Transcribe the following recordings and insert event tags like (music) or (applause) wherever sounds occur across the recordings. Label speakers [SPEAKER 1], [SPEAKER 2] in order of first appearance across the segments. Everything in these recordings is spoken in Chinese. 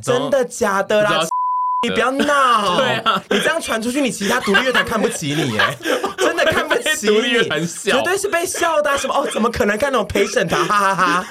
[SPEAKER 1] 真的假的
[SPEAKER 2] 不
[SPEAKER 1] 啦
[SPEAKER 2] 知道？
[SPEAKER 1] (laughs) 你不要闹，
[SPEAKER 2] (laughs) 对啊，
[SPEAKER 1] 你这样传出去，你其他独立乐团看不起
[SPEAKER 2] (laughs)
[SPEAKER 1] 你耶，真的看不起
[SPEAKER 2] 被独立乐
[SPEAKER 1] 你，
[SPEAKER 2] 团笑
[SPEAKER 1] 绝对是被笑的啊、什么哦，怎么可能看那种陪审啊 (laughs) 团？哈哈哈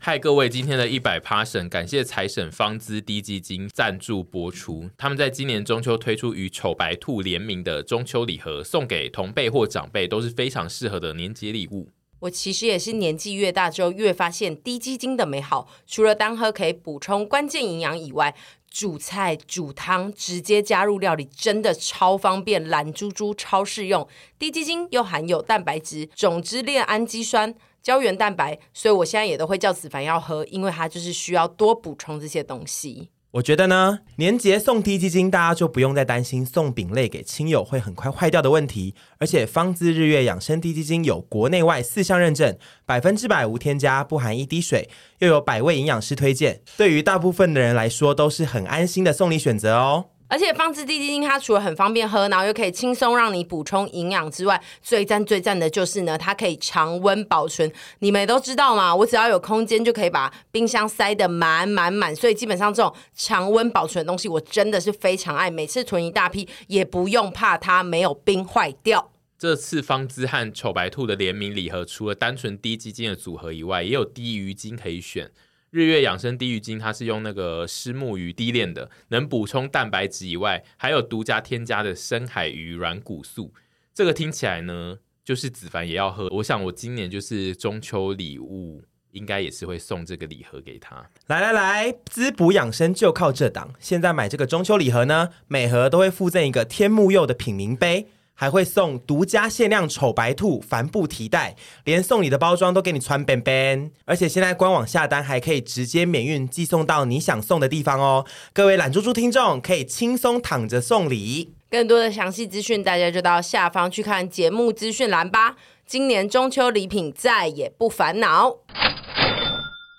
[SPEAKER 2] 嗨，各位，今天的一百 p 审，感谢财神方资低基金赞助播出。他们在今年中秋推出与丑白兔联名的中秋礼盒，送给同辈或长辈都是非常适合的年节礼物。
[SPEAKER 3] 我其实也是年纪越大之后越发现低基金的美好，除了单喝可以补充关键营养以外，煮菜、煮汤直接加入料理真的超方便，懒猪猪超适用。低基金又含有蛋白质、种子链氨基酸。胶原蛋白，所以我现在也都会叫子凡要喝，因为它就是需要多补充这些东西。
[SPEAKER 1] 我觉得呢，年节送低基金，大家就不用再担心送饼类给亲友会很快坏掉的问题。而且方姿日月养生低基金有国内外四项认证，百分之百无添加，不含一滴水，又有百位营养师推荐，对于大部分的人来说都是很安心的送礼选择哦。
[SPEAKER 3] 而且放置低基金，它除了很方便喝，然后又可以轻松让你补充营养之外，最赞最赞的就是呢，它可以常温保存。你们也都知道嘛，我只要有空间就可以把冰箱塞得满满满，所以基本上这种常温保存的东西，我真的是非常爱，每次囤一大批也不用怕它没有冰坏掉。
[SPEAKER 2] 这次方资和丑白兔的联名礼盒，除了单纯低基金的组合以外，也有低鱼精可以选。日月养生低鱼精，它是用那个虱目鱼低炼的，能补充蛋白质以外，还有独家添加的深海鱼软骨素。这个听起来呢，就是子凡也要喝。我想我今年就是中秋礼物，应该也是会送这个礼盒给他。
[SPEAKER 1] 来来来，滋补养生就靠这档！现在买这个中秋礼盒呢，每盒都会附赠一个天目釉的品茗杯，还会送独家限量丑白兔帆布提袋，连送你的包装都给你穿边边。而且现在官网下单还可以直接免运寄送到你想送的地方哦。各位懒猪猪听众可以轻松躺着送礼。
[SPEAKER 3] 更多的详细资讯，大家就到下方去看节目资讯栏吧。今年中秋礼品再也不烦恼。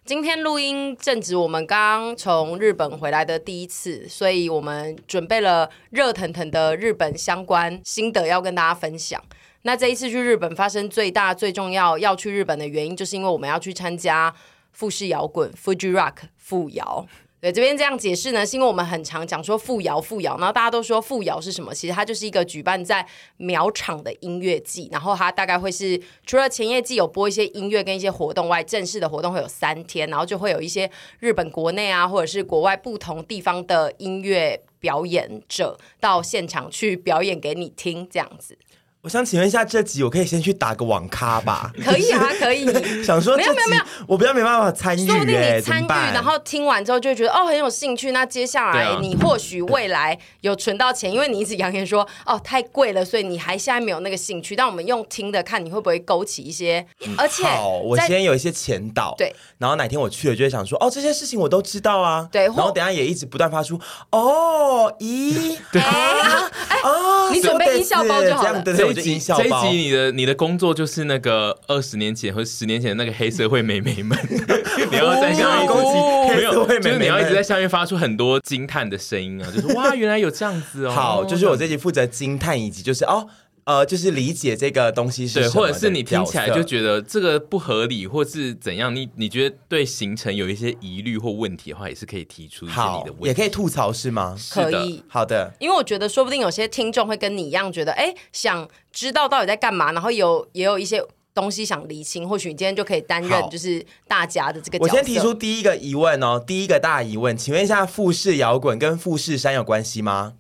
[SPEAKER 3] 今天录音正值我们刚从日本回来的第一次，所以我们准备了热腾腾的日本相关心得要跟大家分享。那这一次去日本发生最大最重要要去日本的原因，就是因为我们要去参加富士摇滚 （Fuji Rock） 富摇。对，这边这样解释呢，是因为我们很常讲说富摇富摇，然后大家都说富摇是什么？其实它就是一个举办在苗场的音乐季，然后它大概会是除了前夜季有播一些音乐跟一些活动外，正式的活动会有三天，然后就会有一些日本国内啊或者是国外不同地方的音乐表演者到现场去表演给你听，这样子
[SPEAKER 1] 我想请问一下，这集我可以先去打个网咖吧？
[SPEAKER 3] 可以啊，可以。
[SPEAKER 1] (laughs) 想说
[SPEAKER 3] (laughs) 没
[SPEAKER 1] 这
[SPEAKER 3] 有没有
[SPEAKER 1] 集
[SPEAKER 3] 没有
[SPEAKER 1] 我比较没办法参与、欸，
[SPEAKER 3] 说不定你参
[SPEAKER 1] 怎
[SPEAKER 3] 与，
[SPEAKER 1] 么办
[SPEAKER 3] 然后听完之后就会觉得哦很有兴趣。那接下
[SPEAKER 2] 对
[SPEAKER 3] 来
[SPEAKER 2] 啊
[SPEAKER 3] 你或许未来有存到钱，因为你一直扬言说哦太贵了，所以你还现在没有那个兴趣。但我们用听的看你会不会勾起一些，而且
[SPEAKER 1] 嗯好，我
[SPEAKER 3] 在
[SPEAKER 1] 今天有一些前导，
[SPEAKER 3] 对，
[SPEAKER 1] 然后哪天我去了就会想说，哦，这些事情我都知道啊，
[SPEAKER 3] 对
[SPEAKER 1] 然后
[SPEAKER 3] 或
[SPEAKER 1] 等一下也一直不断发出，哦，咦，
[SPEAKER 2] (laughs)
[SPEAKER 1] 啊，哦，
[SPEAKER 3] 哎你准
[SPEAKER 1] そうです
[SPEAKER 3] 备音效包就好了
[SPEAKER 1] 这样对对，
[SPEAKER 2] 这
[SPEAKER 1] 我
[SPEAKER 2] 一
[SPEAKER 1] 就
[SPEAKER 2] 集，
[SPEAKER 1] 音效
[SPEAKER 2] 这一
[SPEAKER 1] 包
[SPEAKER 2] 集，，你的你的工作就是那个二十年前或十年前的那个黑社会美眉们， (laughs) 你要在下面一直
[SPEAKER 1] 哦
[SPEAKER 2] 没有
[SPEAKER 1] 黑社会，
[SPEAKER 2] 就是
[SPEAKER 1] 美眉
[SPEAKER 2] 你要一直
[SPEAKER 1] 们
[SPEAKER 2] 在下面发出很多惊叹的声音啊，就是哇，原来有这样子哦，
[SPEAKER 1] 好，就是我这集负责惊叹以及就是哦，呃，就是理解这个东西是
[SPEAKER 2] 对，
[SPEAKER 1] 什么
[SPEAKER 2] 或
[SPEAKER 1] 的
[SPEAKER 2] 者是你听起来
[SPEAKER 1] 角色
[SPEAKER 2] 就觉得这个不合理，或是怎样，你你觉得对行程有一些疑虑或问题的话，也是可以提出一些你
[SPEAKER 1] 好
[SPEAKER 2] 的，问
[SPEAKER 1] 也
[SPEAKER 2] 题，
[SPEAKER 1] 可以吐槽是吗？
[SPEAKER 2] 是
[SPEAKER 3] 可
[SPEAKER 2] 的
[SPEAKER 3] 以。
[SPEAKER 1] 好的，
[SPEAKER 3] 因为我觉得，说不定有些听众会跟你一样，觉得哎，诶想知道到底在干嘛，然后有也有一些东西想厘清。或许你今天就可以担
[SPEAKER 1] 好
[SPEAKER 3] 任就是大家的这个角
[SPEAKER 1] 我
[SPEAKER 3] 色。
[SPEAKER 1] 先提出第一个疑问哦，第一个大疑问，请问一下，富士摇滚跟富士山有关系吗？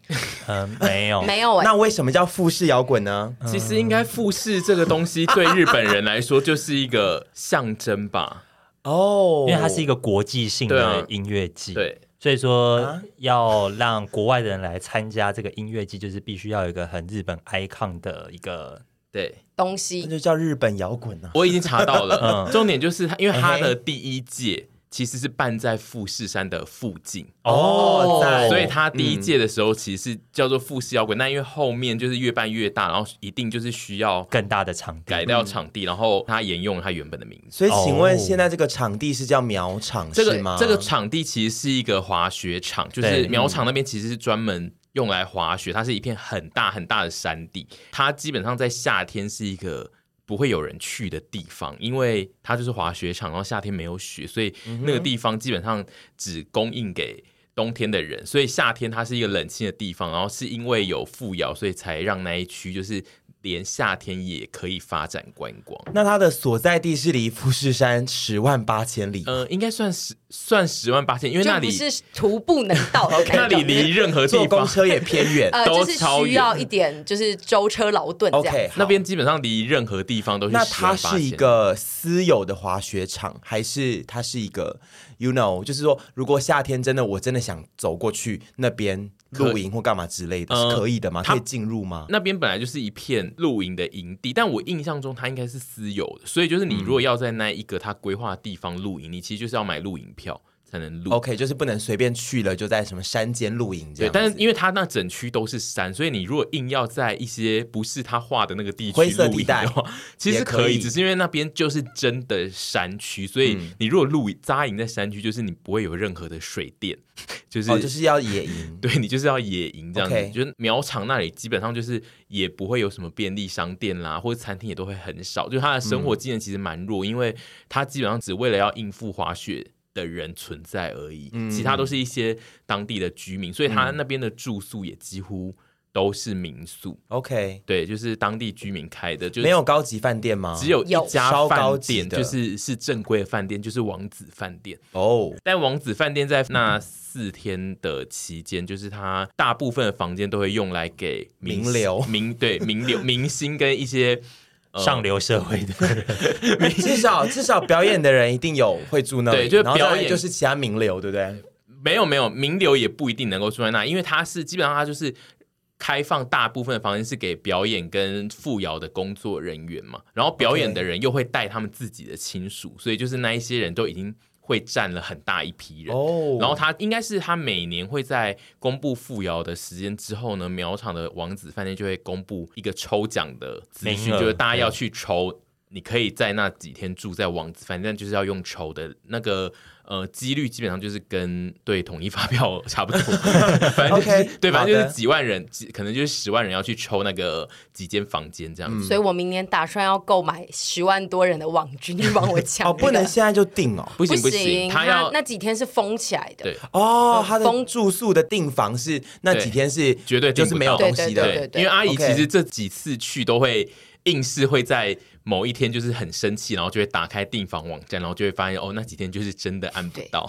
[SPEAKER 4] 呃
[SPEAKER 1] 嗯，没有
[SPEAKER 3] 没有诶哎
[SPEAKER 1] 那为什么叫富士摇滚呢？
[SPEAKER 2] 其实应该复试这个东西对日本人来说就是一个象征吧，
[SPEAKER 1] 哦，
[SPEAKER 4] 因为它是一个国际性
[SPEAKER 2] 对啊
[SPEAKER 4] 的音乐
[SPEAKER 1] 嗯
[SPEAKER 4] 季，
[SPEAKER 2] 对，啊
[SPEAKER 4] 所以说要让国外的人来参加这个音乐季，就是必须要有一个很日本 icon 的一个，
[SPEAKER 2] 对。
[SPEAKER 3] 东
[SPEAKER 1] 那
[SPEAKER 3] 西，
[SPEAKER 1] 就叫日本摇滚啊。
[SPEAKER 2] 我已经查到了，
[SPEAKER 4] 嗯
[SPEAKER 2] 重点就是它因为它
[SPEAKER 1] 嘿嘿
[SPEAKER 2] 的第一届其实是办在富士山的附近。
[SPEAKER 1] 哦，在
[SPEAKER 2] 所以它第一届的时候其实是叫做富士摇滚，那、因为后面就是越办越大，然后一定就是需要
[SPEAKER 4] 更大的场地
[SPEAKER 2] 改。掉场地，然后它沿用了它原本的名字。
[SPEAKER 1] 所以请问
[SPEAKER 4] 哦
[SPEAKER 1] 现在这个场地是叫苗场
[SPEAKER 2] 哦这
[SPEAKER 1] 是
[SPEAKER 2] 个
[SPEAKER 1] 吗？
[SPEAKER 2] 这个场地其实是一个滑雪场，就是
[SPEAKER 4] 对
[SPEAKER 2] 苗场那边其实是专门。用来滑雪，它是一片很大很大的山地，它基本上在夏天是一个。不会有人去的地方，因为它就是滑雪场，然后夏天没有雪，所以那个地方基本上只供应给冬天的人，所以夏天它是一个冷清的地方。然后是因为有富饶，所以才让那一区就是连夏天也可以发展观光。
[SPEAKER 1] 那它的所在地是离富士山十万八千里，
[SPEAKER 2] 呃，应该算十算十万八千，因为
[SPEAKER 3] 就
[SPEAKER 2] 那里
[SPEAKER 3] 不是徒步能
[SPEAKER 1] (laughs)
[SPEAKER 3] 到的
[SPEAKER 2] 那
[SPEAKER 3] 那
[SPEAKER 2] 里
[SPEAKER 3] 种。
[SPEAKER 2] 离任何
[SPEAKER 1] 坐
[SPEAKER 2] 地
[SPEAKER 1] 公
[SPEAKER 2] 方，
[SPEAKER 1] 车也偏远。
[SPEAKER 3] 呃，
[SPEAKER 2] 都
[SPEAKER 3] 就是
[SPEAKER 2] 超远
[SPEAKER 3] 需要一点就是舟车劳顿这
[SPEAKER 2] (laughs)
[SPEAKER 3] 样。
[SPEAKER 1] OK，
[SPEAKER 2] 那边基本上离任何地方都是
[SPEAKER 1] 那
[SPEAKER 2] 10
[SPEAKER 1] 它
[SPEAKER 2] 万八
[SPEAKER 1] 是
[SPEAKER 2] 千
[SPEAKER 1] 一个私有的滑雪场，还是它是一个，you know，就是说，如果夏天真的我真的想走过去那边露营或干嘛之类的，
[SPEAKER 2] 呃
[SPEAKER 1] 是可以的吗？
[SPEAKER 2] 它
[SPEAKER 1] 可以进入吗？
[SPEAKER 2] 那边本来就是一片露营的营地，但我印象中它应该是私有的，所以就是你如
[SPEAKER 1] 嗯
[SPEAKER 2] 果要在那一个它规划的地方露营，你其实就是要买露营票才能露。
[SPEAKER 1] OK，就是不能随便去了，就在什么山间露营这
[SPEAKER 2] 对，
[SPEAKER 1] 样。
[SPEAKER 2] 但是因为它那整区都是山，所以你如果硬要在一些不是他画的那个地区
[SPEAKER 1] 灰色
[SPEAKER 2] 露
[SPEAKER 1] 地
[SPEAKER 2] 营
[SPEAKER 1] 带
[SPEAKER 2] 的话， (laughs) 其实
[SPEAKER 1] 也
[SPEAKER 2] 可
[SPEAKER 1] 可
[SPEAKER 2] 以，
[SPEAKER 1] 以
[SPEAKER 2] 只是因为那边就是真的山区，所以你如果露营扎营在山区，就是你不会有任何的水电，就是、
[SPEAKER 1] 哦，就是要野营。
[SPEAKER 2] 对你就是要野营这样子
[SPEAKER 1] OK
[SPEAKER 2] 就是苗场那里基本上就是也不会有什么便利商店啦，或者餐厅也都会很少，就他的生
[SPEAKER 1] 嗯
[SPEAKER 2] 活技能其实蛮弱，因为他基本上只为了要应付滑雪。的人存在而已，
[SPEAKER 1] 嗯
[SPEAKER 2] 其他都是一些当地的居民，所以他那边的住宿也几乎都是民宿，
[SPEAKER 1] OK，
[SPEAKER 2] 对，就是当地居民开的，就是
[SPEAKER 1] 没有高级饭店吗？
[SPEAKER 2] 只有
[SPEAKER 3] 有
[SPEAKER 2] 一家
[SPEAKER 1] 稍高
[SPEAKER 2] 饭
[SPEAKER 1] 级
[SPEAKER 2] 店，
[SPEAKER 1] 的
[SPEAKER 2] 就是是正规的饭店，就是王子饭店。
[SPEAKER 1] 哦，
[SPEAKER 2] 但王子饭店在那四天的期间，就是它大部分的房间都会用来给明
[SPEAKER 1] 名流
[SPEAKER 2] 明对名流、明星跟一些、呃
[SPEAKER 4] 上流社会的人，
[SPEAKER 1] 至少至少表演的人一定有会住那里，
[SPEAKER 2] 对就是
[SPEAKER 1] 然后
[SPEAKER 2] 表
[SPEAKER 1] 当
[SPEAKER 2] 演
[SPEAKER 1] 然就是其他名流，对不对？
[SPEAKER 2] 没有没有名流也不一定能够住在那，因为它是基本上它就是。开放大部分的房间是给表演跟富瑶的工作人员嘛，然后表演
[SPEAKER 1] OK
[SPEAKER 2] 的人又会带他们自己的亲属，所以就是那一些人都已经会占了很大一批人。
[SPEAKER 1] 哦，
[SPEAKER 2] 然后他应该是他每年会在公布富瑶的时间之后呢，苗场的王子饭店就会公布一个抽奖的资讯，
[SPEAKER 4] 名额
[SPEAKER 2] 就是大家要去抽。你可以在那几天住在王子饭店，但就是要用抽的那个呃几率，基本上就是跟对统一发票
[SPEAKER 1] (laughs)
[SPEAKER 2] 差不多，反正就是
[SPEAKER 1] OK，
[SPEAKER 2] 对，反正就
[SPEAKER 1] 好的
[SPEAKER 2] 是几万人，几可能就是十万人要去抽那个几间房间
[SPEAKER 1] 嗯
[SPEAKER 2] 这样子。
[SPEAKER 3] 所以我明年打算要购买十万多人的网军， (laughs) 你帮我抢、
[SPEAKER 1] 哦，不能现在就定哦。
[SPEAKER 2] 不
[SPEAKER 3] 不
[SPEAKER 2] 行行，
[SPEAKER 3] 他
[SPEAKER 2] 他要
[SPEAKER 3] 那几天是封起来的。
[SPEAKER 2] 对
[SPEAKER 1] 哦，他
[SPEAKER 3] 封
[SPEAKER 1] 的住宿的订房是那
[SPEAKER 2] 呃对
[SPEAKER 1] 几天是
[SPEAKER 2] 绝对订
[SPEAKER 1] 就是
[SPEAKER 2] 不
[SPEAKER 1] 没有
[SPEAKER 2] 到
[SPEAKER 1] 东西
[SPEAKER 3] 对对
[SPEAKER 1] 的，
[SPEAKER 3] 对
[SPEAKER 2] 因为阿姨
[SPEAKER 1] OK
[SPEAKER 2] 其实这几次去都会硬是会在某一天就是很生气，然后就会打开订房网站，然后就会发现哦，那几天就是真的按不到。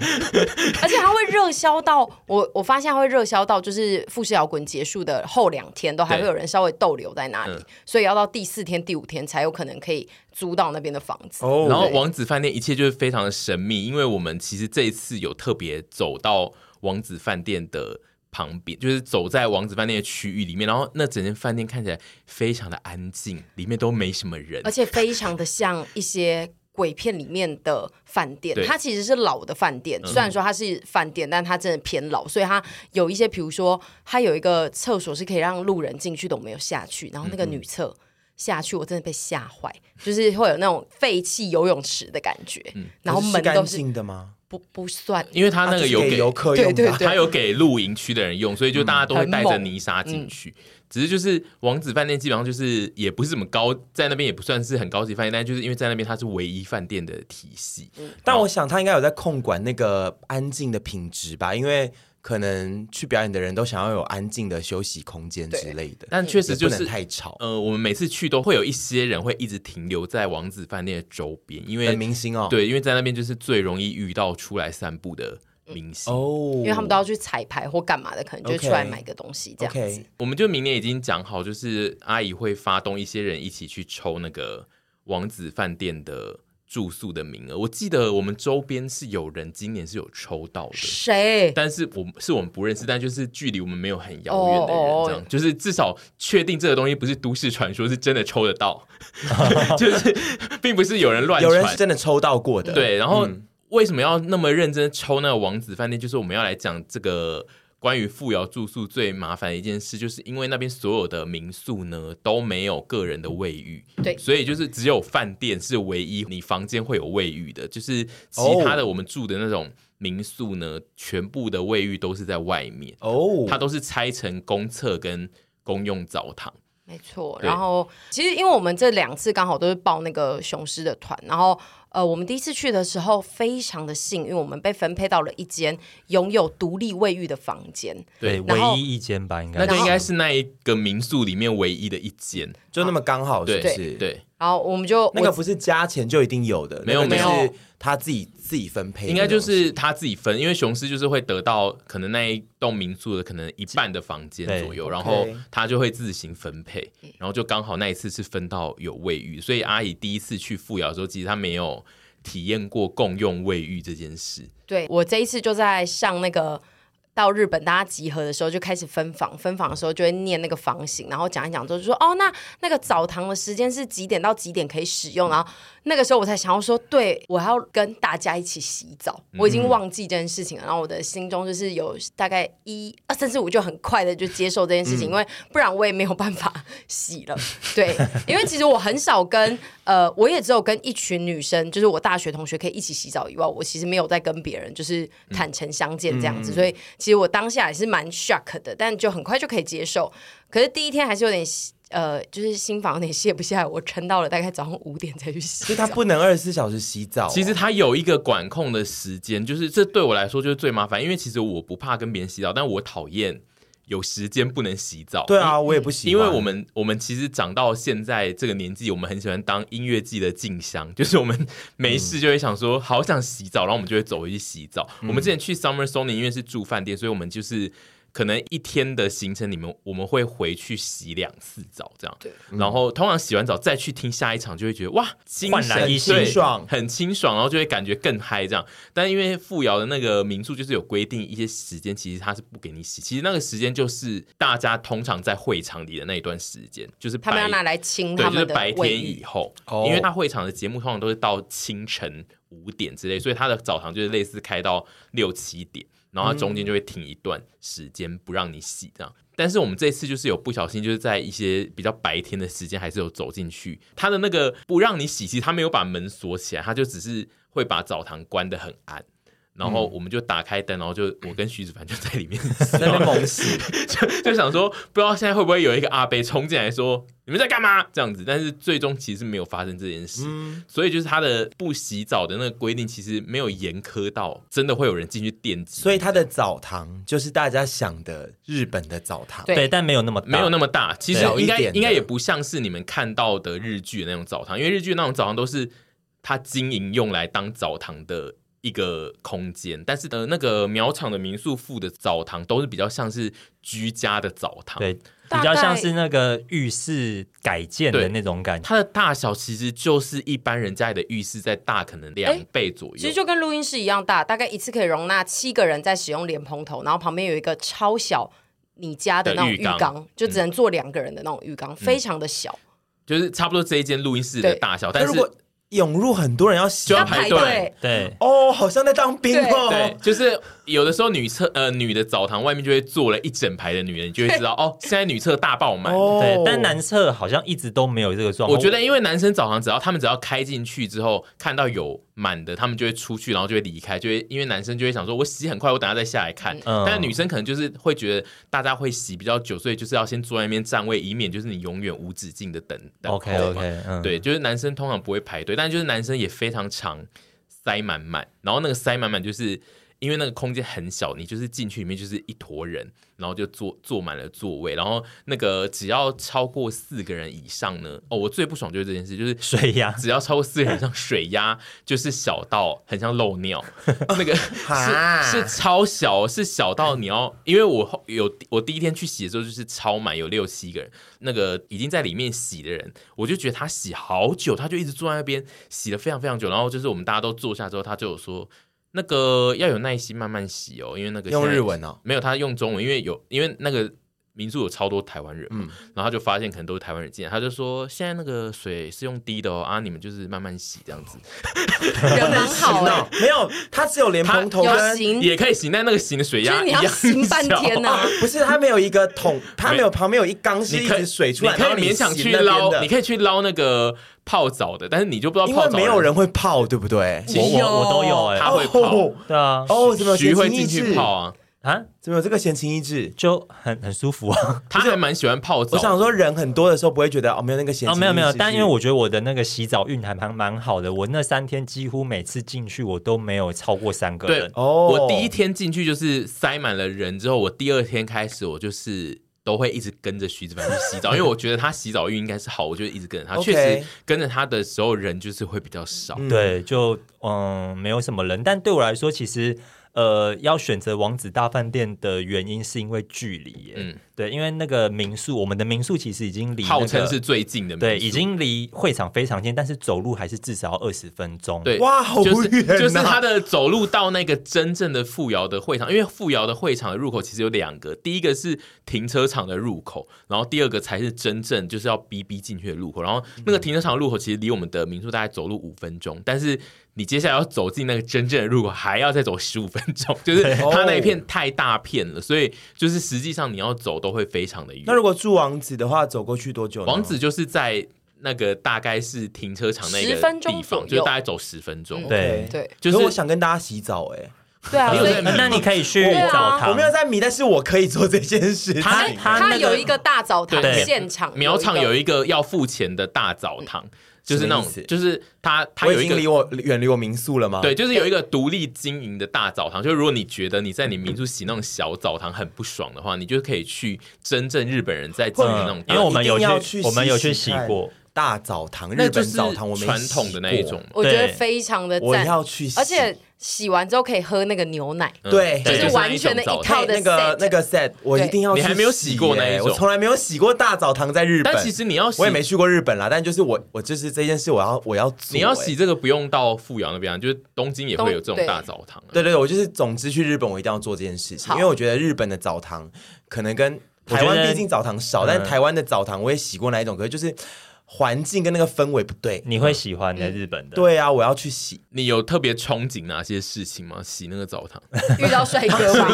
[SPEAKER 3] 而且它会热销到我，我发现它会热销到，就是富士摇滚结束的后两天都还
[SPEAKER 2] 对
[SPEAKER 3] 会有人稍微逗留在那里，
[SPEAKER 2] 嗯
[SPEAKER 3] 所以要到第四天、第五天才有可能可以租到那边的房子。
[SPEAKER 1] 哦
[SPEAKER 2] 然后王子饭店一切就是非常的神秘，因为我们其实这一次有特别走到王子饭店的。旁边就是走在王子饭店的区域里面，然后那整间饭店看起来非常的安静，里面都没什么人
[SPEAKER 3] 而。且非常的像一些鬼片里面的饭店
[SPEAKER 2] 对，
[SPEAKER 3] 它其实是老的饭
[SPEAKER 1] 嗯
[SPEAKER 3] 店。虽然说它是饭店，但它真的偏老，所以它有一些，比如说它有一个厕所是可以让路人进去的，我没有下去，然后
[SPEAKER 1] 嗯
[SPEAKER 3] 那个女厕。下去我真的被吓坏，就是会有那种废弃游泳池的感觉，然
[SPEAKER 1] 嗯
[SPEAKER 3] 后
[SPEAKER 1] 可是
[SPEAKER 3] 门
[SPEAKER 1] 干
[SPEAKER 3] 都是
[SPEAKER 1] 净的吗？
[SPEAKER 3] 不不算
[SPEAKER 2] 因为他那
[SPEAKER 1] 啊就
[SPEAKER 2] 个
[SPEAKER 1] 是
[SPEAKER 2] 有
[SPEAKER 1] 给游客
[SPEAKER 3] 对
[SPEAKER 1] 用
[SPEAKER 3] 对
[SPEAKER 1] 的啊。
[SPEAKER 3] 对
[SPEAKER 2] 他有给露营区的人用，所以就大家都会带着泥沙进去。只是就是王子饭店基本上就是也不是怎么高，在那边也不算是很高级饭店，但就是因为在那边它是唯一饭店的体系，
[SPEAKER 1] 但我想他应该有在控管那个安静的品质吧，因为可能去表演的人都想要有安静的休息空间之类的，
[SPEAKER 2] 但确实就
[SPEAKER 1] 也不
[SPEAKER 2] 是
[SPEAKER 1] 能太吵。
[SPEAKER 2] 呃，我们每次去都会有一些人会一直停留在王子饭店的周边，因为
[SPEAKER 1] 很明星哦，
[SPEAKER 2] 对，因为在那边就是最容易遇到出来散步的明星。
[SPEAKER 1] 哦，
[SPEAKER 3] 因为他们都要去彩排或干嘛的，可能就
[SPEAKER 1] OK
[SPEAKER 3] 出来买个东西这样子。
[SPEAKER 1] OK
[SPEAKER 2] 我们就明年已经讲好，就是阿姨会发动一些人一起去抽那个王子饭店的住宿的名额。我记得我们周边是有人今年是有抽到的。
[SPEAKER 3] 谁？
[SPEAKER 2] 但是我们是我们不认识，但就是距离我们没有很遥远的人，
[SPEAKER 3] 哦哦哦
[SPEAKER 2] 这样就是至少确定这个东西不是都市传说，是真的抽得到，就是并不是有人乱
[SPEAKER 1] 有
[SPEAKER 2] 传，
[SPEAKER 1] 人是真的抽到过的，，嗯
[SPEAKER 2] 对，然后为什么要那么认真抽那个王子饭店？就是我们要来讲这个关于富瑶住宿最麻烦的一件事，就是因为那边所有的民宿呢都没有个人的卫浴，
[SPEAKER 1] 嗯
[SPEAKER 3] 对
[SPEAKER 2] 所以就是只有饭店是唯一你房间会有卫浴的，就是其他的我们住的那种。民宿呢，全部的卫浴都是在外面，
[SPEAKER 1] 哦，
[SPEAKER 2] 它都是拆成公厕跟公用澡堂。
[SPEAKER 3] 没错，
[SPEAKER 2] 对
[SPEAKER 3] 然后其实因为我们这两次刚好都是报那个雄狮的团，然后呃，我们第一次去的时候非常的幸运，我们被分配到了一间拥有独立卫浴的房间，
[SPEAKER 2] 对，
[SPEAKER 3] 然后
[SPEAKER 4] 唯一一间吧，应该
[SPEAKER 2] 那就应该
[SPEAKER 4] 是
[SPEAKER 2] 是那一个民宿里面唯一的一间。
[SPEAKER 1] 就那么刚好，是
[SPEAKER 2] 对
[SPEAKER 1] 不是？，
[SPEAKER 2] 对，
[SPEAKER 3] 然后我们就
[SPEAKER 1] 那个
[SPEAKER 3] 我
[SPEAKER 1] 不是加钱就一定有的，
[SPEAKER 2] 没有
[SPEAKER 1] 那个就是
[SPEAKER 3] 没有
[SPEAKER 1] 他自己自己分配的
[SPEAKER 2] 应
[SPEAKER 1] 那种，
[SPEAKER 2] 该就是他自己分，因为雄狮就是会得到可能那一栋民宿的可能一半的房间
[SPEAKER 4] 对
[SPEAKER 2] 左右，
[SPEAKER 1] OK
[SPEAKER 2] 然后他就会自行分配，然后就刚好那一次是分到有卫浴，所以阿姨第一次去富瑶的时候，其实她没有体验过共用卫浴这件事。
[SPEAKER 3] 对我这一次就在上那个到日本大家集合的时候就开始分房，分房的时候就会念那个房型，然后讲一讲之后就说哦，那那个澡堂的时间是几点到几点可以使用，然后那个时候我才想要说，对我要跟大家一起洗澡，我已经忘记这件事情了，然后我的心中就是有大概一啊二三四五就很快的就接受这件事情，因为不然我也没有办法洗了，对， (laughs) 因为其实我很少跟呃，我也只有跟一群女生，就是我大学同学可以一起洗澡以外，我其实没有在跟别人就是坦诚相见这
[SPEAKER 2] 嗯
[SPEAKER 3] 样子，所以其实我当下也是蛮 shock 的，但就很快就可以接受。可是第一天还是有点呃，就是心房有点卸不下来，我撑到了大概早上五点才去洗
[SPEAKER 1] 所以他
[SPEAKER 3] 澡。
[SPEAKER 1] 不能二十四小时洗澡哦、
[SPEAKER 2] 其实它有一个管控的时间，就是这对我来说就是最麻烦，因为其实我不怕跟别人洗澡，但我讨厌有时间不能洗澡。
[SPEAKER 1] 对啊，我也不喜
[SPEAKER 2] 因
[SPEAKER 1] 欢，
[SPEAKER 2] 为我们我们其实长到现在这个年纪，我们很喜欢当音乐季的静香， (laughs) 就是我们没事就会想说好想洗澡，然后我们就会走回去洗澡。
[SPEAKER 4] 嗯
[SPEAKER 2] 我们之前去 Summer Sony 因为是住饭店，所以我们就是。可能一天的行程里面，我们会回去洗两次澡，这样。
[SPEAKER 3] 对。
[SPEAKER 2] 然后通常洗完澡再去听下一场，就会觉得哇，精
[SPEAKER 4] 焕
[SPEAKER 2] 神
[SPEAKER 4] 然一新
[SPEAKER 2] 对
[SPEAKER 1] 清爽
[SPEAKER 2] 很清爽，然后就会感觉更嗨这样。但因为富瑶的那个民宿就是有规定一些时间，其实它是不给你洗。其实那个时间就是大家通常在会场里的那一段时间，就是白
[SPEAKER 3] 他们要拿来清
[SPEAKER 2] 对，
[SPEAKER 3] 他
[SPEAKER 2] 就是
[SPEAKER 3] 们的
[SPEAKER 2] 白
[SPEAKER 3] 卫
[SPEAKER 2] 天以
[SPEAKER 3] 浴，
[SPEAKER 2] 后，
[SPEAKER 1] 哦
[SPEAKER 2] 因为他会场的节目通常都是到清晨五点之类，所以他的澡堂就是类似开到六七点，然后它中间就会停一段时间不让你洗这样。但是我们这次就是有不小心，就是在一些比较白天的时间，还是有走进去。他的那个不让你洗，其实他没有把门锁起来，他就只是会把澡堂关得很暗。然后我们就打开灯，然后就我跟徐子凡就在里面
[SPEAKER 1] (laughs)
[SPEAKER 2] 洗
[SPEAKER 1] 嗯在那边猛洗，
[SPEAKER 2] (laughs) 就想说，不知道现在会不会有一个阿伯冲进来说你们在干嘛这样子，但是最终其实没有发生这件事，
[SPEAKER 1] 嗯
[SPEAKER 2] 所以就是他的不洗澡的那个规定其实没有严苛到真的会有人进去电击，
[SPEAKER 1] 所以他的澡堂就是大家想的日本的澡堂，
[SPEAKER 3] 对
[SPEAKER 4] 对，但没有那么大
[SPEAKER 2] 没有那么大，其实
[SPEAKER 1] 小一
[SPEAKER 2] 应该
[SPEAKER 1] 点的
[SPEAKER 2] 应该也不像是你们看到的日剧的那种澡堂，因为日剧那种澡堂都是它经营用来当澡堂的一个空间，但是呢，那个苗场的民宿附的澡堂都是比较像是居家的澡堂，
[SPEAKER 4] 对，比
[SPEAKER 3] 大
[SPEAKER 4] 较
[SPEAKER 3] 概
[SPEAKER 4] 像是那个浴室改建
[SPEAKER 2] 对
[SPEAKER 4] 的那种感觉。
[SPEAKER 2] 它的大小其实就是一般人家里的浴室再大，可能两倍左右。
[SPEAKER 3] 其实就跟录音室一样大，大概一次可以容纳七个人在使用莲蓬头，然后旁边有一个超小你家的那种
[SPEAKER 2] 的浴
[SPEAKER 3] 浴
[SPEAKER 2] 缸嗯
[SPEAKER 3] 缸，就只能坐两个人的那种浴缸，非常的小。
[SPEAKER 2] 就是差不多这一间录音室的大小，但
[SPEAKER 1] 但
[SPEAKER 2] 是
[SPEAKER 1] 如果哦涌入很多人要洗
[SPEAKER 2] 就要
[SPEAKER 3] 要
[SPEAKER 2] 排
[SPEAKER 3] 排
[SPEAKER 2] 队
[SPEAKER 3] 队。
[SPEAKER 4] 对，
[SPEAKER 1] 哦，好像在当兵
[SPEAKER 2] 对
[SPEAKER 1] 哦，，
[SPEAKER 2] 就是有的时候女厕呃女的澡堂外面就会坐了一整排的女人，你就会知道哦，现在女厕大爆满。
[SPEAKER 1] 哦
[SPEAKER 4] 对，但男厕好像一直都没有这个状况。
[SPEAKER 2] 我觉得，因为男生澡堂只要他们只要开进去之后，看到有满的，他们就会出去，然后就会离开，就会因为男生就会想说，我洗很快，我等下再下来看。
[SPEAKER 4] 嗯
[SPEAKER 2] 但女生可能就是会觉得大家会洗比较久，所以就是要先坐在那边站位，以免就是你永远无止境的等。等
[SPEAKER 4] OK
[SPEAKER 2] 候嘛
[SPEAKER 4] OK，嗯，
[SPEAKER 2] 对，就是男生通常不会排队，但就是男生也非常常塞满满，然后那个塞满满就是因为那个空间很小，你就是进去里面就是一坨人，然后就坐坐满了座位，然后那个只要超过四个人以上呢，哦，我最不爽就是这件事，就是
[SPEAKER 4] 水呀，
[SPEAKER 2] 只要超过四个人以上，水压就是小到很像漏
[SPEAKER 4] (laughs)
[SPEAKER 2] 尿，那个
[SPEAKER 1] 哈
[SPEAKER 2] 是是超小，是小到你要，因为我后有我第一天去洗的时候就是超满，有六七个人，那个已经在里面洗的人，我就觉得他洗好久，他就一直坐在那边洗了非常非常久，然后就是我们大家都坐下之后，他就有说。那个要有耐心慢慢洗哦，因为那个现在
[SPEAKER 1] 用日文哦
[SPEAKER 2] 没有他用中文，因为有因为那个民宿有超多台湾人嘛，然后他就发现可能都是台湾人进来，他就说现在那个水是用滴的哦，啊，你们就是慢慢洗这样子，
[SPEAKER 3] 人蛮好哎、
[SPEAKER 1] 闹
[SPEAKER 2] (laughs)
[SPEAKER 1] 没有，他只有莲蓬头
[SPEAKER 3] 有
[SPEAKER 1] 跟
[SPEAKER 3] 行，
[SPEAKER 2] 也可以洗，但那个洗的水
[SPEAKER 3] 就
[SPEAKER 2] 压
[SPEAKER 3] 是你
[SPEAKER 2] 一
[SPEAKER 3] 要
[SPEAKER 2] 样
[SPEAKER 3] 行半
[SPEAKER 2] 小
[SPEAKER 3] 天啊呢、
[SPEAKER 1] 不是他没有一个桶，他没有旁边有一缸是
[SPEAKER 2] 你
[SPEAKER 1] 一
[SPEAKER 2] 可以
[SPEAKER 1] 直水出来，
[SPEAKER 2] 你可
[SPEAKER 1] 然后
[SPEAKER 2] 以勉强
[SPEAKER 1] 洗
[SPEAKER 2] 去
[SPEAKER 1] 那边
[SPEAKER 2] 捞，
[SPEAKER 1] 的
[SPEAKER 2] 你可以去捞那个泡澡的，但是你就不知道
[SPEAKER 1] 因
[SPEAKER 2] 泡
[SPEAKER 1] 为
[SPEAKER 2] 澡
[SPEAKER 1] 没有人会泡，对不对？
[SPEAKER 4] 我我我都有哎、
[SPEAKER 2] 他会泡
[SPEAKER 1] 哦
[SPEAKER 4] 对啊，
[SPEAKER 1] 哦，怎么有
[SPEAKER 2] 徐
[SPEAKER 1] 闲
[SPEAKER 2] 会
[SPEAKER 1] 情
[SPEAKER 2] 进
[SPEAKER 1] 逸
[SPEAKER 2] 去
[SPEAKER 1] 致？
[SPEAKER 2] 泡啊，
[SPEAKER 4] 啊，
[SPEAKER 1] 怎么有这个闲情逸致？
[SPEAKER 4] 就很很舒服
[SPEAKER 2] (laughs)
[SPEAKER 4] 啊。
[SPEAKER 2] 他还蛮喜欢泡澡
[SPEAKER 1] 我
[SPEAKER 2] 的。
[SPEAKER 1] 想说，人很多的时候不会觉得哦，没有那个闲情
[SPEAKER 4] 哦，
[SPEAKER 1] 逸致。
[SPEAKER 4] 没有没有，但因为我觉得我的那个洗澡运还蛮蛮好的，我那三天几乎每次进去我都没有超过三个
[SPEAKER 2] 对
[SPEAKER 4] 人。
[SPEAKER 1] 哦，
[SPEAKER 2] 我第一天进去就是塞满了人，之后我第二天开始我就是。都会一直跟着徐子凡去洗澡，因为我觉得他洗澡运应该是好，我就一直跟着他。
[SPEAKER 1] OK
[SPEAKER 2] 确实跟着他的时候，人就是会比较少。
[SPEAKER 1] 嗯
[SPEAKER 4] 对，就嗯，没有什么人。但对我来说，其实呃，要选择王子大饭店的原因是因为距离耶。
[SPEAKER 2] 嗯
[SPEAKER 4] 对，因为那个民宿，我们的民宿其实已经离、那个、
[SPEAKER 2] 号称是最近的民宿，
[SPEAKER 4] 对，已经离会场非常近，但是走路还是至少要二十分钟。
[SPEAKER 2] 对，
[SPEAKER 1] 哇好
[SPEAKER 2] 就是
[SPEAKER 1] 远啊呐
[SPEAKER 2] 就是他的走路到那个真正的富瑶的会场，因为富瑶的会场的入口其实有两个，第一个是停车场的入口，然后第二个才是真正就是要逼逼进去的入口。然后那个停车场入口其实离我们的民宿大概走路五分钟，但是你接下来要走进那个真正的入口，还要再走十五分钟，就是
[SPEAKER 1] 哦
[SPEAKER 2] 它那一片太大片了，所以就是实际上你要走都会非常的远
[SPEAKER 1] 那。如果住王子的话，走过去多久呢？
[SPEAKER 2] 王子就是在。那个大概是停车场那个
[SPEAKER 3] 10分钟
[SPEAKER 2] 地
[SPEAKER 3] 左
[SPEAKER 2] 方，
[SPEAKER 3] 右
[SPEAKER 2] 就大概走十分钟。
[SPEAKER 1] OK
[SPEAKER 4] 对
[SPEAKER 3] 对
[SPEAKER 2] 就是
[SPEAKER 1] 可我想跟大家洗澡哎，
[SPEAKER 3] 对啊，
[SPEAKER 2] 你有
[SPEAKER 3] 所以
[SPEAKER 2] 在
[SPEAKER 4] 那你可以去
[SPEAKER 3] 对啊
[SPEAKER 4] 澡堂。
[SPEAKER 1] 我没有在迷，但是我可以做这件事情。
[SPEAKER 2] 他
[SPEAKER 4] 他那
[SPEAKER 3] 它
[SPEAKER 4] 个
[SPEAKER 3] 有一个大澡堂
[SPEAKER 2] 对
[SPEAKER 3] 现场，
[SPEAKER 2] 苗场有
[SPEAKER 3] 一
[SPEAKER 2] 一个要付钱的大澡堂，就是那
[SPEAKER 1] 什么意思
[SPEAKER 2] 种，就是它它
[SPEAKER 1] 我
[SPEAKER 2] 有
[SPEAKER 1] 已
[SPEAKER 2] 一
[SPEAKER 1] 经离
[SPEAKER 2] 个。
[SPEAKER 1] 我远离我民宿了吗？
[SPEAKER 2] 对，，就是有一个独立经营的大澡堂，就是如果你觉得你在你民宿洗那种小澡堂很不爽的话，你就可以去真正日本人在经营那种
[SPEAKER 4] 嗯，因
[SPEAKER 2] 大
[SPEAKER 4] 为
[SPEAKER 2] 澡
[SPEAKER 4] 我
[SPEAKER 2] 堂，
[SPEAKER 4] 们
[SPEAKER 1] 一
[SPEAKER 4] 有
[SPEAKER 1] 定要去
[SPEAKER 4] 去，我们有去
[SPEAKER 1] 洗洗
[SPEAKER 4] 洗
[SPEAKER 1] 看
[SPEAKER 4] 过。
[SPEAKER 1] 大澡堂，
[SPEAKER 2] 那
[SPEAKER 1] 日
[SPEAKER 2] 就
[SPEAKER 1] 本
[SPEAKER 2] 是
[SPEAKER 1] 澡堂，我没
[SPEAKER 2] 传统的那一
[SPEAKER 1] 洗过
[SPEAKER 2] 种，
[SPEAKER 3] 我觉得
[SPEAKER 4] 对
[SPEAKER 3] 非常的
[SPEAKER 1] 我
[SPEAKER 3] 赞，
[SPEAKER 1] 要去洗，
[SPEAKER 3] 而且洗完之后可以喝那个牛奶，
[SPEAKER 2] 嗯
[SPEAKER 1] 对
[SPEAKER 2] 对
[SPEAKER 1] 就是
[SPEAKER 2] 是
[SPEAKER 3] 完全
[SPEAKER 2] 那
[SPEAKER 3] 的
[SPEAKER 2] 种
[SPEAKER 3] 一
[SPEAKER 2] 澡
[SPEAKER 3] 套
[SPEAKER 2] 堂
[SPEAKER 1] 配那个
[SPEAKER 3] set
[SPEAKER 1] 那个 set，我一定要去
[SPEAKER 2] 你还没有洗过那一
[SPEAKER 1] 耶
[SPEAKER 2] 种
[SPEAKER 1] 我从来没有洗过大澡堂在日本。
[SPEAKER 2] 但其实你要洗
[SPEAKER 1] 我也没去过日本啦，但就是我我就是这件事，我要我要做。
[SPEAKER 2] 你要
[SPEAKER 1] 哎
[SPEAKER 2] 洗这个不用到富阳那边啊，就是东京也会有这
[SPEAKER 3] 东
[SPEAKER 2] 种大澡堂啊。
[SPEAKER 1] 对对对，我就是，总之去日本我一定要做这件事情，
[SPEAKER 3] 好
[SPEAKER 1] 因为我觉得日本的澡堂可能跟
[SPEAKER 4] 我
[SPEAKER 1] 台
[SPEAKER 4] 觉
[SPEAKER 1] 湾
[SPEAKER 4] 得
[SPEAKER 1] 毕竟澡堂少，
[SPEAKER 4] 嗯
[SPEAKER 1] 但台湾的澡堂我也洗过那一种，可是就是环境跟那个氛围不对。
[SPEAKER 4] 你会喜欢的日本的，
[SPEAKER 1] 对啊，我要去洗，
[SPEAKER 2] 你有特别憧憬哪些事情吗？洗那个澡堂，
[SPEAKER 3] 遇到帅哥
[SPEAKER 2] (laughs)
[SPEAKER 3] 吧，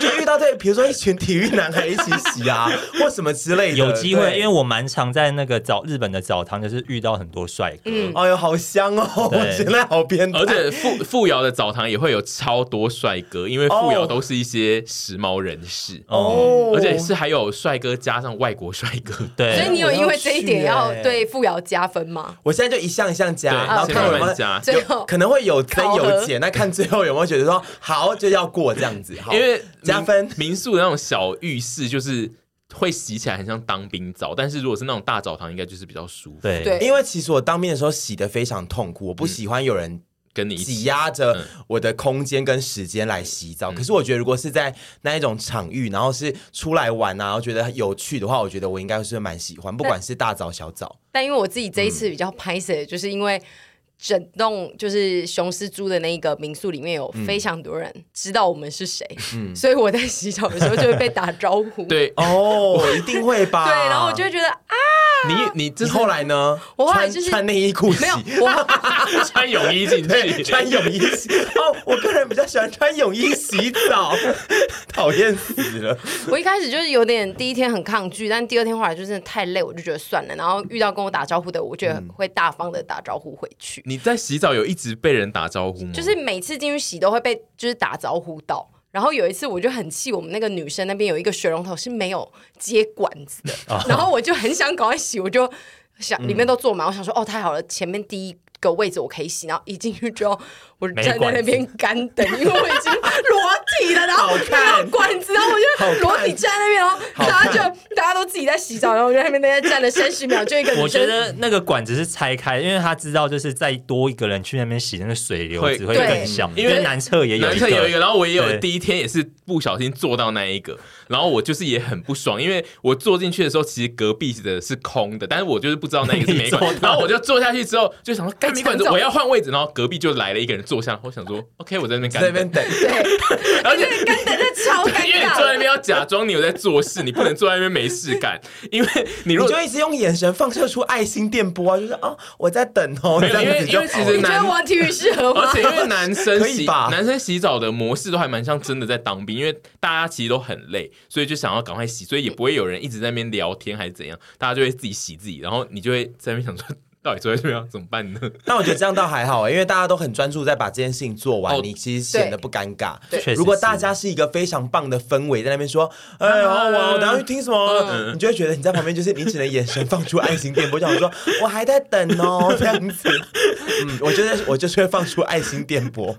[SPEAKER 1] 就遇到对，比如说一群体育男孩一起洗啊，或什么之类的，
[SPEAKER 4] 有机会，
[SPEAKER 1] 对
[SPEAKER 4] 因为我蛮常在那个澡日本的澡堂，就是遇到很多帅哥。
[SPEAKER 3] 嗯，
[SPEAKER 1] 哎呦，好香哦！
[SPEAKER 4] 对
[SPEAKER 1] 我现在好 (laughs) 偏，
[SPEAKER 2] 而且富富瑶的澡堂也会有超多帅哥，因为富
[SPEAKER 1] 哦
[SPEAKER 2] 瑶都是一些时髦人士。
[SPEAKER 4] 哦，
[SPEAKER 1] 哦，
[SPEAKER 2] 而且是还有帅哥加上外国帅
[SPEAKER 1] (laughs)
[SPEAKER 2] 哥，
[SPEAKER 3] 所以
[SPEAKER 4] 对，
[SPEAKER 3] 你有因为这一点
[SPEAKER 1] 我
[SPEAKER 3] 要
[SPEAKER 2] 哦
[SPEAKER 1] 要去欸
[SPEAKER 3] 对富瑶加分吗？
[SPEAKER 1] 我现在就一项一项加，
[SPEAKER 2] 对，
[SPEAKER 1] 然后
[SPEAKER 2] 先
[SPEAKER 1] 看我
[SPEAKER 2] 慢
[SPEAKER 1] 有没
[SPEAKER 2] 慢
[SPEAKER 1] 有
[SPEAKER 2] 加。
[SPEAKER 3] 最后
[SPEAKER 1] 可能会有增
[SPEAKER 3] 考核
[SPEAKER 1] 有减，那看最后有没有觉得说好就要过这样
[SPEAKER 2] (laughs)
[SPEAKER 1] 子，好
[SPEAKER 2] 因为民
[SPEAKER 1] 加
[SPEAKER 2] (laughs)
[SPEAKER 1] 分
[SPEAKER 2] 民宿的那种小浴室就是会洗起来很像当兵澡，但是如果是那种大澡堂，应该就是比较舒服。，
[SPEAKER 4] 对
[SPEAKER 3] 对
[SPEAKER 1] 因为其实我当兵的时候洗的非常痛苦，我
[SPEAKER 2] 嗯
[SPEAKER 1] 不喜欢有人
[SPEAKER 2] 跟你一
[SPEAKER 1] 挤
[SPEAKER 2] 起
[SPEAKER 1] 压
[SPEAKER 2] 嗯
[SPEAKER 1] 着我的空间跟时间来洗澡。可是我觉得，如果是在那一种场域，然后是出来玩啊，然后觉得有趣的话，我觉得我应该是蛮喜欢，不管是大澡小澡。
[SPEAKER 3] 但因为我自己这一次比较拍摄，就是因为整栋就是雄狮租的那一个民宿里面有非常多人知道我们是谁，所以我在洗澡的时候就会被打招呼。
[SPEAKER 2] 对，
[SPEAKER 1] (laughs) 哦，一定会吧？
[SPEAKER 3] (laughs) 对，然后我就会觉得啊，
[SPEAKER 2] 你你这
[SPEAKER 1] 你
[SPEAKER 2] 是
[SPEAKER 1] 后来呢？
[SPEAKER 3] 我后来
[SPEAKER 1] 穿
[SPEAKER 3] 就是
[SPEAKER 1] 穿内衣裤洗
[SPEAKER 3] 没。有我。
[SPEAKER 2] 穿泳衣进去，
[SPEAKER 1] 穿泳衣洗哦，我个人比较喜欢穿泳衣洗澡，讨厌死了。
[SPEAKER 3] 我一开始就是有点第一天很抗拒，但第二天后来就真的太累，我就觉得算了。然后遇到跟我打招呼的，我觉得会大方的打招呼回去。
[SPEAKER 2] 你在洗澡有一直被人打招呼吗？
[SPEAKER 3] 就是每次进去洗都会被就是打招呼到。然后有一次我就很气，我们那个女生那边有一个水龙头是没有接管子的，然后我就很想赶快洗，我就想里面都坐满，我想说哦太好了，前面第一。个位置我可以洗，然后一进去之后，我
[SPEAKER 4] 没
[SPEAKER 3] 站在那边干等，因为我已经裸体了，然后
[SPEAKER 1] 好看
[SPEAKER 3] 没有管子，然后我
[SPEAKER 1] 好看
[SPEAKER 3] 就裸体站在那边，然后大家就大家都自己在洗澡，然后我就在那边大家站了三十秒，就一个
[SPEAKER 4] 我
[SPEAKER 3] 女
[SPEAKER 4] 觉
[SPEAKER 3] 生
[SPEAKER 4] 得那个管子是拆开，因为他知道就是再多一个人去那边洗，那个水流
[SPEAKER 2] 会
[SPEAKER 4] 只会
[SPEAKER 3] 对
[SPEAKER 4] 更小。
[SPEAKER 2] 因为
[SPEAKER 4] 男厕也有
[SPEAKER 2] 男
[SPEAKER 4] 一
[SPEAKER 2] 厕
[SPEAKER 4] 个，
[SPEAKER 2] 有一个，然后我也有
[SPEAKER 4] 对
[SPEAKER 2] 第一天也是不小心坐到那一个，然后我就是也很不爽，因为我坐进去的时候，其实隔壁的是空的，但是我就是不知道那个是没
[SPEAKER 4] (laughs) 你坐
[SPEAKER 2] 管
[SPEAKER 4] 到，哎
[SPEAKER 2] 然后我就坐下去之后就想说该去米馆子，
[SPEAKER 3] 陈总
[SPEAKER 2] 我要换位置，然后隔壁就来了一个人坐下，我想说 OK，我在那边
[SPEAKER 1] 在
[SPEAKER 2] 干
[SPEAKER 1] 那
[SPEAKER 2] 等，
[SPEAKER 1] 边等，
[SPEAKER 2] 而且
[SPEAKER 3] 干等的超尴
[SPEAKER 2] (laughs) 因为你坐在那
[SPEAKER 3] 尬。
[SPEAKER 2] 边要假装你有在做事，你不能坐在那边没事干，因为你如
[SPEAKER 1] 你
[SPEAKER 2] 果
[SPEAKER 1] 就一直用眼神放射出爱心电波啊，就是哦，我在等哦，
[SPEAKER 2] 没有
[SPEAKER 1] 这样子
[SPEAKER 2] 因
[SPEAKER 1] 就
[SPEAKER 2] 为因为其实
[SPEAKER 3] 你觉得王体育适
[SPEAKER 2] (laughs)
[SPEAKER 3] 合
[SPEAKER 2] 而
[SPEAKER 3] 吗？
[SPEAKER 1] (laughs)
[SPEAKER 2] 且因为男生
[SPEAKER 1] 可以
[SPEAKER 2] 洗
[SPEAKER 1] 吧
[SPEAKER 2] 男生洗澡的模式都还蛮像真的在当兵，因为大家其实都很累，所以就想要赶快洗，所以也不会有人一直在那边聊天还是怎样，大家就会自己洗自己，然后你就会在那边想说，到底坐在这边要怎么办呢？
[SPEAKER 1] 但我觉得这样倒还好、欸，因为大家都很专注在把这件事情做完，
[SPEAKER 2] 哦
[SPEAKER 1] 你其实显得不尴尬。
[SPEAKER 3] 对
[SPEAKER 4] 确实
[SPEAKER 1] 如果
[SPEAKER 4] 是
[SPEAKER 1] 大家是一个非常棒的氛围，在那边说，哎，好我我等下去听什么，
[SPEAKER 4] 嗯
[SPEAKER 1] 你就会觉得你在旁边就是你只能眼神放出爱心
[SPEAKER 4] (laughs)
[SPEAKER 1] 电波，就想说我还在等哦这样子。嗯，我觉得我就是会放出爱心电
[SPEAKER 4] (laughs)
[SPEAKER 1] 波。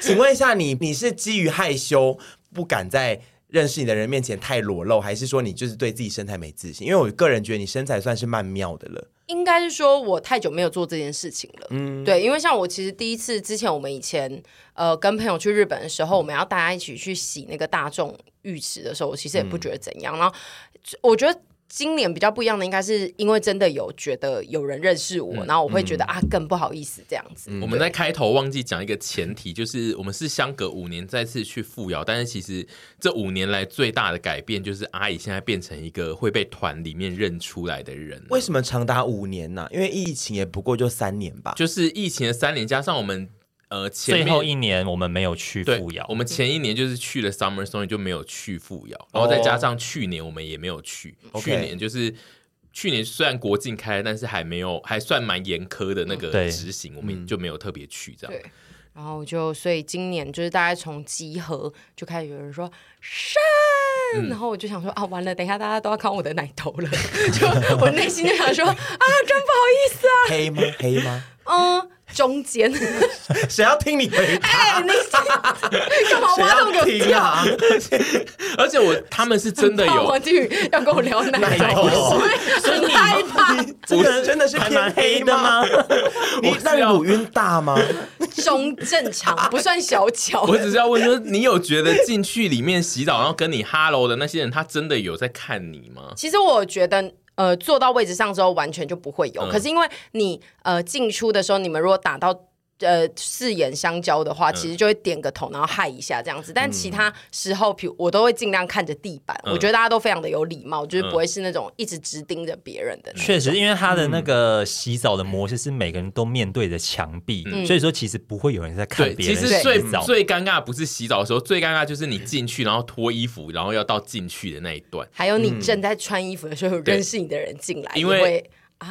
[SPEAKER 1] 请问一下你，你是基于害羞不敢在认识你的人面前太裸露，还是说你就是对自己身材没自信？因为我个人觉得你身材算是曼妙的了。
[SPEAKER 4] 嗯
[SPEAKER 3] 应该是说我太久没有做这件事情了。
[SPEAKER 1] 嗯
[SPEAKER 3] 对，因为像我其实第一次之前，我们以前呃跟朋友去日本的时候，我们要大家一起去洗那个大众浴池的时候，我其实也不觉得怎
[SPEAKER 1] 嗯
[SPEAKER 3] 样。然后我觉得。今年比较不一样的，应该是因为真的有觉得有人认识
[SPEAKER 1] 嗯
[SPEAKER 3] 我，然后我会觉得、啊更不好意思这样子。
[SPEAKER 2] 我们在开头忘记讲一个前提，就是我们是相隔五年再次去富瑶，但是其实这五年来最大的改变就是阿姨现在变成一个会被团里面认出来的人了。
[SPEAKER 1] 为什么长达五年呢、因为疫情也不过就三年吧。
[SPEAKER 2] 就是疫情的三年加上我们呃前
[SPEAKER 4] 最
[SPEAKER 2] 面
[SPEAKER 4] 后一年我们没有去
[SPEAKER 2] 对
[SPEAKER 4] 富瑶，
[SPEAKER 2] 我们前一年就是去了 Summer Sonic 就没有去富瑶，然后
[SPEAKER 4] 哦
[SPEAKER 2] 再加上去年我们也没有去，
[SPEAKER 1] OK
[SPEAKER 2] 去年就是。去年虽然国境开了，但是还没有，还算蛮严苛的那个
[SPEAKER 4] 嗯对
[SPEAKER 2] 执行，我们就没有特别去这样。
[SPEAKER 3] 对然后我就所以今年就是大概从集合就开始有人说肾，然后我就想说啊完了，等一下大家都要看我的奶头了， (laughs) 就我内心就想说啊真不好意思
[SPEAKER 1] 黑吗？黑
[SPEAKER 4] (laughs)
[SPEAKER 1] 吗？
[SPEAKER 3] 啊，嗯，中间， (laughs)
[SPEAKER 1] 谁要听你回答？
[SPEAKER 3] 哎你是干嘛
[SPEAKER 1] 谁
[SPEAKER 3] 挖洞给
[SPEAKER 1] 要
[SPEAKER 3] 我
[SPEAKER 1] 听
[SPEAKER 3] 跳？
[SPEAKER 1] 啊？
[SPEAKER 2] 而且我他们是真
[SPEAKER 3] (laughs)
[SPEAKER 2] 的有
[SPEAKER 3] 黄靖宇要跟我聊奶头， (laughs) 所以很害怕
[SPEAKER 1] 这个人真的是
[SPEAKER 4] 还
[SPEAKER 1] 偏
[SPEAKER 4] 蛮黑
[SPEAKER 1] 的
[SPEAKER 4] 的吗？
[SPEAKER 1] 你那你乳晕大吗？
[SPEAKER 3] 中正常不算小巧。
[SPEAKER 2] 我只是要问说，你有觉得进去里面洗澡，然后跟你哈喽的那些人，他真的有在看你吗？
[SPEAKER 3] 其实我觉得。呃，坐到位置上之后，完全就不会有。
[SPEAKER 2] 嗯
[SPEAKER 3] 可是因为你呃进出的时候，你们如果打到呃四眼相交的话，
[SPEAKER 1] 嗯
[SPEAKER 3] 其实就会点个头，然后嗨一下这样子。但其他时候，譬如我都会尽量看着地板。
[SPEAKER 2] 嗯
[SPEAKER 3] 我觉得大家都非常的有礼貌，就是
[SPEAKER 1] 嗯
[SPEAKER 3] 不会是那种一直直盯着别人的那种。
[SPEAKER 4] 确实，因为他的
[SPEAKER 2] 嗯
[SPEAKER 4] 那个洗澡的模式是每个人都面对着墙壁，所以说其实不会有人在看
[SPEAKER 2] 嗯对，
[SPEAKER 4] 别
[SPEAKER 2] 其
[SPEAKER 4] 人
[SPEAKER 2] 实最
[SPEAKER 4] 洗澡。
[SPEAKER 2] 最尴尬不是洗澡的时候，最尴尬就是你进去，然后脱衣服，然后要到进去的那一段。
[SPEAKER 3] 还有
[SPEAKER 1] 嗯
[SPEAKER 3] 你正在穿衣服的时候，有认识你的人进来，
[SPEAKER 2] 因
[SPEAKER 3] 你
[SPEAKER 2] 为
[SPEAKER 3] 会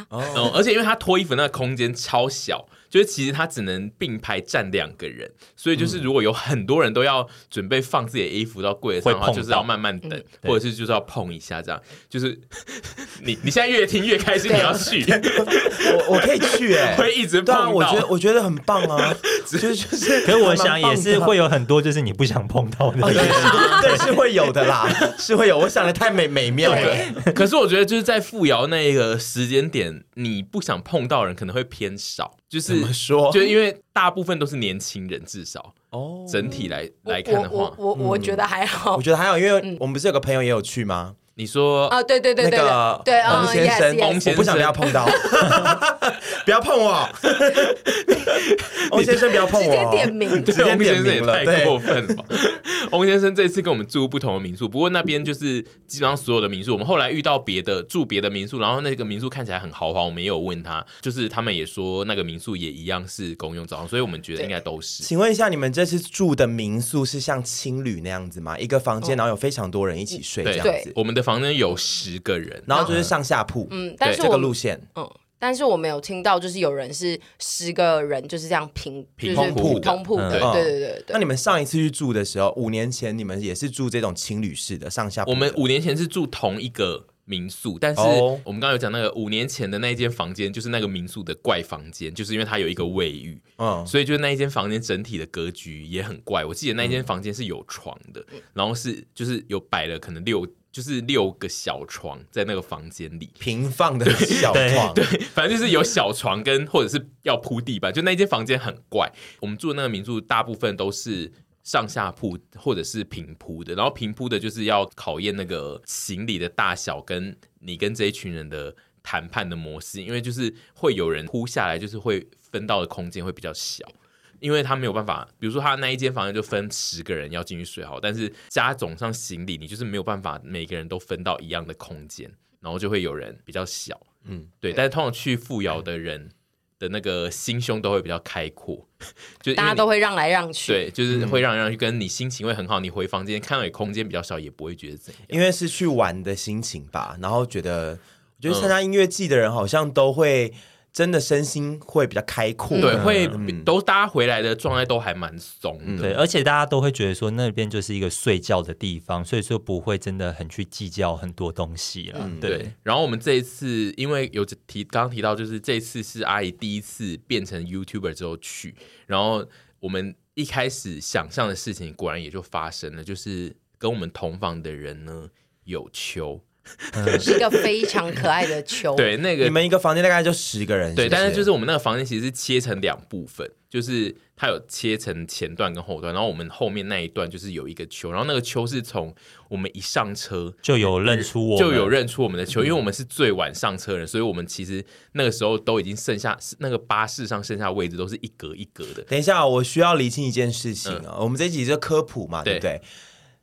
[SPEAKER 1] 哦
[SPEAKER 2] 嗯，而且因为他脱衣服那个空间超小，就是其实他只能并排站两个人，所以
[SPEAKER 1] 嗯
[SPEAKER 2] 就是如果有很多人都要准备放自己的衣服到柜子上的话，
[SPEAKER 4] 会碰
[SPEAKER 2] 就是要慢慢
[SPEAKER 1] 嗯
[SPEAKER 2] 等，或者是就是要碰一下这样。就是 (laughs) 你你现在越听越开心，你
[SPEAKER 1] (laughs)
[SPEAKER 2] 要去
[SPEAKER 1] 我我可以去哎、
[SPEAKER 2] (laughs) 会一直碰
[SPEAKER 1] 对啊，
[SPEAKER 2] 到，
[SPEAKER 1] 我觉得我觉得很棒啊，就是就是。
[SPEAKER 4] 可是我想也是会
[SPEAKER 1] 有。
[SPEAKER 4] 有很多就是你不想碰到的人，
[SPEAKER 1] 对， (laughs) 是会有的啦，是会有。我想的太美美妙了，
[SPEAKER 2] 可是我觉得就是在富瑶那个时间点，你不想碰到的人可能会偏少，就是
[SPEAKER 1] 怎么说
[SPEAKER 2] 就因为大部分都是年轻人，至少
[SPEAKER 1] 哦，
[SPEAKER 2] 整体来
[SPEAKER 3] 我
[SPEAKER 2] 来看的
[SPEAKER 3] 我
[SPEAKER 2] 话，
[SPEAKER 3] 我我我觉得还
[SPEAKER 1] 嗯
[SPEAKER 3] 好
[SPEAKER 1] 我。觉得还好，因为我们不是有个朋友也有去吗？
[SPEAKER 2] 你说
[SPEAKER 3] 啊，对嗯对对
[SPEAKER 1] 那
[SPEAKER 3] 对
[SPEAKER 1] 个
[SPEAKER 3] 对，嗯
[SPEAKER 1] 翁先生，
[SPEAKER 2] 翁
[SPEAKER 3] ，yes
[SPEAKER 2] 先
[SPEAKER 3] yes，
[SPEAKER 2] 生
[SPEAKER 1] 我不想被他碰到，不要碰我，翁先生不要碰
[SPEAKER 3] 直
[SPEAKER 1] 我
[SPEAKER 3] 接
[SPEAKER 1] 哦，(laughs)
[SPEAKER 3] 点名。
[SPEAKER 2] (laughs)
[SPEAKER 1] 直接
[SPEAKER 2] 翁先
[SPEAKER 1] 点
[SPEAKER 2] 生也
[SPEAKER 1] 名了，
[SPEAKER 2] 太过
[SPEAKER 1] 对，
[SPEAKER 2] 分了吧！ (laughs) 翁先生这次跟我们住不同的民宿，不过那边就是基本上所有的民宿，我们后来遇到别的住别的民宿，然后那个民宿看起来很豪华，我们也有问他，就是他们也说那个民宿也一样是公用澡堂，所以我们觉得应该都是。
[SPEAKER 1] 请问一下，你们这次住的民宿是像青旅那样子吗？一个房
[SPEAKER 3] 哦
[SPEAKER 1] 间，然后有非常多人一起睡这
[SPEAKER 2] 对，
[SPEAKER 1] 样子，
[SPEAKER 2] 我们的房间有十个人，
[SPEAKER 1] 然后就是上下铺，
[SPEAKER 3] 嗯，但
[SPEAKER 2] 对
[SPEAKER 3] 是
[SPEAKER 1] 这个
[SPEAKER 3] 我
[SPEAKER 1] 路线
[SPEAKER 3] 嗯，但是我没有听到，就是有人是十个人就是这样平，
[SPEAKER 2] 平
[SPEAKER 3] 就是
[SPEAKER 2] 铺的
[SPEAKER 3] 通铺的，
[SPEAKER 1] 嗯
[SPEAKER 3] 对对对
[SPEAKER 1] 那
[SPEAKER 3] 对。
[SPEAKER 1] 你们上一次去住的时候，五年前你们也是住这种情侣式的上下铺的，
[SPEAKER 2] 我们五年前是住同一个民宿，但是
[SPEAKER 1] 哦
[SPEAKER 2] 我们刚刚有讲那个五年前的那一间房间，就是那个民宿的怪房间，就是因为它有一个卫浴，
[SPEAKER 1] 嗯
[SPEAKER 2] 所以就是那一间房间整体的格局也很怪。我记得那一间房间是有床的，然后是就是有摆了可能六就是六个小床在那个房间里。 (laughs)
[SPEAKER 1] 平放的小床，
[SPEAKER 2] 对，反正就是有小床跟或者是要铺地板，就那间房间很怪。我们住的那个民宿大部分都是上下铺或者是平铺的，然后平铺的就是要考验那个行李的大小，跟你跟这一群人的谈判的模式，因为就是会有人呼下来，就是会分到的空间会比较小。因为他没有办法，比如说他那一间房间就分十个人要进去睡好，但是加总上行李，你就是没有办法每个人都分到一样的空间，然后就会有人比较小，嗯
[SPEAKER 1] 嗯，
[SPEAKER 2] 对。但是通常去富瑶的人的那个心胸都会比较开阔， (laughs) 就是因为
[SPEAKER 3] 大家
[SPEAKER 2] 你
[SPEAKER 3] 都会让来让去。
[SPEAKER 2] 对，
[SPEAKER 1] 嗯
[SPEAKER 2] 就是会让人让去跟你心情会很好，你回房间看到你空间比较小，也不会觉得怎样。
[SPEAKER 1] 因为是去玩的心情吧，然后觉得，我觉得参加音乐季的人好像都会真的身心会比较开阔，
[SPEAKER 2] 对，会
[SPEAKER 1] 嗯
[SPEAKER 2] 比都大家回来的状态都还蛮松的，
[SPEAKER 4] 对，而且大家都会觉得说那边就是一个睡觉的地方，所以说不会真的很去计较很多东西了。对
[SPEAKER 2] 嗯对，，然后我们这一次，因为有提刚刚提到，就是这一次是阿姨第一次变成 YouTuber 之后去，然后我们一开始想象的事情果然也就发生了，就是跟我们同房的人呢有秋，
[SPEAKER 3] 是一个非常可爱的球。
[SPEAKER 2] 对，那个
[SPEAKER 1] 你们一个房间大概就十个人，
[SPEAKER 2] 对，但是就是是我们那个房间其实是切成两部分，就是它有切成前段跟后段，然后我们后面那一段就是有一个丘，然后那个丘是从我们一上车
[SPEAKER 4] 就有认出我，
[SPEAKER 2] 就有。认出我们的
[SPEAKER 1] 嗯
[SPEAKER 2] 丘，因为我们是最晚上车的人，所以我们其实那个时候都已经剩下那个巴士上剩下的位置都是一格一格的，
[SPEAKER 1] 等一下，我需要厘清一件事情啊、我们这一集就科普嘛，
[SPEAKER 2] 嗯对
[SPEAKER 1] 对不对？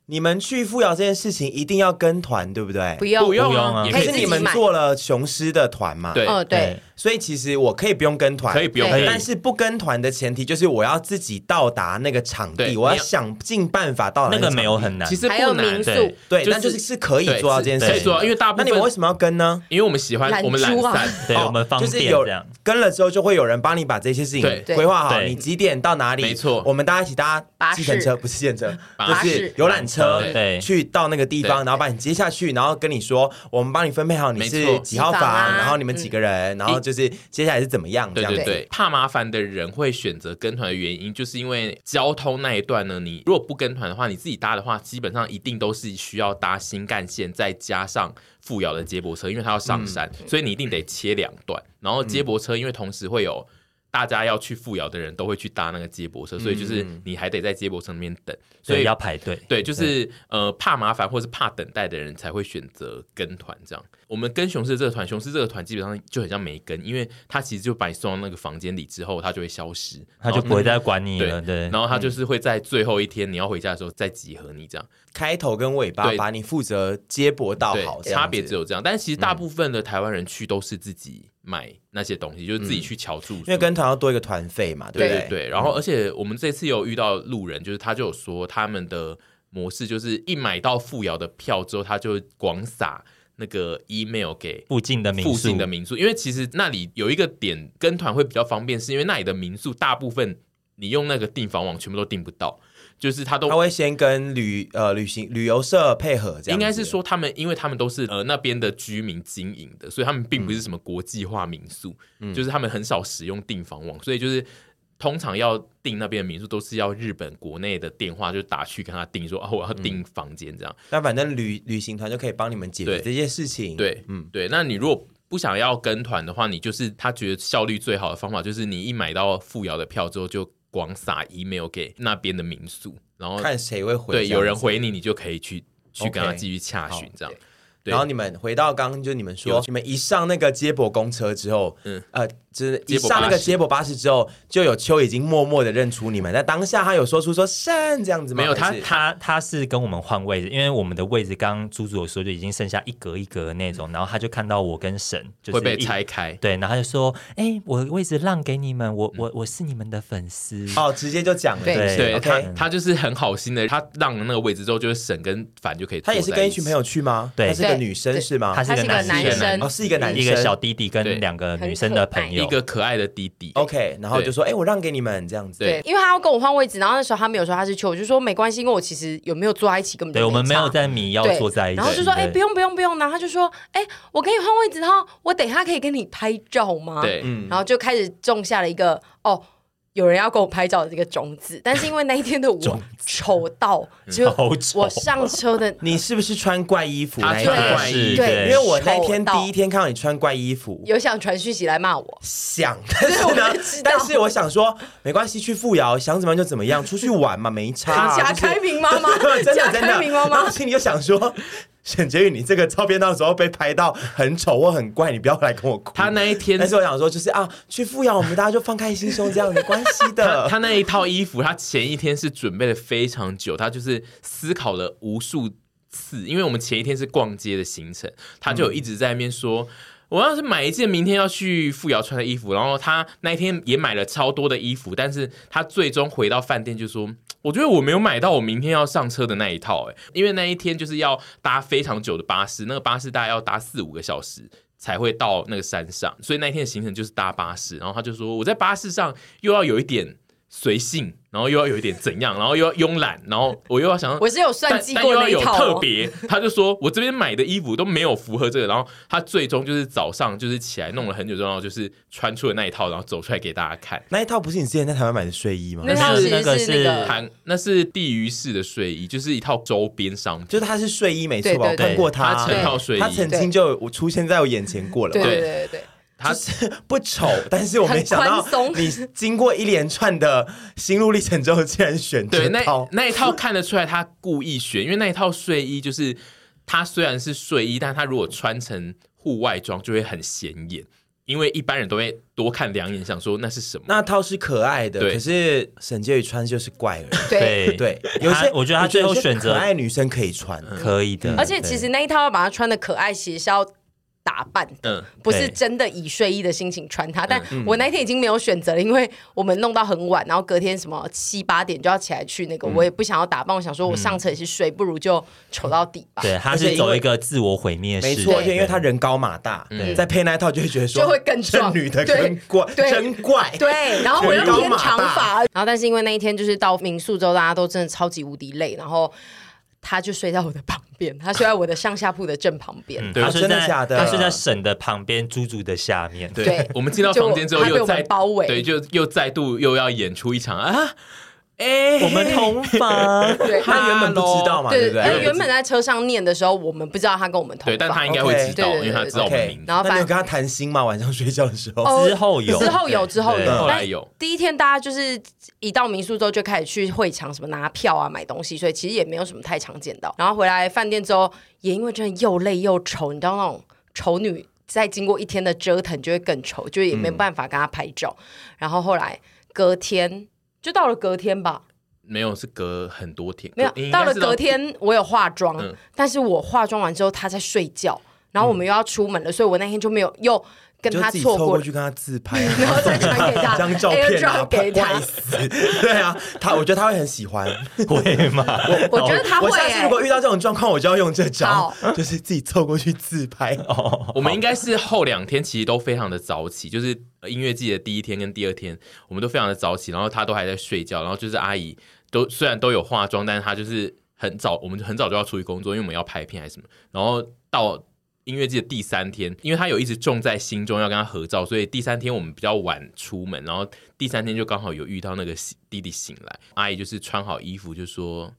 [SPEAKER 1] 你们去富瑶这件事情一定要跟团，对不对？
[SPEAKER 3] 不用
[SPEAKER 2] 不用
[SPEAKER 4] 啊
[SPEAKER 2] 也
[SPEAKER 1] 可
[SPEAKER 2] 可以
[SPEAKER 1] 是
[SPEAKER 2] 自己
[SPEAKER 1] 你们
[SPEAKER 3] 买
[SPEAKER 1] 做了雄狮的团嘛，
[SPEAKER 2] 对
[SPEAKER 3] 哦，对，
[SPEAKER 1] 所以其实我可以不用跟团，
[SPEAKER 2] 可以不用，
[SPEAKER 3] 对
[SPEAKER 2] 可以
[SPEAKER 1] 但是不跟团的前提就是我要自己到达那个场
[SPEAKER 2] 对
[SPEAKER 1] 地，我要
[SPEAKER 2] 你要
[SPEAKER 1] 想尽办法到达
[SPEAKER 4] 那个
[SPEAKER 1] 场
[SPEAKER 4] 没有
[SPEAKER 1] 地
[SPEAKER 4] 很难，
[SPEAKER 2] 其实
[SPEAKER 3] 还有
[SPEAKER 2] 不
[SPEAKER 3] 民
[SPEAKER 2] 难，
[SPEAKER 3] 宿
[SPEAKER 2] 对，
[SPEAKER 1] 对，
[SPEAKER 2] 就是
[SPEAKER 1] 但就是是可以
[SPEAKER 2] 对
[SPEAKER 1] 做到这件事情
[SPEAKER 2] 可
[SPEAKER 1] 的，
[SPEAKER 2] 以做到，因为大部
[SPEAKER 1] 那
[SPEAKER 2] 分
[SPEAKER 1] 你们为什么要跟呢？
[SPEAKER 2] 因为我们喜欢
[SPEAKER 3] 懒
[SPEAKER 2] 我们懒
[SPEAKER 3] 猪啊
[SPEAKER 2] 散，
[SPEAKER 4] (laughs) 对
[SPEAKER 2] 哦
[SPEAKER 4] 我们方
[SPEAKER 1] 就是
[SPEAKER 4] 便
[SPEAKER 1] 有
[SPEAKER 4] 这样。
[SPEAKER 1] 跟了之后，就会有人帮你把这些事情
[SPEAKER 2] 对
[SPEAKER 1] 规划好，
[SPEAKER 4] 对
[SPEAKER 1] 你几点到哪里？
[SPEAKER 2] 没错
[SPEAKER 1] 我们大家一起搭
[SPEAKER 3] 巴士
[SPEAKER 1] 计程车，不是计程车，就
[SPEAKER 2] 巴
[SPEAKER 1] 是
[SPEAKER 3] 士
[SPEAKER 1] 游览车，
[SPEAKER 4] 对
[SPEAKER 1] 去到那个地方，
[SPEAKER 2] 对
[SPEAKER 1] 然后把你接下去，然后跟你说，我们帮你分配好你
[SPEAKER 2] 没
[SPEAKER 1] 是
[SPEAKER 2] 错嗯
[SPEAKER 1] 几号
[SPEAKER 3] 几
[SPEAKER 1] 房，
[SPEAKER 3] 房啊
[SPEAKER 1] 然后你们几个人，然后就是接下来是怎么样这
[SPEAKER 2] 对
[SPEAKER 1] 样
[SPEAKER 2] 对
[SPEAKER 1] 子。
[SPEAKER 2] 对，怕麻烦的人会选择跟团的原因，就是因为交通那一段呢，你如果不跟团的话，你自己搭的话，基本上一定都是需要搭新干线，再加上富瑶的接驳车，因为它要上山，
[SPEAKER 1] 嗯
[SPEAKER 2] 所以你一定得切两段。然后接驳车，因为同时
[SPEAKER 1] 嗯
[SPEAKER 2] 会有。大家要去富瑶的人都会去搭那个接驳车，所以就是
[SPEAKER 1] 嗯
[SPEAKER 2] 你还得在接驳车那边等，所
[SPEAKER 4] 所
[SPEAKER 2] 以
[SPEAKER 4] 以要排队。
[SPEAKER 2] 对，就是呃怕麻烦或是怕等待的人才会选择跟团这样。我们跟雄狮这个团，雄狮这个团基本上就很像没跟，因为他其实就把你送到那个房间里之后，他就会消失，
[SPEAKER 4] 他就
[SPEAKER 2] 然后
[SPEAKER 4] 不会再管
[SPEAKER 2] 那
[SPEAKER 4] 你
[SPEAKER 2] 哦嗯对
[SPEAKER 4] 了。对，嗯
[SPEAKER 2] 然后他就是会在最后一天你要回家的时候再集合你这样。
[SPEAKER 1] 开头跟尾巴
[SPEAKER 2] 对
[SPEAKER 1] 把你负责接驳到
[SPEAKER 2] 对
[SPEAKER 1] 好，，
[SPEAKER 2] 差别只
[SPEAKER 1] 有。
[SPEAKER 2] 有这样，但是其实
[SPEAKER 4] 嗯
[SPEAKER 2] 大部分的台湾人去都是自己买那些东西，就是
[SPEAKER 4] 嗯
[SPEAKER 2] 自己去瞧住宿，
[SPEAKER 1] 因为跟团要多一个团费嘛，对
[SPEAKER 2] 对
[SPEAKER 1] 不
[SPEAKER 2] 对对，然后而且我们这次有遇到路人，就是他就有说他们的模式就是一买到富瑶的票之后，他就广撒那个 email 给。
[SPEAKER 4] 附近的民
[SPEAKER 2] 附
[SPEAKER 4] 宿
[SPEAKER 2] 近的民宿，因为其实那里有一个点跟团会比较方便，是因为那里的民宿大部分你用那个订房网全部都订不到，就是他都
[SPEAKER 1] 他会先跟旅呃旅行旅游社配合，这样子
[SPEAKER 2] 应该是说他们，因为他们都是呃那边的居民经营的，所以他们并不是什么国际化民宿，就是他们很少使用订房网，所以就是通常要订那边的民宿都是要日本国内的电话就打去跟他订说啊我要订房间这样，
[SPEAKER 1] 但反正旅旅行团就可以帮你们解决
[SPEAKER 2] 对
[SPEAKER 1] 这些事情。
[SPEAKER 2] 对，嗯，对。那你如果不想要跟团的话，你就是他觉得效率最好的方法就是你一买到富瑶的票之后就广撒 email 给那边的民宿，然后
[SPEAKER 1] 看谁会回。
[SPEAKER 2] 哦对有人
[SPEAKER 1] 回。
[SPEAKER 2] 回你，你就可以去去跟他
[SPEAKER 1] OK，
[SPEAKER 2] 继续洽询这样。对
[SPEAKER 1] 然后你们回到刚刚，就你们说
[SPEAKER 2] 有，
[SPEAKER 1] 你们一上那个接驳公车之后，
[SPEAKER 2] 嗯
[SPEAKER 1] 嗯，呃，就是一
[SPEAKER 2] 接驳
[SPEAKER 1] 上那个
[SPEAKER 2] 巴士
[SPEAKER 1] 接驳巴士之后，就有秋已经默默的认出你们，在当下他有说出说善这样子吗？
[SPEAKER 2] 没有
[SPEAKER 1] 还是
[SPEAKER 4] 他他是跟我们换位置，因为我们的位置刚刚猪猪有说就已经剩下一格一格的那种，然后他就看到我跟沈就是
[SPEAKER 2] 会被
[SPEAKER 4] 一
[SPEAKER 2] 拆开，
[SPEAKER 4] 对，然后他就说：“哎、我位置让给你们，
[SPEAKER 2] 嗯
[SPEAKER 4] 我我我是你们的粉丝。
[SPEAKER 1] 哦，直接就讲了，
[SPEAKER 3] 对
[SPEAKER 1] 是不是
[SPEAKER 2] 对他
[SPEAKER 1] OK，，
[SPEAKER 2] 他就是很好心的，他让了那个位置之后，就是沈跟凡就可以坐
[SPEAKER 1] 他
[SPEAKER 2] 在
[SPEAKER 1] 也
[SPEAKER 2] 起。
[SPEAKER 1] 是跟一群朋友去吗？
[SPEAKER 4] 对
[SPEAKER 1] 她是个
[SPEAKER 3] 对
[SPEAKER 1] 女生
[SPEAKER 3] 对
[SPEAKER 1] 是吗？
[SPEAKER 4] 他
[SPEAKER 3] 他
[SPEAKER 4] 是
[SPEAKER 3] 是一
[SPEAKER 4] 一个
[SPEAKER 3] 个
[SPEAKER 4] 男
[SPEAKER 3] 男
[SPEAKER 2] 生
[SPEAKER 3] 生，
[SPEAKER 1] 哦，是一个男生，
[SPEAKER 4] 啊一个小弟弟
[SPEAKER 2] 对
[SPEAKER 4] 跟两个女生的朋友
[SPEAKER 2] 一，个可爱的弟弟。
[SPEAKER 1] OK，然后就说，哎，我让给你们这样子，
[SPEAKER 2] 对
[SPEAKER 3] 对，因为他要跟我换位置，然后那时候他没有说他是球，我就说没关系，因为我其实有没有坐在一起根本
[SPEAKER 4] 对
[SPEAKER 3] 就
[SPEAKER 4] 我们没有
[SPEAKER 3] 差
[SPEAKER 4] 在迷要
[SPEAKER 3] 对
[SPEAKER 4] 坐在一起，
[SPEAKER 3] 然后就说哎、
[SPEAKER 4] 对
[SPEAKER 3] 不用不用不用，然后他就说哎、我可以换位置，然后我等一下可以跟你拍照吗？，
[SPEAKER 2] 对，
[SPEAKER 1] 嗯
[SPEAKER 3] 然后就开始种下了一个哦。有人要跟我拍照的这个种子，但是因为那一天的我丑到，就
[SPEAKER 4] (laughs) 好丑
[SPEAKER 3] 我上车的 (laughs)
[SPEAKER 1] 你是不是穿怪衣服
[SPEAKER 2] 他
[SPEAKER 1] 那一
[SPEAKER 2] 穿
[SPEAKER 1] 天？
[SPEAKER 2] 怪衣
[SPEAKER 4] 对
[SPEAKER 2] 服，
[SPEAKER 1] 因
[SPEAKER 3] 对
[SPEAKER 1] 为我那天
[SPEAKER 3] 丑到
[SPEAKER 1] 第一天看到你穿怪衣服，
[SPEAKER 3] 有想传讯息来骂我， (laughs)
[SPEAKER 1] 想，但是
[SPEAKER 3] 我
[SPEAKER 1] 呢
[SPEAKER 3] 就知，道
[SPEAKER 1] 但是我想说，没关系，去富瑶 (laughs) 想怎么样就怎
[SPEAKER 3] (laughs)
[SPEAKER 1] 么样，出去玩嘛，没差、啊。
[SPEAKER 3] 假
[SPEAKER 1] 就是
[SPEAKER 3] 开明妈妈
[SPEAKER 1] (laughs) ，真的
[SPEAKER 3] 假
[SPEAKER 1] 真
[SPEAKER 3] 开
[SPEAKER 1] 的，
[SPEAKER 3] 明妈
[SPEAKER 1] 然后
[SPEAKER 3] 妈
[SPEAKER 1] 我，心里就想说，沈婕妤，你这个照片到时候被拍到很丑或很怪，你不要来跟我哭。
[SPEAKER 2] 他那一天
[SPEAKER 1] 但是我想说，就是啊，去富阳，我们大家就放开心胸，这样没关系
[SPEAKER 2] 他
[SPEAKER 4] (laughs)
[SPEAKER 1] 的。
[SPEAKER 2] 他那一套衣服，他前一天是准备了非常久，他就是思考了无数次，因为我们前一天是逛街的行程，他就有一直在那边说。我要是买一件明天要去富瑶穿的衣服，然后他那一天也买了超多的衣服，但是他最终回到饭店就说：“我觉得我没有买到我明天要上车的那一套、欸，因为那一天就是要搭非常久的巴士，那个巴士大概要搭四五个小时，才会到那个山上，所以那一天的行程就是搭巴士。然后他就说，我在巴士上又要有一点随性，然后又要有一点怎样，然后又要慵懒，然后我又要想要
[SPEAKER 3] 我是有算
[SPEAKER 2] 但
[SPEAKER 3] 计
[SPEAKER 2] 但
[SPEAKER 3] 过
[SPEAKER 2] 又要
[SPEAKER 3] 那一
[SPEAKER 2] 有
[SPEAKER 3] 套、
[SPEAKER 2] 特
[SPEAKER 3] 哦。
[SPEAKER 2] 别，他就说我这边买的衣服都没有符合这个，然后他最终就是早上就是起来弄了很久之后，然后就是穿出了那一套，然后走出来给大家看。
[SPEAKER 1] 那一套不是你之前在台湾买的睡衣吗？
[SPEAKER 3] 那套
[SPEAKER 4] 是
[SPEAKER 3] 其
[SPEAKER 4] 那
[SPEAKER 3] 实
[SPEAKER 4] 个
[SPEAKER 3] 是那
[SPEAKER 4] 是
[SPEAKER 3] 个，
[SPEAKER 2] 韩那是地狱式的睡衣，就是一套周边商品。
[SPEAKER 1] 就是它是睡衣没错吧？我
[SPEAKER 3] 对对
[SPEAKER 1] 看
[SPEAKER 4] 对
[SPEAKER 1] 过它，
[SPEAKER 2] 它成套睡衣
[SPEAKER 1] 它曾经就有出现在我眼前过了
[SPEAKER 3] 对
[SPEAKER 1] 嘛。
[SPEAKER 3] 对
[SPEAKER 2] 对
[SPEAKER 3] 对对
[SPEAKER 2] 他
[SPEAKER 1] (laughs) 不
[SPEAKER 3] (laughs)
[SPEAKER 1] 丑，但是我没想到
[SPEAKER 3] 很宽松
[SPEAKER 1] 你经过一连串的心路历程之后，竟然选
[SPEAKER 2] 对，
[SPEAKER 1] 这
[SPEAKER 2] 那
[SPEAKER 1] 套。
[SPEAKER 2] 那一套看得出来他故意选，因为那一套睡衣就是它虽然是睡衣，但它如果穿成户外装就会很显眼，因为一般人都会多看两眼，想说那是什么。
[SPEAKER 1] 那套是可爱的，
[SPEAKER 2] 对
[SPEAKER 1] 可是沈婕妤穿就是怪了。
[SPEAKER 3] 对对。
[SPEAKER 4] 对，
[SPEAKER 1] 对，有些
[SPEAKER 4] 我觉得她最后
[SPEAKER 1] 有些
[SPEAKER 4] 选择嗯
[SPEAKER 1] 可爱女生可以穿，
[SPEAKER 4] 可以的。
[SPEAKER 3] 而且其实那一套要把它穿的可爱，其实是要打扮的。
[SPEAKER 2] 嗯，
[SPEAKER 3] 不是
[SPEAKER 4] 对
[SPEAKER 3] 真的以睡衣的心情穿它，但我那天已经没有选择了，因为我们弄到很晚，然后隔天什么七八点就要起来去那个，我也不想要打扮，我想说我上车也是睡，不如就丑到底吧，
[SPEAKER 4] 对，他
[SPEAKER 1] 而且
[SPEAKER 4] 是
[SPEAKER 1] 因
[SPEAKER 4] 走
[SPEAKER 1] 为
[SPEAKER 4] 一个自我毁灭式的，
[SPEAKER 1] 没错，而且因为她
[SPEAKER 4] 对
[SPEAKER 1] 人高马大，
[SPEAKER 4] 对
[SPEAKER 1] 再配那一套就会觉得说
[SPEAKER 3] 嗯就会更
[SPEAKER 1] 这
[SPEAKER 3] 壮
[SPEAKER 1] 女的
[SPEAKER 3] 对
[SPEAKER 1] 真怪，
[SPEAKER 3] 对
[SPEAKER 1] 真怪。
[SPEAKER 3] 对，然后我又
[SPEAKER 1] 高
[SPEAKER 3] 偏
[SPEAKER 1] 马
[SPEAKER 3] 长
[SPEAKER 1] 大
[SPEAKER 3] 发，然后但是因为那一天就是到民宿之后，大家都真的超级无敌累，然后他就睡在我的旁边，他睡在我的上下铺的正旁边，
[SPEAKER 4] 嗯
[SPEAKER 2] 对
[SPEAKER 4] 他
[SPEAKER 1] 啊
[SPEAKER 4] 是
[SPEAKER 1] 真的
[SPEAKER 4] 在
[SPEAKER 1] 假的
[SPEAKER 4] 他是在沈的旁边，猪猪的下面。
[SPEAKER 2] 对，
[SPEAKER 3] 对
[SPEAKER 1] (laughs)
[SPEAKER 2] 我们进到
[SPEAKER 3] 就
[SPEAKER 2] 房间之后
[SPEAKER 3] 他被
[SPEAKER 2] 又
[SPEAKER 3] 我们
[SPEAKER 2] 再
[SPEAKER 3] 包围
[SPEAKER 2] 对，就又再度又要演出一场啊，哎、
[SPEAKER 4] 我们同 (laughs) 房，
[SPEAKER 3] 对
[SPEAKER 1] 她原本不知道嘛，
[SPEAKER 2] 哦
[SPEAKER 3] 对
[SPEAKER 1] 不对？
[SPEAKER 3] 但原本在车上念的时候，我们不知道他跟我们同
[SPEAKER 2] 对，但
[SPEAKER 3] 房
[SPEAKER 2] 他应该会知道
[SPEAKER 3] OK
[SPEAKER 2] 因为他知道我们名
[SPEAKER 1] OK，
[SPEAKER 2] 字。
[SPEAKER 3] 然后
[SPEAKER 1] 那
[SPEAKER 3] 反
[SPEAKER 1] 你有跟
[SPEAKER 3] 正
[SPEAKER 1] 她谈心吗？晚上睡觉的时候，
[SPEAKER 3] 哦
[SPEAKER 4] 之后有
[SPEAKER 3] 之后有，
[SPEAKER 4] 对
[SPEAKER 3] 之后
[SPEAKER 4] 对
[SPEAKER 3] 有，
[SPEAKER 2] 后来
[SPEAKER 3] 但
[SPEAKER 2] 有
[SPEAKER 3] 第一天大家就是一到民宿之后就开始去会场什么拿票啊、买东西，所以其实也没有什么太常见到。然后回来饭店之后，也因为真的又累又丑，你知道那种丑女在经过一天的折腾就会更丑，就也没办法跟她拍照。
[SPEAKER 2] 嗯
[SPEAKER 3] 然后后来隔天。就到了隔天吧，
[SPEAKER 2] 没有，是隔很多天，
[SPEAKER 3] 没有
[SPEAKER 2] 应该
[SPEAKER 3] 到了
[SPEAKER 2] 是
[SPEAKER 3] 隔天，我有化妆，
[SPEAKER 2] 嗯
[SPEAKER 3] 但是我化妆完之后她在睡觉，然后我们又要出门了，所以我那天就没有又跟
[SPEAKER 1] 就
[SPEAKER 3] 她
[SPEAKER 1] 自己
[SPEAKER 3] 错
[SPEAKER 1] 凑
[SPEAKER 3] 过
[SPEAKER 1] 过
[SPEAKER 3] 了
[SPEAKER 1] 去跟她自拍，啊
[SPEAKER 3] (laughs) 然后再传给哎
[SPEAKER 1] (laughs)
[SPEAKER 3] 她
[SPEAKER 1] 张照片啊
[SPEAKER 3] AirDrop 给她
[SPEAKER 1] 坏死。对啊，她我觉得她会很喜欢。
[SPEAKER 4] 会吗？ (laughs)
[SPEAKER 3] 我觉得她会、
[SPEAKER 1] 我下次
[SPEAKER 3] 欸
[SPEAKER 1] 如，果遇到这种状况，我就要用这招，
[SPEAKER 3] 好哦
[SPEAKER 1] 就是自己凑过去自拍。哦
[SPEAKER 2] 我们应该是后两天其实都非常的早起，就是音乐季的第一天跟第二天，我们都非常的早起，然后他都还在睡觉，然后就是阿姨都虽然都有化妆，但是她就是很早，我们就很早就要出去工作，因为我们要拍片还是什么，然后到。音乐季的第三天，因为她有一直种在心中要跟她合照，所以第三天我们比较晚出门，然后第三天就刚好有遇到那个弟弟醒来，阿姨就是穿好衣服就说，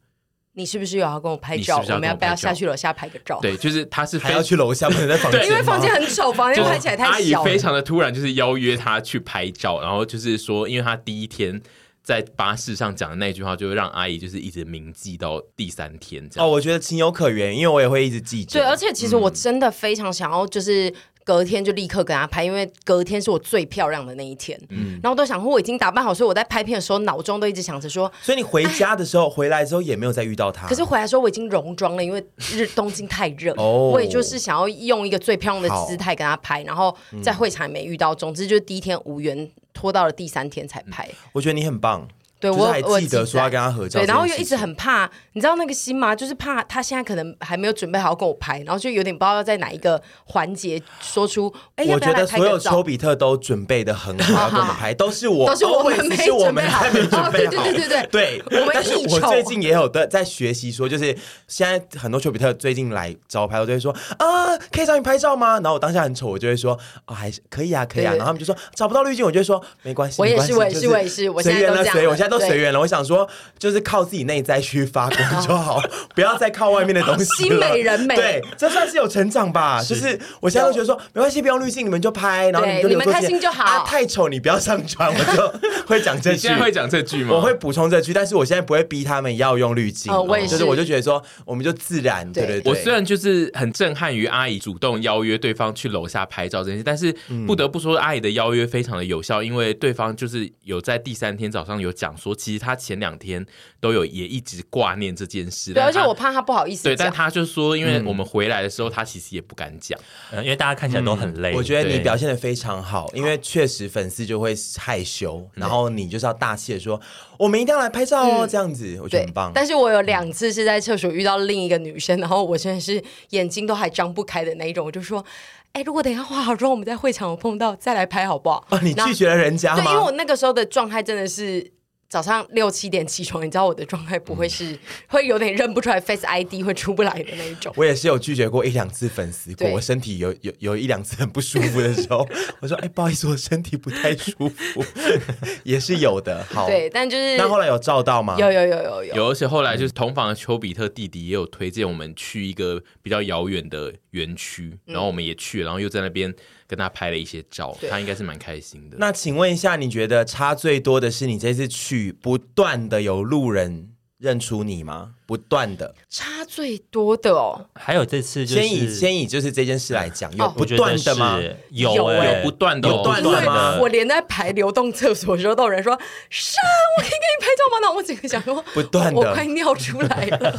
[SPEAKER 3] 你是不是有要跟我拍照？
[SPEAKER 2] 你是不是要
[SPEAKER 3] 我们要
[SPEAKER 2] 跟我
[SPEAKER 3] 不要
[SPEAKER 2] 拍照
[SPEAKER 3] 下去楼下拍个照？，
[SPEAKER 2] 对，就是她是非
[SPEAKER 1] 还要去楼下，不能在房间吗，
[SPEAKER 3] 因为房间很丑，房间
[SPEAKER 2] 就
[SPEAKER 3] 拍起来太
[SPEAKER 2] 阿姨
[SPEAKER 3] 小了
[SPEAKER 2] 非。常的突然，就是邀约他去拍照，然后就是说，因为他第一天在巴士上讲的那句话，就让阿姨就是一直铭记到第三天这
[SPEAKER 1] 哦，
[SPEAKER 2] 样。
[SPEAKER 1] 我觉得情有可原，因为我也会一直记着。
[SPEAKER 3] 对，而且其
[SPEAKER 2] 嗯
[SPEAKER 3] 实我真的非常想要，就是隔天就立刻跟他拍，因为隔天是我最漂亮的那一天。嗯，然后我都想说我已经打扮好，所以我在拍片的时候脑中都一直想着说，
[SPEAKER 1] 所以你回家的时候，回来之后也没有再遇到他。
[SPEAKER 3] 可是回来的时候我已经戎装了，因为日东京太热，
[SPEAKER 1] 哦
[SPEAKER 3] 我也就是想要用一个最漂亮的姿态跟他拍，然后在会场也没遇到，总之就是第一天无缘，拖到了第三天才拍。
[SPEAKER 1] 我觉得你很棒，嗯
[SPEAKER 3] 对
[SPEAKER 1] 就是
[SPEAKER 3] 我
[SPEAKER 1] 还
[SPEAKER 3] 我
[SPEAKER 1] 记得说要
[SPEAKER 3] 在
[SPEAKER 1] 跟他合照
[SPEAKER 3] 对，然后
[SPEAKER 1] 这
[SPEAKER 3] 又
[SPEAKER 1] 件
[SPEAKER 3] 一
[SPEAKER 1] 事
[SPEAKER 3] 直很怕，你知道那个心吗？就是怕他现在可能还没有准备好跟我拍，然后就有点不知道要在哪一个环节说出，哎，要
[SPEAKER 1] 我
[SPEAKER 3] 不要
[SPEAKER 1] 觉
[SPEAKER 3] 来
[SPEAKER 1] 得
[SPEAKER 3] 拍
[SPEAKER 1] 所有
[SPEAKER 3] 个
[SPEAKER 1] 丘
[SPEAKER 3] 照？
[SPEAKER 1] 比特都准备的很
[SPEAKER 3] (laughs)
[SPEAKER 1] 好，要跟我们拍，都是我，
[SPEAKER 3] 都是我们
[SPEAKER 1] always
[SPEAKER 3] 没
[SPEAKER 1] 是 (laughs) 我们还没
[SPEAKER 3] 准备好
[SPEAKER 1] 准备好，
[SPEAKER 3] 哦对对对对
[SPEAKER 1] 对。
[SPEAKER 3] 我们
[SPEAKER 1] 但是
[SPEAKER 3] 一
[SPEAKER 1] 我
[SPEAKER 3] 丑
[SPEAKER 1] 最近也有的在学习说，就是现在很多丘比特最近来找我拍，我都会说啊，可以找你拍照吗？然后我当下很丑，我就会说啊，还是可以啊，可以啊。
[SPEAKER 3] 对
[SPEAKER 1] 然后他们就说找不到滤镜，我就会说没关系，
[SPEAKER 3] 我也
[SPEAKER 1] 没关
[SPEAKER 3] 是
[SPEAKER 1] 系
[SPEAKER 3] 我也
[SPEAKER 1] 就是
[SPEAKER 3] 我也是我现
[SPEAKER 1] 随
[SPEAKER 3] 在
[SPEAKER 1] 缘
[SPEAKER 3] 都
[SPEAKER 1] 了，
[SPEAKER 3] 这样
[SPEAKER 1] 随缘我现在都随缘了。我想说，就是靠自己内在去发
[SPEAKER 3] (laughs)
[SPEAKER 1] 光就好，不要再靠外面的东西了。
[SPEAKER 3] 心美人美
[SPEAKER 1] 对， (laughs) 这算是有成长吧。
[SPEAKER 4] 是
[SPEAKER 1] 就是我现在都觉得说，没关系，不用滤镜，你们就拍，然后你们就
[SPEAKER 3] 对
[SPEAKER 1] 留作
[SPEAKER 3] 你们开
[SPEAKER 1] 纪念
[SPEAKER 3] 心就好
[SPEAKER 1] 啊，太丑你不要上传，我就会讲这
[SPEAKER 2] 你
[SPEAKER 3] (laughs)
[SPEAKER 1] 句
[SPEAKER 2] 现。在会讲这句吗？
[SPEAKER 1] 我会，补充这句，但是我现在不会逼他们要用滤镜。啊
[SPEAKER 3] 哦我也
[SPEAKER 1] 就是
[SPEAKER 3] 是
[SPEAKER 1] 我就觉得说，我们就自然。对对
[SPEAKER 3] 对
[SPEAKER 1] 对，
[SPEAKER 2] 我虽然就是很震撼于阿姨主动邀约对方去楼下拍照这件事，但是
[SPEAKER 1] 嗯
[SPEAKER 2] 不得不说阿姨的邀约非常的有效，因为对方就是有在第三天早上有讲说，其实她前两天都有也一直挂念这件事，
[SPEAKER 3] 对，
[SPEAKER 2] 但
[SPEAKER 3] 而且
[SPEAKER 2] 她
[SPEAKER 3] 我怕他不好意思
[SPEAKER 2] 对，但
[SPEAKER 3] 讲。
[SPEAKER 2] 她就说，因为我们回来的时候，她其实也不敢讲，
[SPEAKER 4] 呃因为大家看起来都很累。
[SPEAKER 1] 我觉得你
[SPEAKER 2] 对
[SPEAKER 1] 表现的非常好，因为确实粉丝就会害羞，然后你就是要大气的说，我们一定要来拍照哦，这样子我觉得
[SPEAKER 3] 嗯对
[SPEAKER 1] 很棒，。
[SPEAKER 3] 但是我有两次是在厕所遇到另一个女生，然后我真的是眼睛都还张不开的那一种，我就说：“哎、如果等一下化好妆，我们在会场有碰到，再来拍好不好？”
[SPEAKER 1] 哦，你
[SPEAKER 3] 然后
[SPEAKER 1] 拒绝了人家
[SPEAKER 3] 对，因为我
[SPEAKER 1] 吗？
[SPEAKER 3] 那个时候的状态真的是早上六七点起床，你知道我的状态不会是、会有点认不出来 Face ID 会出不来的那一种。
[SPEAKER 1] 我也是有拒绝过一两次粉丝过，
[SPEAKER 3] 对
[SPEAKER 1] 我身体有有有一两次很不舒服的时候， (laughs) 我说哎，不好意思，我身体不太舒服， (laughs) 也是有的。好，
[SPEAKER 3] 对，但就是
[SPEAKER 1] 那后来有照到吗？
[SPEAKER 3] 有有有有有
[SPEAKER 2] 有，而且后来就是同房的丘比特弟弟也有推荐我们去一个比较遥远的园区，然后我们也去了，然后又在那边跟他拍了一些照，
[SPEAKER 3] 对
[SPEAKER 2] 他应该是蛮开心的。
[SPEAKER 1] 那请问一下，你觉得差最多的是你这次去不断的有路人认出你吗？不断的，
[SPEAKER 3] 差最多的哦，
[SPEAKER 4] 还有这次就是
[SPEAKER 1] 先以先以就是这件事来讲，有
[SPEAKER 3] 哦
[SPEAKER 1] 不断的吗？
[SPEAKER 4] 我觉得是有
[SPEAKER 3] 有
[SPEAKER 4] 欸
[SPEAKER 2] 有不断的哦
[SPEAKER 4] 有
[SPEAKER 1] 断
[SPEAKER 4] 不
[SPEAKER 1] 的
[SPEAKER 4] 断
[SPEAKER 1] 吗
[SPEAKER 4] 的。
[SPEAKER 3] 我连在排流动厕所的时候，都有人说：“是啊，我可以给你拍照吗？”那我整个想说，
[SPEAKER 1] 不断的
[SPEAKER 3] 我快尿出来了。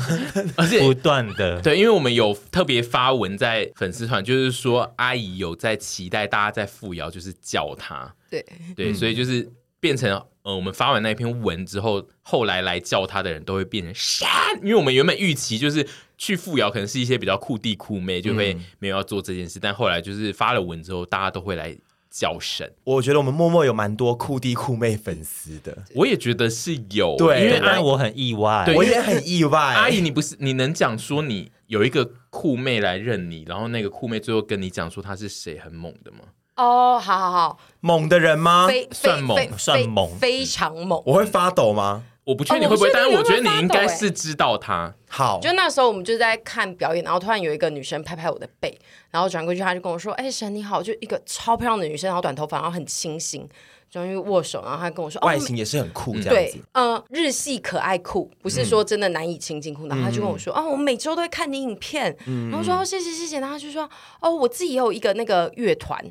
[SPEAKER 2] 而且
[SPEAKER 4] 不断的，
[SPEAKER 2] 对，因为我们有特别发文在粉丝团，就是说阿姨有在期待大家在富瑶，就是叫她，
[SPEAKER 3] 对，
[SPEAKER 2] 对，所
[SPEAKER 3] 嗯
[SPEAKER 2] 以就是变成呃，我们发完那篇文之后，后来来叫她的人都会变成山，因为我们原本预期就是去富瑶可能是一些比较酷弟酷妹，就会
[SPEAKER 3] 嗯
[SPEAKER 2] 没有要做这件事，但后来就是发了文之后，大家都会来叫神，
[SPEAKER 1] 我觉得我们默默有蛮多酷弟酷妹粉丝的，
[SPEAKER 2] 我也觉得是有，
[SPEAKER 1] 对
[SPEAKER 2] 因为
[SPEAKER 4] 对，
[SPEAKER 2] 阿
[SPEAKER 4] 但我很意外。
[SPEAKER 2] 对
[SPEAKER 1] 我也很意外。
[SPEAKER 2] 阿姨，，你不是你能讲说你有一个酷妹来认你，然后那个酷妹最后跟你讲说她是谁很猛的吗？
[SPEAKER 3] 哦，好好好，
[SPEAKER 1] 猛的人吗？
[SPEAKER 3] 非
[SPEAKER 2] 算
[SPEAKER 3] 非
[SPEAKER 2] 猛
[SPEAKER 3] 非
[SPEAKER 4] 算
[SPEAKER 3] 非
[SPEAKER 4] 猛
[SPEAKER 3] 非常猛。
[SPEAKER 1] 我会发抖吗？
[SPEAKER 2] 我不确定会不
[SPEAKER 3] 哦
[SPEAKER 2] 会，但是
[SPEAKER 3] 我不确定
[SPEAKER 2] 我觉得
[SPEAKER 3] 有没有
[SPEAKER 2] 你应该
[SPEAKER 3] 发抖欸
[SPEAKER 2] 是知道他。
[SPEAKER 1] 好
[SPEAKER 3] 就，那时候我们就在看表演，然后突然有一个女生拍拍我的背，然后转过去，她就跟我说：“哎、神你好！”就一个超漂亮的女生，然后短头发，然后很清新，终于握手，然后她跟我说：“
[SPEAKER 1] 外
[SPEAKER 3] 哦，
[SPEAKER 1] 形也是很酷，这样
[SPEAKER 3] 对
[SPEAKER 1] 子。，嗯
[SPEAKER 3] 嗯、日系可爱酷，不是说真的难以亲近酷。然后他就跟我说：“哦，我每周都会看你影片。
[SPEAKER 1] 嗯
[SPEAKER 3] 然后说：“哦，谢谢谢谢。”然后他就说：“哦，我自己也有一个那个乐团。”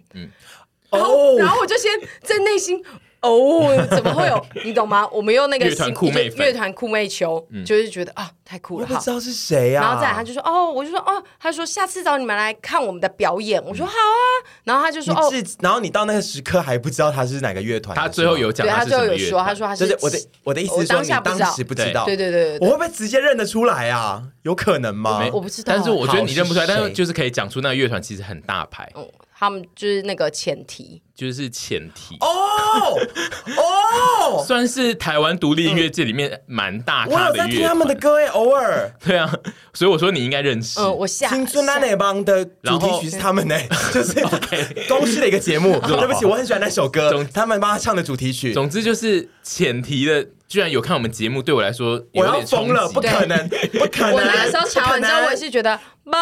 [SPEAKER 3] 然后，然
[SPEAKER 1] 哦，
[SPEAKER 3] 后我就先在内心。哦，怎么
[SPEAKER 1] (laughs)
[SPEAKER 3] 会有？你懂吗？我们用那个
[SPEAKER 2] 乐团酷妹
[SPEAKER 3] 一个
[SPEAKER 2] 粉
[SPEAKER 3] 乐团酷妹球，就是觉得啊，太酷
[SPEAKER 1] 嗯我
[SPEAKER 3] 了，
[SPEAKER 1] 不
[SPEAKER 3] 好
[SPEAKER 1] 知道是谁啊。
[SPEAKER 3] 然后再来他就说哦，我就说哦，他说下次找你们来看我们的表演，我说好啊，然后他就说哦，
[SPEAKER 1] 嗯你至，然后你到那个时刻还不知道他是哪个乐团的，
[SPEAKER 2] 他最后
[SPEAKER 1] 是吗
[SPEAKER 2] 有讲
[SPEAKER 3] 对他
[SPEAKER 2] 是
[SPEAKER 3] 最
[SPEAKER 2] 什
[SPEAKER 3] 后
[SPEAKER 2] 么
[SPEAKER 3] 有
[SPEAKER 2] 乐
[SPEAKER 3] 说，
[SPEAKER 2] 团
[SPEAKER 3] 他说他
[SPEAKER 1] 就是是我的我的意思是
[SPEAKER 3] 我
[SPEAKER 1] 说，
[SPEAKER 3] 当
[SPEAKER 1] 你
[SPEAKER 3] 下不知道
[SPEAKER 1] 当时不知道，
[SPEAKER 3] 对对对对
[SPEAKER 1] 我
[SPEAKER 3] 对，
[SPEAKER 1] 会不会直接认得出来啊？有可能吗
[SPEAKER 2] 没？
[SPEAKER 3] 我不知道
[SPEAKER 2] 但是我觉得
[SPEAKER 1] 好
[SPEAKER 2] 你认不出来，
[SPEAKER 1] 是谁哦
[SPEAKER 2] 但是就是可以讲出那个乐团其实很大牌，
[SPEAKER 3] 嗯，他们就是那个前提，
[SPEAKER 2] 就是前提，
[SPEAKER 1] 哦
[SPEAKER 2] (laughs)
[SPEAKER 1] 哦，
[SPEAKER 2] 算是台湾独立音乐界里面蛮大
[SPEAKER 1] 我
[SPEAKER 2] 咖
[SPEAKER 1] 有
[SPEAKER 2] 的
[SPEAKER 1] 在
[SPEAKER 2] 乐
[SPEAKER 1] 听他们的
[SPEAKER 2] 团。
[SPEAKER 1] 歌哎，偶尔。
[SPEAKER 2] (laughs) 对啊，所以我说你应该认识。
[SPEAKER 3] 嗯，我下
[SPEAKER 1] 青春那
[SPEAKER 3] 下
[SPEAKER 1] 那帮的主题曲是他
[SPEAKER 2] (laughs)
[SPEAKER 1] 们呢、就是 (laughs) 公司的一个节目。对不起，我很喜欢那首歌
[SPEAKER 2] 总，
[SPEAKER 1] 他们帮他唱的主题曲。
[SPEAKER 2] 总之就是前提的，居然有看我们节目，对我来说
[SPEAKER 1] 我
[SPEAKER 2] 有
[SPEAKER 1] 要
[SPEAKER 2] 点冲
[SPEAKER 1] 疯了，
[SPEAKER 2] 击
[SPEAKER 1] 不可能，不可能！
[SPEAKER 3] 我那个时候查完之后，我也是觉得不可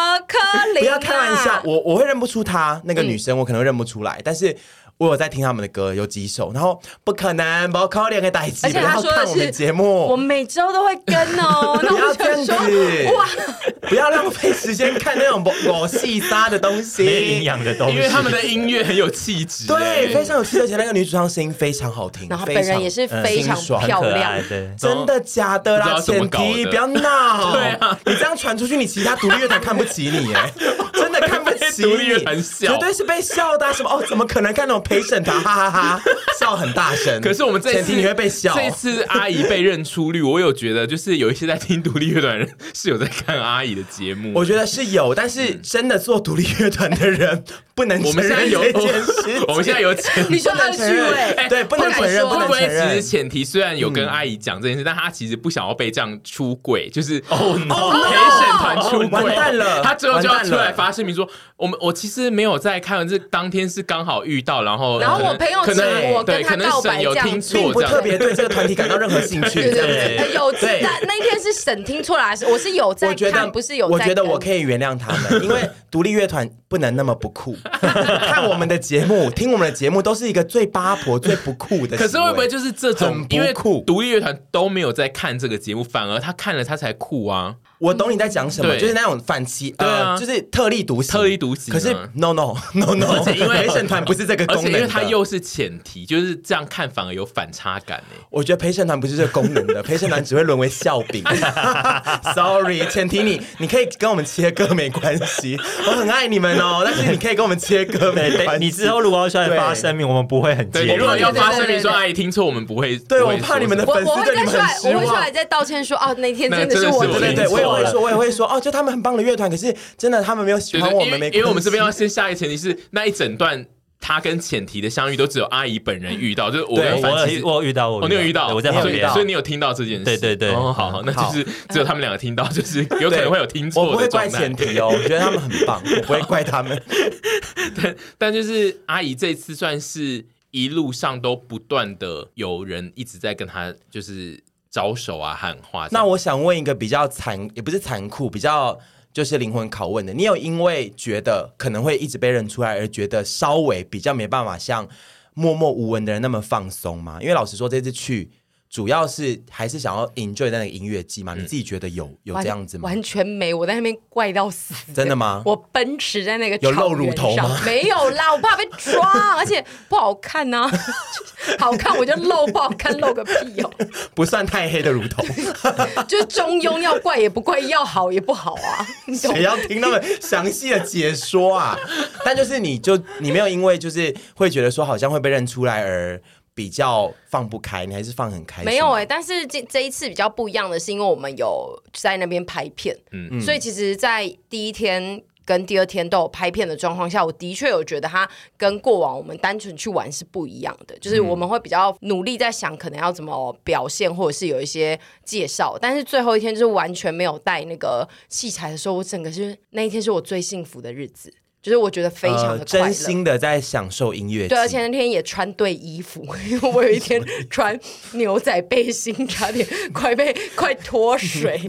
[SPEAKER 3] 能、啊，嗯
[SPEAKER 1] 不要开玩笑，我我会认不出她那个女生，我可能会认不出来，但是。我有在听他们的歌，有几首，然后不可能，不可能的代志，
[SPEAKER 3] 而且
[SPEAKER 1] 然
[SPEAKER 3] 他
[SPEAKER 1] 后
[SPEAKER 3] 说的
[SPEAKER 1] 看我们
[SPEAKER 3] 是
[SPEAKER 1] 节
[SPEAKER 3] 我
[SPEAKER 1] 目，
[SPEAKER 3] 每周都会跟
[SPEAKER 1] (laughs)
[SPEAKER 3] 哦，那
[SPEAKER 1] 不要
[SPEAKER 3] 我
[SPEAKER 1] 这样
[SPEAKER 3] 就
[SPEAKER 1] 子
[SPEAKER 3] 说哇，，
[SPEAKER 1] 不要浪费时间看那种 (laughs) 我细沙的东
[SPEAKER 4] 没有营
[SPEAKER 1] 西，
[SPEAKER 4] 养的东西，
[SPEAKER 2] 因为他们的音乐很有气质。
[SPEAKER 1] 对，非常有趣，而且那个女主唱声音非常好听，
[SPEAKER 3] 然后
[SPEAKER 1] 非
[SPEAKER 3] 本人
[SPEAKER 1] 常
[SPEAKER 3] 也是
[SPEAKER 1] 嗯
[SPEAKER 3] 非常
[SPEAKER 1] 清爽
[SPEAKER 4] 很
[SPEAKER 3] 漂
[SPEAKER 4] 可
[SPEAKER 3] 亮
[SPEAKER 4] 爱，对，
[SPEAKER 1] 真的假的啦？
[SPEAKER 2] 不知道怎么
[SPEAKER 1] 前
[SPEAKER 2] 搞的
[SPEAKER 1] 提不要闹，
[SPEAKER 2] (laughs) 对啊，
[SPEAKER 1] 你这样传出去，你其他独立乐团看不起
[SPEAKER 2] (laughs)
[SPEAKER 1] 你哎，真的看不起你，
[SPEAKER 2] 被独立乐团笑
[SPEAKER 1] 绝对是被笑的啊、什么哦，怎么可能看那种陪审团，哈哈哈笑很大声。
[SPEAKER 2] 可是我们这一
[SPEAKER 1] 前
[SPEAKER 2] 次
[SPEAKER 1] 提你会被笑，
[SPEAKER 2] 这一次阿姨被认出率，我有觉得就是有一些在听独立乐团的人是有在看阿姨的节目。
[SPEAKER 1] 我觉得是有，但是真的做独立乐团的人不能
[SPEAKER 2] 我
[SPEAKER 1] 承
[SPEAKER 2] 们现在
[SPEAKER 1] 认
[SPEAKER 2] 有，
[SPEAKER 1] 这件事情
[SPEAKER 2] 我们现在有前
[SPEAKER 3] 你
[SPEAKER 2] 提。
[SPEAKER 3] 说
[SPEAKER 1] 不能
[SPEAKER 3] 二趣
[SPEAKER 1] 承认，
[SPEAKER 3] 味，
[SPEAKER 1] 对，不能
[SPEAKER 3] 不敢欸
[SPEAKER 1] 承认，
[SPEAKER 3] 说
[SPEAKER 1] 不
[SPEAKER 2] 会
[SPEAKER 1] 能
[SPEAKER 2] 不会
[SPEAKER 1] 承
[SPEAKER 2] 其实
[SPEAKER 1] 认。
[SPEAKER 2] 前提虽然有
[SPEAKER 3] 嗯
[SPEAKER 2] 跟阿姨讲这件事，但她其实不想要被这样出轨，就是
[SPEAKER 4] 哦
[SPEAKER 2] (laughs)
[SPEAKER 4] no！
[SPEAKER 2] 陪审团出轨，
[SPEAKER 3] 哦
[SPEAKER 1] 完蛋了
[SPEAKER 2] 她最后就要
[SPEAKER 1] 完蛋
[SPEAKER 2] 出
[SPEAKER 1] 了
[SPEAKER 2] 来发声明说，我们我其实没有在看，这当天是刚好遇到，然后
[SPEAKER 3] 然后我朋友
[SPEAKER 2] 可
[SPEAKER 3] 请
[SPEAKER 2] 能
[SPEAKER 3] 我跟
[SPEAKER 2] 对，
[SPEAKER 3] 他
[SPEAKER 2] 可能
[SPEAKER 3] 告白
[SPEAKER 2] 省有
[SPEAKER 3] 这样
[SPEAKER 2] 听
[SPEAKER 3] 子
[SPEAKER 1] 并
[SPEAKER 2] 错
[SPEAKER 1] 不
[SPEAKER 2] 这样
[SPEAKER 1] 特别对这个团体感到任何兴趣，
[SPEAKER 3] (laughs) 对
[SPEAKER 1] 这
[SPEAKER 3] 对
[SPEAKER 1] 样子
[SPEAKER 3] 对，呃有在
[SPEAKER 1] 对
[SPEAKER 3] 那一天是沈听出来，是我是有在
[SPEAKER 1] 我觉
[SPEAKER 3] 看，
[SPEAKER 1] 得
[SPEAKER 3] 不是有在
[SPEAKER 1] 我觉得我
[SPEAKER 3] 跟
[SPEAKER 1] 可以原谅他
[SPEAKER 3] (laughs)
[SPEAKER 1] 们，因为独立乐团不能那么不酷。看我们的节目，听我们的节目，都是一个最八婆、最不酷的行为。
[SPEAKER 2] 可是会不会就是这
[SPEAKER 1] 很
[SPEAKER 2] 种，
[SPEAKER 1] 不
[SPEAKER 2] 因为
[SPEAKER 1] 酷
[SPEAKER 2] 独立乐团都没有在看这个节目，反而他看了他才
[SPEAKER 1] (laughs)
[SPEAKER 2] 酷啊？
[SPEAKER 1] 我懂你在讲什么，
[SPEAKER 2] 对
[SPEAKER 1] 就是那种反其
[SPEAKER 2] 对啊
[SPEAKER 1] 呃，就是特立独行，
[SPEAKER 2] 特立独行啊
[SPEAKER 1] 可是 no no no no，
[SPEAKER 2] (laughs) 而且因
[SPEAKER 1] (laughs)
[SPEAKER 2] 为
[SPEAKER 1] 陪审团不是这个
[SPEAKER 2] 而
[SPEAKER 1] 功
[SPEAKER 2] 且
[SPEAKER 1] 能
[SPEAKER 2] 因
[SPEAKER 1] 的，
[SPEAKER 2] 为他又是前提，就是这样看反而有反差感哎、
[SPEAKER 1] 我觉得陪审团不是这个功能
[SPEAKER 2] (laughs)
[SPEAKER 1] 的，陪审团只会沦为笑柄。Sorry，前提你你可以跟我们切割没关系，我很爱你们哦，但是你可以跟我们切割没
[SPEAKER 4] 对
[SPEAKER 1] 关系。
[SPEAKER 4] 对，你之后如果要出来发
[SPEAKER 1] 对
[SPEAKER 4] 声明，我们不会很
[SPEAKER 2] 对，
[SPEAKER 4] 介
[SPEAKER 2] 你如果
[SPEAKER 4] 意。
[SPEAKER 2] 要发声
[SPEAKER 3] 对对对
[SPEAKER 2] 明
[SPEAKER 3] 对
[SPEAKER 2] 说
[SPEAKER 3] 对
[SPEAKER 2] 阿姨听错，我们不会。
[SPEAKER 1] 对
[SPEAKER 2] 不会
[SPEAKER 1] 我怕
[SPEAKER 2] 说
[SPEAKER 1] 你们的
[SPEAKER 2] 什么
[SPEAKER 3] 我
[SPEAKER 1] 粉丝
[SPEAKER 3] 我会
[SPEAKER 1] 对你
[SPEAKER 3] 再
[SPEAKER 1] 们
[SPEAKER 3] 出来
[SPEAKER 1] 很，失
[SPEAKER 3] 我会出
[SPEAKER 1] 望
[SPEAKER 3] 来再道歉说哦，那天
[SPEAKER 2] 那
[SPEAKER 3] 真的
[SPEAKER 2] 真
[SPEAKER 3] 是
[SPEAKER 2] 的是
[SPEAKER 3] 我
[SPEAKER 2] 我
[SPEAKER 1] 对对
[SPEAKER 2] 听
[SPEAKER 1] 对，我也
[SPEAKER 2] 错
[SPEAKER 1] 会
[SPEAKER 2] 了
[SPEAKER 1] 说，我也会说，哦，就他们很棒的乐团，可是真的他们没有喜
[SPEAKER 2] 对
[SPEAKER 1] 欢
[SPEAKER 2] 对，
[SPEAKER 1] 我
[SPEAKER 2] 因
[SPEAKER 1] 们，没
[SPEAKER 2] 为因为我
[SPEAKER 1] 关
[SPEAKER 2] 们
[SPEAKER 1] 系
[SPEAKER 2] 这边要先下一个前提是那一整段他跟前提的相遇都只有阿姨本人遇到，就是我
[SPEAKER 1] 对
[SPEAKER 2] 跟
[SPEAKER 4] 我
[SPEAKER 2] 凡
[SPEAKER 4] 我
[SPEAKER 2] 其
[SPEAKER 4] 有
[SPEAKER 2] 实。
[SPEAKER 4] 我有遇到，我
[SPEAKER 2] 哦，你有遇到，
[SPEAKER 4] 对我在旁
[SPEAKER 2] 所以
[SPEAKER 4] 边，
[SPEAKER 2] 所以你有听到这件事，
[SPEAKER 4] 对对对
[SPEAKER 2] 哦，好好，那就是只有他们两个听到，就是有可能会有听
[SPEAKER 1] 我
[SPEAKER 2] 错
[SPEAKER 1] 不会
[SPEAKER 2] 的
[SPEAKER 1] 怪
[SPEAKER 2] 状
[SPEAKER 1] 前
[SPEAKER 2] 态。
[SPEAKER 1] 提哦，我觉得他们很棒，我不会怪他
[SPEAKER 2] (laughs)
[SPEAKER 1] 们。
[SPEAKER 2] 但就是阿姨这次算是一路上都不断的有人一直在跟她就是招手啊喊话。
[SPEAKER 1] 那我想问一个比较残，也不是残酷，比较就是灵魂拷问的，你有因为觉得可能会一直被认出来而觉得稍微比较没办法像默默无闻的人那么放松吗？因为老实说，这次去主要是还是想要 enjoy 在那个音乐季嘛，你自己觉得有有
[SPEAKER 3] 完
[SPEAKER 1] 这样子吗？
[SPEAKER 3] 完全没，我在那边怪到死。
[SPEAKER 1] 真的吗？
[SPEAKER 3] 我奔驰在那个
[SPEAKER 1] 有露
[SPEAKER 3] 草原
[SPEAKER 1] 乳头
[SPEAKER 3] 上
[SPEAKER 1] 吗
[SPEAKER 3] 没有啦，我怕被
[SPEAKER 1] (laughs)
[SPEAKER 3] 抓，而且不好看呐、 (laughs) 好看我就露，不好看露个屁哦！
[SPEAKER 1] 不算太黑的乳头，
[SPEAKER 3] 就是中庸，要怪也不怪，要好也不好啊，你懂
[SPEAKER 1] (laughs) 谁
[SPEAKER 3] 吗？
[SPEAKER 1] 要听那么详细的解说啊？但就是你就你没有因为就是会觉得说好像会被认出来而比较放不开，你还是放很开心。
[SPEAKER 3] 没有哎、但是这这一次比较不一样的是，因为我们有在那边拍片，
[SPEAKER 2] 嗯
[SPEAKER 3] 所以其实，在第一天跟第二天都有拍片的状况下，我的确有觉得它跟过往我们单纯去玩是不一样的，
[SPEAKER 1] 嗯
[SPEAKER 3] 就是我们会比较努力在想可能要怎么表现，或者是有一些介绍。但是最后一天就是完全没有带那个器材的时候，我整个是那一天是我最幸福的日子，就是我觉得非常的
[SPEAKER 1] 呃、
[SPEAKER 3] 快乐。
[SPEAKER 1] 真心的在享受音乐季。
[SPEAKER 3] 对，而且那天也穿对衣服， (laughs) 因为我有
[SPEAKER 1] (laughs)
[SPEAKER 3] 一天穿牛仔背心，差点快被 (laughs) 快
[SPEAKER 1] (laughs)
[SPEAKER 3] 脱水，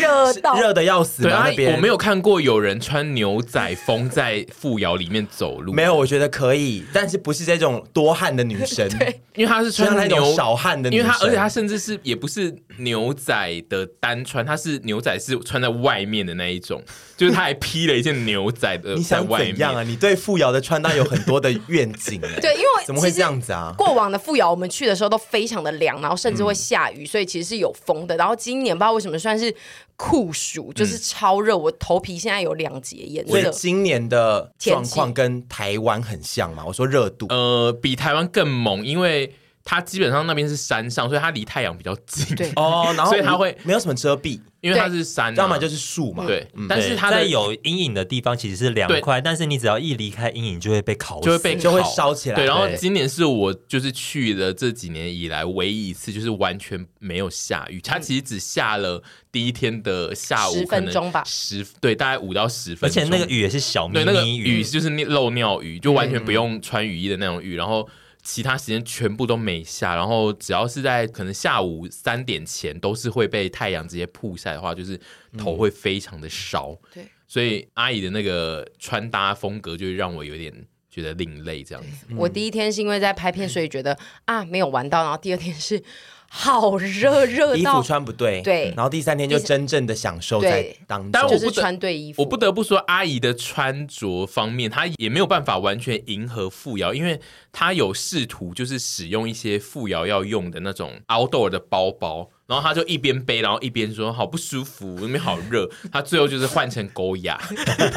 [SPEAKER 3] 热到。
[SPEAKER 1] 哎热的要死
[SPEAKER 2] 对
[SPEAKER 1] 嘛
[SPEAKER 2] 阿
[SPEAKER 1] 那
[SPEAKER 2] 姨，
[SPEAKER 1] 边。
[SPEAKER 2] 我没有看过有人穿牛仔风在富瑶里面走路，
[SPEAKER 1] 没有，我觉得可以，但是不是这种多汗的女生，
[SPEAKER 3] (laughs) 对
[SPEAKER 2] 因为她是穿
[SPEAKER 1] 像那种
[SPEAKER 2] 牛
[SPEAKER 1] 少汗的女
[SPEAKER 2] 因为她
[SPEAKER 1] 生
[SPEAKER 2] 而且她甚至是也不是牛仔的单穿，她是牛仔是穿在外面的那一
[SPEAKER 1] (laughs)
[SPEAKER 2] 种，就是她还披了一件牛仔的
[SPEAKER 1] 你
[SPEAKER 2] 在
[SPEAKER 1] 想
[SPEAKER 2] 外
[SPEAKER 1] 怎样啊？
[SPEAKER 2] 面。
[SPEAKER 1] 你对富瑶的穿搭有很多的愿景、欸，
[SPEAKER 3] (laughs) 对，因为
[SPEAKER 1] 怎么会
[SPEAKER 3] 其实
[SPEAKER 1] 这样子啊？
[SPEAKER 3] 过往的富瑶，我们去的时候都非常的凉，然后甚至会下
[SPEAKER 1] 嗯
[SPEAKER 3] 雨，所以其实是有风的。然后今年不知道为什么算是酷暑，就是
[SPEAKER 1] 嗯
[SPEAKER 3] 超热，我头皮现在有两节炎
[SPEAKER 1] 所以
[SPEAKER 3] 热。
[SPEAKER 1] 今年的状
[SPEAKER 3] 天
[SPEAKER 1] 况
[SPEAKER 3] 气
[SPEAKER 1] 跟台湾很像嘛？我说热度，
[SPEAKER 2] 呃，比台湾更猛，因为它基本上那边是山上，所以它离太阳比较近。
[SPEAKER 3] 对
[SPEAKER 1] 哦，然后
[SPEAKER 2] (laughs) 呃所以它会
[SPEAKER 1] 没有什么遮蔽，
[SPEAKER 2] 因为它是
[SPEAKER 3] 嗯
[SPEAKER 2] 山、啊，
[SPEAKER 1] 要么就是树嘛。
[SPEAKER 2] 对，但是
[SPEAKER 4] 对
[SPEAKER 2] 它
[SPEAKER 4] 在
[SPEAKER 2] 的
[SPEAKER 4] 有阴影的地方其实是凉
[SPEAKER 2] 对
[SPEAKER 4] 快，但是你只要一离开阴影就会被烤死，
[SPEAKER 2] 就会被
[SPEAKER 1] 就会
[SPEAKER 2] 烤
[SPEAKER 1] 烧起来
[SPEAKER 2] 对，然后
[SPEAKER 4] 对
[SPEAKER 2] 今年是我就是去了这几年以来唯一一次，就是完全没有下雨。它其实只下了第一天的下午
[SPEAKER 3] 10分钟吧
[SPEAKER 2] 十对，大概五到十分钟。
[SPEAKER 4] 而且那个雨也是小
[SPEAKER 2] 对
[SPEAKER 4] 咪
[SPEAKER 2] 那个
[SPEAKER 4] 咪
[SPEAKER 2] 雨就是那漏尿雨，就完
[SPEAKER 4] 嗯
[SPEAKER 2] 全不用穿雨衣的那种雨，然后。其他时间全部都没下，然后只要是在可能下午三点前，都是会被太阳直接曝晒的话，就是头会非常的烧。
[SPEAKER 3] 嗯对，
[SPEAKER 2] 所以阿姨的那个穿搭风格，就让我有点觉得另类这样子。
[SPEAKER 3] 我
[SPEAKER 1] 嗯
[SPEAKER 3] 第一天是因为在拍片，所以觉得啊没有玩到，然后第二天是好热，热
[SPEAKER 1] 衣服
[SPEAKER 3] 到
[SPEAKER 1] 穿不对，
[SPEAKER 3] 对
[SPEAKER 1] 然后第三天就
[SPEAKER 3] 第三
[SPEAKER 1] 真正的享受在
[SPEAKER 3] 对
[SPEAKER 1] 当中。
[SPEAKER 2] 但我
[SPEAKER 3] 就
[SPEAKER 2] 不
[SPEAKER 3] 是
[SPEAKER 2] 得
[SPEAKER 3] 穿对衣服，
[SPEAKER 2] 我不得不说，阿姨的穿着方面，她也没有办法完全迎合富瑶，因为她有试图就是使用一些富瑶要用的那种 outdoor 的包包，然后她就一边背，然后一边说好不舒服，那边好热。她最后就是换成狗雅， (laughs)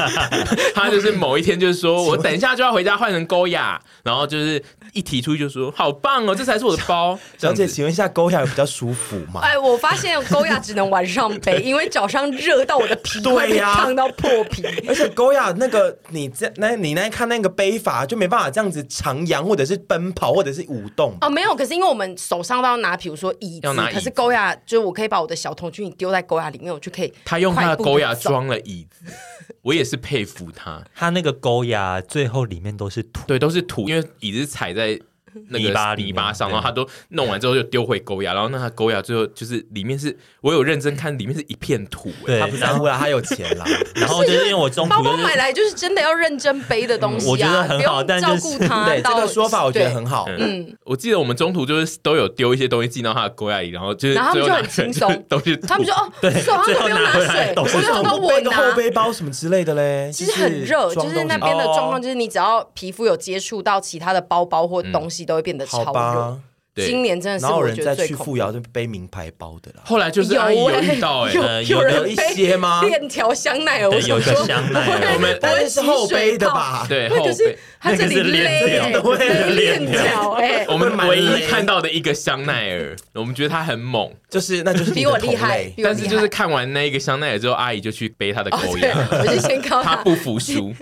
[SPEAKER 2] 她就是某一天就是说我等一下就要回家换成狗雅，然后就是一提出就说好棒哦，这才是我的包。
[SPEAKER 1] 小
[SPEAKER 2] 这
[SPEAKER 1] 姐，
[SPEAKER 2] 样子
[SPEAKER 1] 请问一下，狗勾下有比较舒服
[SPEAKER 3] (laughs)
[SPEAKER 1] 嘛？
[SPEAKER 3] 哎，我发现勾压只能晚上背，因为早上热到我的皮会
[SPEAKER 1] 对
[SPEAKER 3] 被
[SPEAKER 1] 呀
[SPEAKER 3] 烫到破皮。
[SPEAKER 1] 而且勾雅那个，你这那你那看那个背法就没办法这样子徜徉，或者是奔跑，或者是舞动。
[SPEAKER 3] 哦，没有，可是因为我们手上都要拿，比如说椅子，
[SPEAKER 2] 要拿椅子
[SPEAKER 3] 可是勾压就是我可以把我的小童军丢在勾压里面，我就可以
[SPEAKER 2] 他用他的
[SPEAKER 3] 快步地
[SPEAKER 2] 狗牙
[SPEAKER 3] 走。
[SPEAKER 2] 装了椅子，我也是佩服他。
[SPEAKER 4] 它那个钩牙最后里面都是
[SPEAKER 2] (laughs)
[SPEAKER 4] 土，
[SPEAKER 2] 对，都是土，因为椅子踩在那个
[SPEAKER 4] 泥巴里
[SPEAKER 2] 泥
[SPEAKER 4] 面
[SPEAKER 2] 巴上，
[SPEAKER 4] 对
[SPEAKER 2] 然后他都弄完之后就丢回狗牙，然后那他狗牙最后就是里面是我有认真看，里面是一片土、欸，
[SPEAKER 4] 对
[SPEAKER 1] 他不在乎啦，他有钱
[SPEAKER 3] (laughs)
[SPEAKER 1] 啦。
[SPEAKER 4] 然后就是因为我中
[SPEAKER 3] 包
[SPEAKER 4] 途
[SPEAKER 3] 包
[SPEAKER 4] 就
[SPEAKER 3] 买
[SPEAKER 4] 是呃
[SPEAKER 3] 来就是真的要认真背的东西、啊
[SPEAKER 4] 嗯我觉得很好
[SPEAKER 3] 不用
[SPEAKER 4] 但就是
[SPEAKER 3] 照顾它
[SPEAKER 1] 对这
[SPEAKER 3] 到
[SPEAKER 1] 个说法，我觉得
[SPEAKER 3] 啊对
[SPEAKER 1] 很好。
[SPEAKER 2] 嗯，我记得我们中途就是都有丢一些东西进到他的狗牙里，然后就是
[SPEAKER 3] 然后他们
[SPEAKER 2] 最
[SPEAKER 3] 就
[SPEAKER 2] 拿
[SPEAKER 3] 很轻松
[SPEAKER 2] 就是 (laughs) 都是土
[SPEAKER 3] 他们说哦， (laughs) 手上都不用拿
[SPEAKER 4] 最后拿回
[SPEAKER 3] 水
[SPEAKER 4] 来，都
[SPEAKER 3] 我
[SPEAKER 4] 是
[SPEAKER 3] 就想到
[SPEAKER 1] 不
[SPEAKER 3] 我
[SPEAKER 1] 背个后
[SPEAKER 3] 拿。
[SPEAKER 1] 背包什么之类的嘞，
[SPEAKER 3] 啊其实很
[SPEAKER 1] 装
[SPEAKER 3] 热，就
[SPEAKER 1] 东
[SPEAKER 3] 是
[SPEAKER 1] 西
[SPEAKER 3] 那边的状
[SPEAKER 4] 哦
[SPEAKER 3] 况，就是你只要皮肤有接触到其他的包包或东西，都会变得超
[SPEAKER 1] 好
[SPEAKER 3] 热。
[SPEAKER 1] 吧。
[SPEAKER 2] 对
[SPEAKER 3] 今年真的是
[SPEAKER 1] 然后
[SPEAKER 3] 我
[SPEAKER 1] 人
[SPEAKER 3] 觉
[SPEAKER 1] 再
[SPEAKER 3] 得最
[SPEAKER 1] 去
[SPEAKER 3] 恐
[SPEAKER 1] 富
[SPEAKER 3] 怖。
[SPEAKER 1] 瑶就背名牌包的啦。
[SPEAKER 2] 后来就是阿姨有
[SPEAKER 3] 欸
[SPEAKER 2] 遇到哎、
[SPEAKER 4] 呃
[SPEAKER 3] 有
[SPEAKER 4] 有的
[SPEAKER 1] 有
[SPEAKER 3] 人
[SPEAKER 1] 一些吗
[SPEAKER 3] 背链条香奈儿，我
[SPEAKER 4] 对
[SPEAKER 3] 想
[SPEAKER 4] 有一个
[SPEAKER 3] 说
[SPEAKER 4] 香奈儿
[SPEAKER 2] 我们
[SPEAKER 1] 啊但是是后背的吧？
[SPEAKER 2] 对
[SPEAKER 3] 那
[SPEAKER 2] 后
[SPEAKER 3] 可是
[SPEAKER 2] 背。
[SPEAKER 3] 它这里勒
[SPEAKER 4] 那
[SPEAKER 1] 个是链条
[SPEAKER 2] (laughs)
[SPEAKER 3] 链条哎，
[SPEAKER 2] 我们
[SPEAKER 1] 会买
[SPEAKER 2] 唯
[SPEAKER 1] 雷
[SPEAKER 2] 一看到的一个香奈儿，我们觉得他很
[SPEAKER 3] (laughs)
[SPEAKER 2] 猛，
[SPEAKER 1] 就是那就是你
[SPEAKER 3] 比
[SPEAKER 1] 的
[SPEAKER 3] 我
[SPEAKER 1] 同
[SPEAKER 3] 厉害
[SPEAKER 1] 类，
[SPEAKER 3] 比我
[SPEAKER 2] 但
[SPEAKER 3] 厉
[SPEAKER 2] 是
[SPEAKER 3] 害。
[SPEAKER 2] 就是看完那一个香奈儿之后，阿姨就去背他的
[SPEAKER 3] 哦，
[SPEAKER 2] 狗
[SPEAKER 3] 对，
[SPEAKER 2] 牙，
[SPEAKER 3] 我就先告
[SPEAKER 2] 他
[SPEAKER 3] 他
[SPEAKER 2] 不服
[SPEAKER 3] (laughs)
[SPEAKER 2] 输，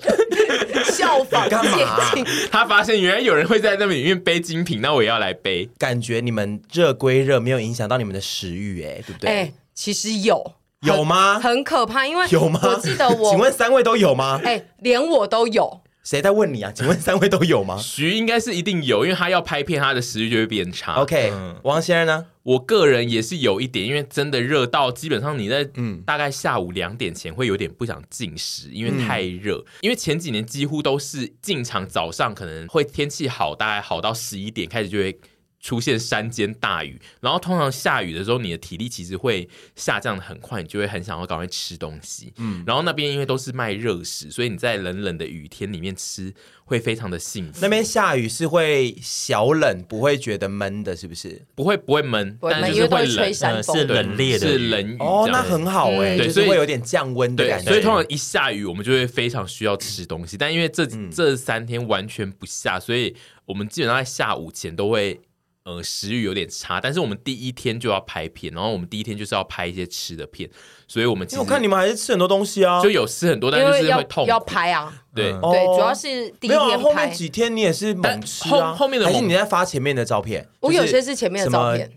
[SPEAKER 3] 效仿
[SPEAKER 1] 干嘛
[SPEAKER 3] 借
[SPEAKER 1] 啊
[SPEAKER 3] 镜，
[SPEAKER 2] 他发现原来有人会在那里面背精品，那我也要来背。
[SPEAKER 1] 感觉你们热归热，没有影响到你们的食欲，哎，对不
[SPEAKER 3] 哎、
[SPEAKER 1] 对？
[SPEAKER 3] 其实有
[SPEAKER 1] 有吗？
[SPEAKER 3] 很可怕，因为
[SPEAKER 1] (laughs) 有吗？
[SPEAKER 3] 我记得
[SPEAKER 1] (laughs) 请
[SPEAKER 3] 我
[SPEAKER 1] 问三位都有吗？
[SPEAKER 3] 哎、连我都有，
[SPEAKER 1] 谁在问你啊？ (laughs) 请问三位都有吗
[SPEAKER 2] 徐应该是一定有，因为他要拍片，他的食欲就会变差。
[SPEAKER 1] ？OK，、王
[SPEAKER 2] 嗯
[SPEAKER 1] 先生呢？
[SPEAKER 2] 我个人也是有一点，因为真的热到基本上你在
[SPEAKER 1] 嗯
[SPEAKER 2] 大概下午两点前会有点不想进食，因为太热。
[SPEAKER 1] 嗯
[SPEAKER 2] 因为前几年几乎都是进场早上可能会天气好，大概好到十一点开始就会。出现山间大雨，然后通常下雨的时候，你的体力其实会下降的很快，你就会很想要赶快吃东西。嗯，然后那边因为都是卖热食，所以你在冷冷的雨天里面吃会非常的幸福。
[SPEAKER 1] 那边下雨是会小冷，不会觉得闷的，是不是？
[SPEAKER 2] 不会不会闷，
[SPEAKER 3] 我
[SPEAKER 2] 但
[SPEAKER 3] 们
[SPEAKER 2] 是
[SPEAKER 3] 因
[SPEAKER 2] 就
[SPEAKER 3] 为都
[SPEAKER 2] 会
[SPEAKER 3] 会吹
[SPEAKER 2] 冷，
[SPEAKER 4] 呃
[SPEAKER 3] 山风，
[SPEAKER 4] 是冷冽的
[SPEAKER 2] 是
[SPEAKER 4] 雨
[SPEAKER 2] 冷雨
[SPEAKER 1] 哦，
[SPEAKER 2] 这样
[SPEAKER 1] 那很好哎、
[SPEAKER 3] 嗯
[SPEAKER 2] 对
[SPEAKER 1] 就
[SPEAKER 2] 所
[SPEAKER 1] 是
[SPEAKER 2] 以
[SPEAKER 1] 会有点降温的
[SPEAKER 2] 对，
[SPEAKER 1] 感觉。
[SPEAKER 2] 所以通常一下雨，我们就会非常需要吃东西。但因为这、
[SPEAKER 1] 嗯
[SPEAKER 2] 这三天完全不下，所以我们基本上在下午前都会，呃，食欲有点差。但是我们第一天就要拍片，然后我们第一天就是要拍一些吃的片，所以我们其
[SPEAKER 1] 因
[SPEAKER 2] 实
[SPEAKER 1] 为我看你们还是吃很多东西啊，
[SPEAKER 2] 就有吃很多，但
[SPEAKER 3] 因
[SPEAKER 2] 就
[SPEAKER 3] 为
[SPEAKER 2] 是
[SPEAKER 3] 要
[SPEAKER 2] 会痛苦
[SPEAKER 3] 要，拍啊，
[SPEAKER 2] 对。
[SPEAKER 1] 哦
[SPEAKER 3] 对，主要是第一
[SPEAKER 1] 没有、啊、
[SPEAKER 3] 天
[SPEAKER 1] 后
[SPEAKER 3] 拍，
[SPEAKER 1] 面几天你也是猛吃
[SPEAKER 2] 但
[SPEAKER 1] 啊，
[SPEAKER 2] 后后面的
[SPEAKER 1] 还是
[SPEAKER 2] 猛
[SPEAKER 1] 你在发前面的照片？
[SPEAKER 3] 我
[SPEAKER 1] 就是
[SPEAKER 3] 有些是前面的照片
[SPEAKER 1] 什，么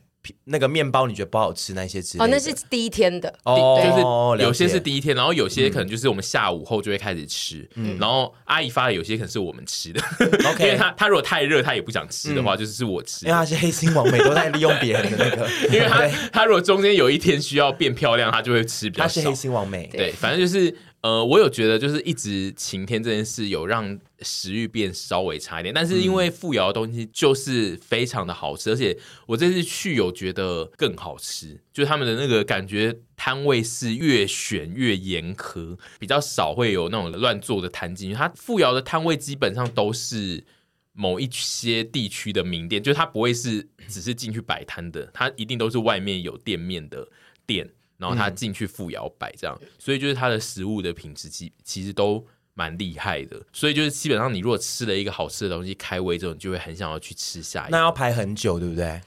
[SPEAKER 1] 那个面包你觉得不好吃那些之类的。
[SPEAKER 3] 哦，那是第一天的，
[SPEAKER 1] 哦，
[SPEAKER 2] 就是有些
[SPEAKER 1] 了解嗯
[SPEAKER 2] 是第一天，然后有些可能就是我们下午后就会开始吃，然后阿姨发的有些可能是我们吃
[SPEAKER 1] (laughs)
[SPEAKER 2] 的，因为
[SPEAKER 1] OK，嗯
[SPEAKER 2] 她她如果太热，她也不想吃的话，就是是我吃
[SPEAKER 1] 因为
[SPEAKER 2] 的。
[SPEAKER 1] 他是黑心王，美都在利用别人的那个，
[SPEAKER 2] (laughs) 因为她
[SPEAKER 1] 对
[SPEAKER 2] 她如果中间有一天需要变漂亮，她就会吃比较
[SPEAKER 1] 他是
[SPEAKER 2] 少
[SPEAKER 1] 黑。心王美。
[SPEAKER 2] 对，反正就是呃，我有觉得就是一直晴天这件事有让食欲变稍微差一点，但是因为富瑶的东西就是非常的好吃，而且我这次去有觉得更好吃，就是他们的那个感觉摊位是越选越严苛，比较少会有那种乱做的摊进去。它富瑶的摊位基本上都是。某一些地区的名店，就是它不会是只是进去摆摊的，它一定都是外面有店面的店，然后它
[SPEAKER 3] 嗯
[SPEAKER 2] 进去富摇摆这样，所以就是它的食物的品质其其实都蛮厉害的，所以就是基本上你如果吃了一个好吃的东西开胃之后，你就会很想要去吃下一
[SPEAKER 1] 那
[SPEAKER 2] 个。
[SPEAKER 1] 要排很久，对不对？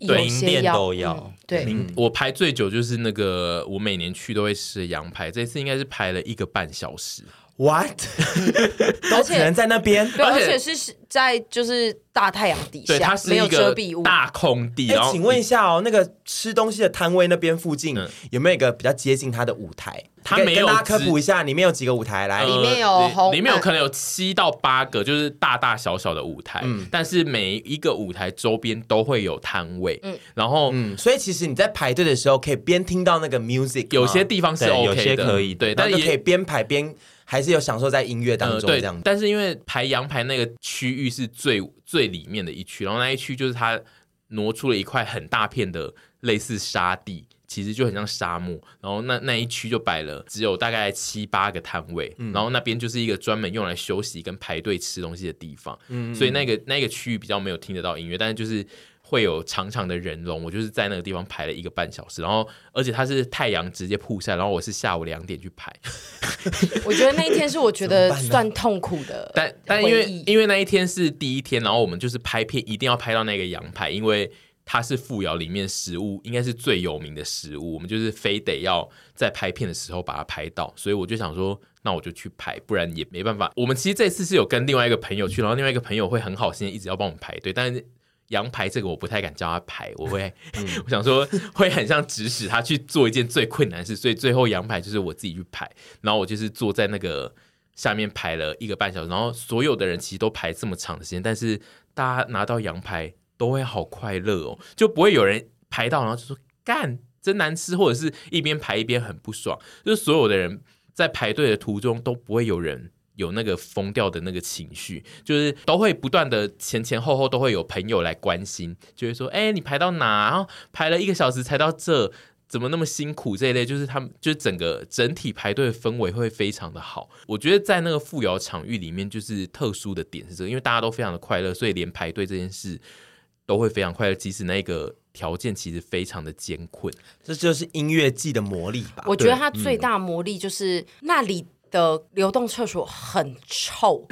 [SPEAKER 3] 有
[SPEAKER 4] 名
[SPEAKER 3] 些
[SPEAKER 4] 店
[SPEAKER 3] 要
[SPEAKER 4] 都要
[SPEAKER 3] 嗯对，
[SPEAKER 1] 嗯
[SPEAKER 2] 我排最久就是那个我每年去都会吃的羊排，这次应该是排了一个半小时，
[SPEAKER 1] (laughs) ，what 都只能在那边。
[SPEAKER 3] 对，
[SPEAKER 2] 而
[SPEAKER 3] 而
[SPEAKER 2] 且
[SPEAKER 3] 且是在就是大太阳底
[SPEAKER 2] 对，它
[SPEAKER 3] 下，
[SPEAKER 2] 是
[SPEAKER 3] 没有
[SPEAKER 2] 一
[SPEAKER 3] 遮
[SPEAKER 2] 个
[SPEAKER 3] 蔽物，
[SPEAKER 2] 大空地，
[SPEAKER 1] 哎
[SPEAKER 2] 然后，
[SPEAKER 1] 请问一下哦，那个吃东西的摊位那边附近
[SPEAKER 2] 嗯
[SPEAKER 1] 有没有一个比较接近它的舞台？
[SPEAKER 2] 它
[SPEAKER 1] 跟
[SPEAKER 2] 没有
[SPEAKER 1] 跟大家科
[SPEAKER 2] 直
[SPEAKER 1] 普一下，里面有几个舞台来？
[SPEAKER 3] 里
[SPEAKER 2] 呃
[SPEAKER 3] 面有
[SPEAKER 2] 里
[SPEAKER 3] 红
[SPEAKER 2] 里面有可能有七到八个，就是大大小小的舞台，
[SPEAKER 3] 嗯
[SPEAKER 2] 但是每一个舞台周边都会有摊位，然后
[SPEAKER 1] 嗯，所以其实你在排队的时候，可以边听到那个 music，
[SPEAKER 2] 有些
[SPEAKER 1] 吗
[SPEAKER 2] 地方是
[SPEAKER 4] 对
[SPEAKER 2] OK 的，
[SPEAKER 4] 有些可以
[SPEAKER 2] 对，
[SPEAKER 1] 然
[SPEAKER 2] 但
[SPEAKER 1] 后就
[SPEAKER 2] 也呃
[SPEAKER 1] 可以边排边还是有享受在音乐当中
[SPEAKER 2] 对
[SPEAKER 1] 这样，子。
[SPEAKER 2] 但是因为排羊排那个区域是最最里面的一区，然后那一区就是它挪出了一块很大片的类似沙地，其实就很像沙漠。然后那那一区就摆了只有大概七八个摊位，
[SPEAKER 1] 嗯
[SPEAKER 2] 然后那边就是一个专门用来休息跟排队吃东西的地方。
[SPEAKER 1] 嗯
[SPEAKER 2] 所以那个那个区域比较没有听得到音乐，但是就是。会有长长的人龙，我就是在那个地方排了一个半小时，然后而且它是太阳直接曝晒，然后我是下午两点去排，
[SPEAKER 3] 我觉得那一天是我觉得
[SPEAKER 1] 怎么办呢
[SPEAKER 3] 算痛苦的回忆，
[SPEAKER 2] 但但因为因为那一天是第一天，然后我们就是拍片一定要拍到那个羊排，因为它是富瑶里面食物应该是最有名的食物，我们就是非得要在拍片的时候把它拍到，所以我就想说，那我就去拍，不然也没办法。我们其实这次是有跟另外一个朋友去，然后另外一个朋友会很好心地一直要帮我们排队，但是。羊排这个我不太敢叫他排，我会， (laughs) 我想说会很像指使他去做一件最困难的事，所以最后羊排就是我自己去排，然后我就是坐在那个下面排了一个半小时，然后所有的人其实都排这么长的时间，但是大家拿到羊排都会好快乐哦，就不会有人排到然后就说干真难吃，或者是一边排一边很不爽，就是所有的人在排队的途中都不会有人。有那个疯掉的那个情绪，就是都会不断的前前后后都会有朋友来关心，就会说：“哎、你排到哪？然后排了一个小时才到这，怎么那么辛苦？这一类就是他们，就是整个整体排队的氛围会非常的好。我觉得在那个富瑶场域里面，就是特殊的点是这个，因为大家都非常的快乐，所以连排队这件事都会非常快乐，即使那个条件其实非常的艰困。
[SPEAKER 1] 这就是音乐季的魔力吧？
[SPEAKER 3] 我觉得它
[SPEAKER 2] 嗯
[SPEAKER 3] 最大魔力就是那里的流动厕所很臭，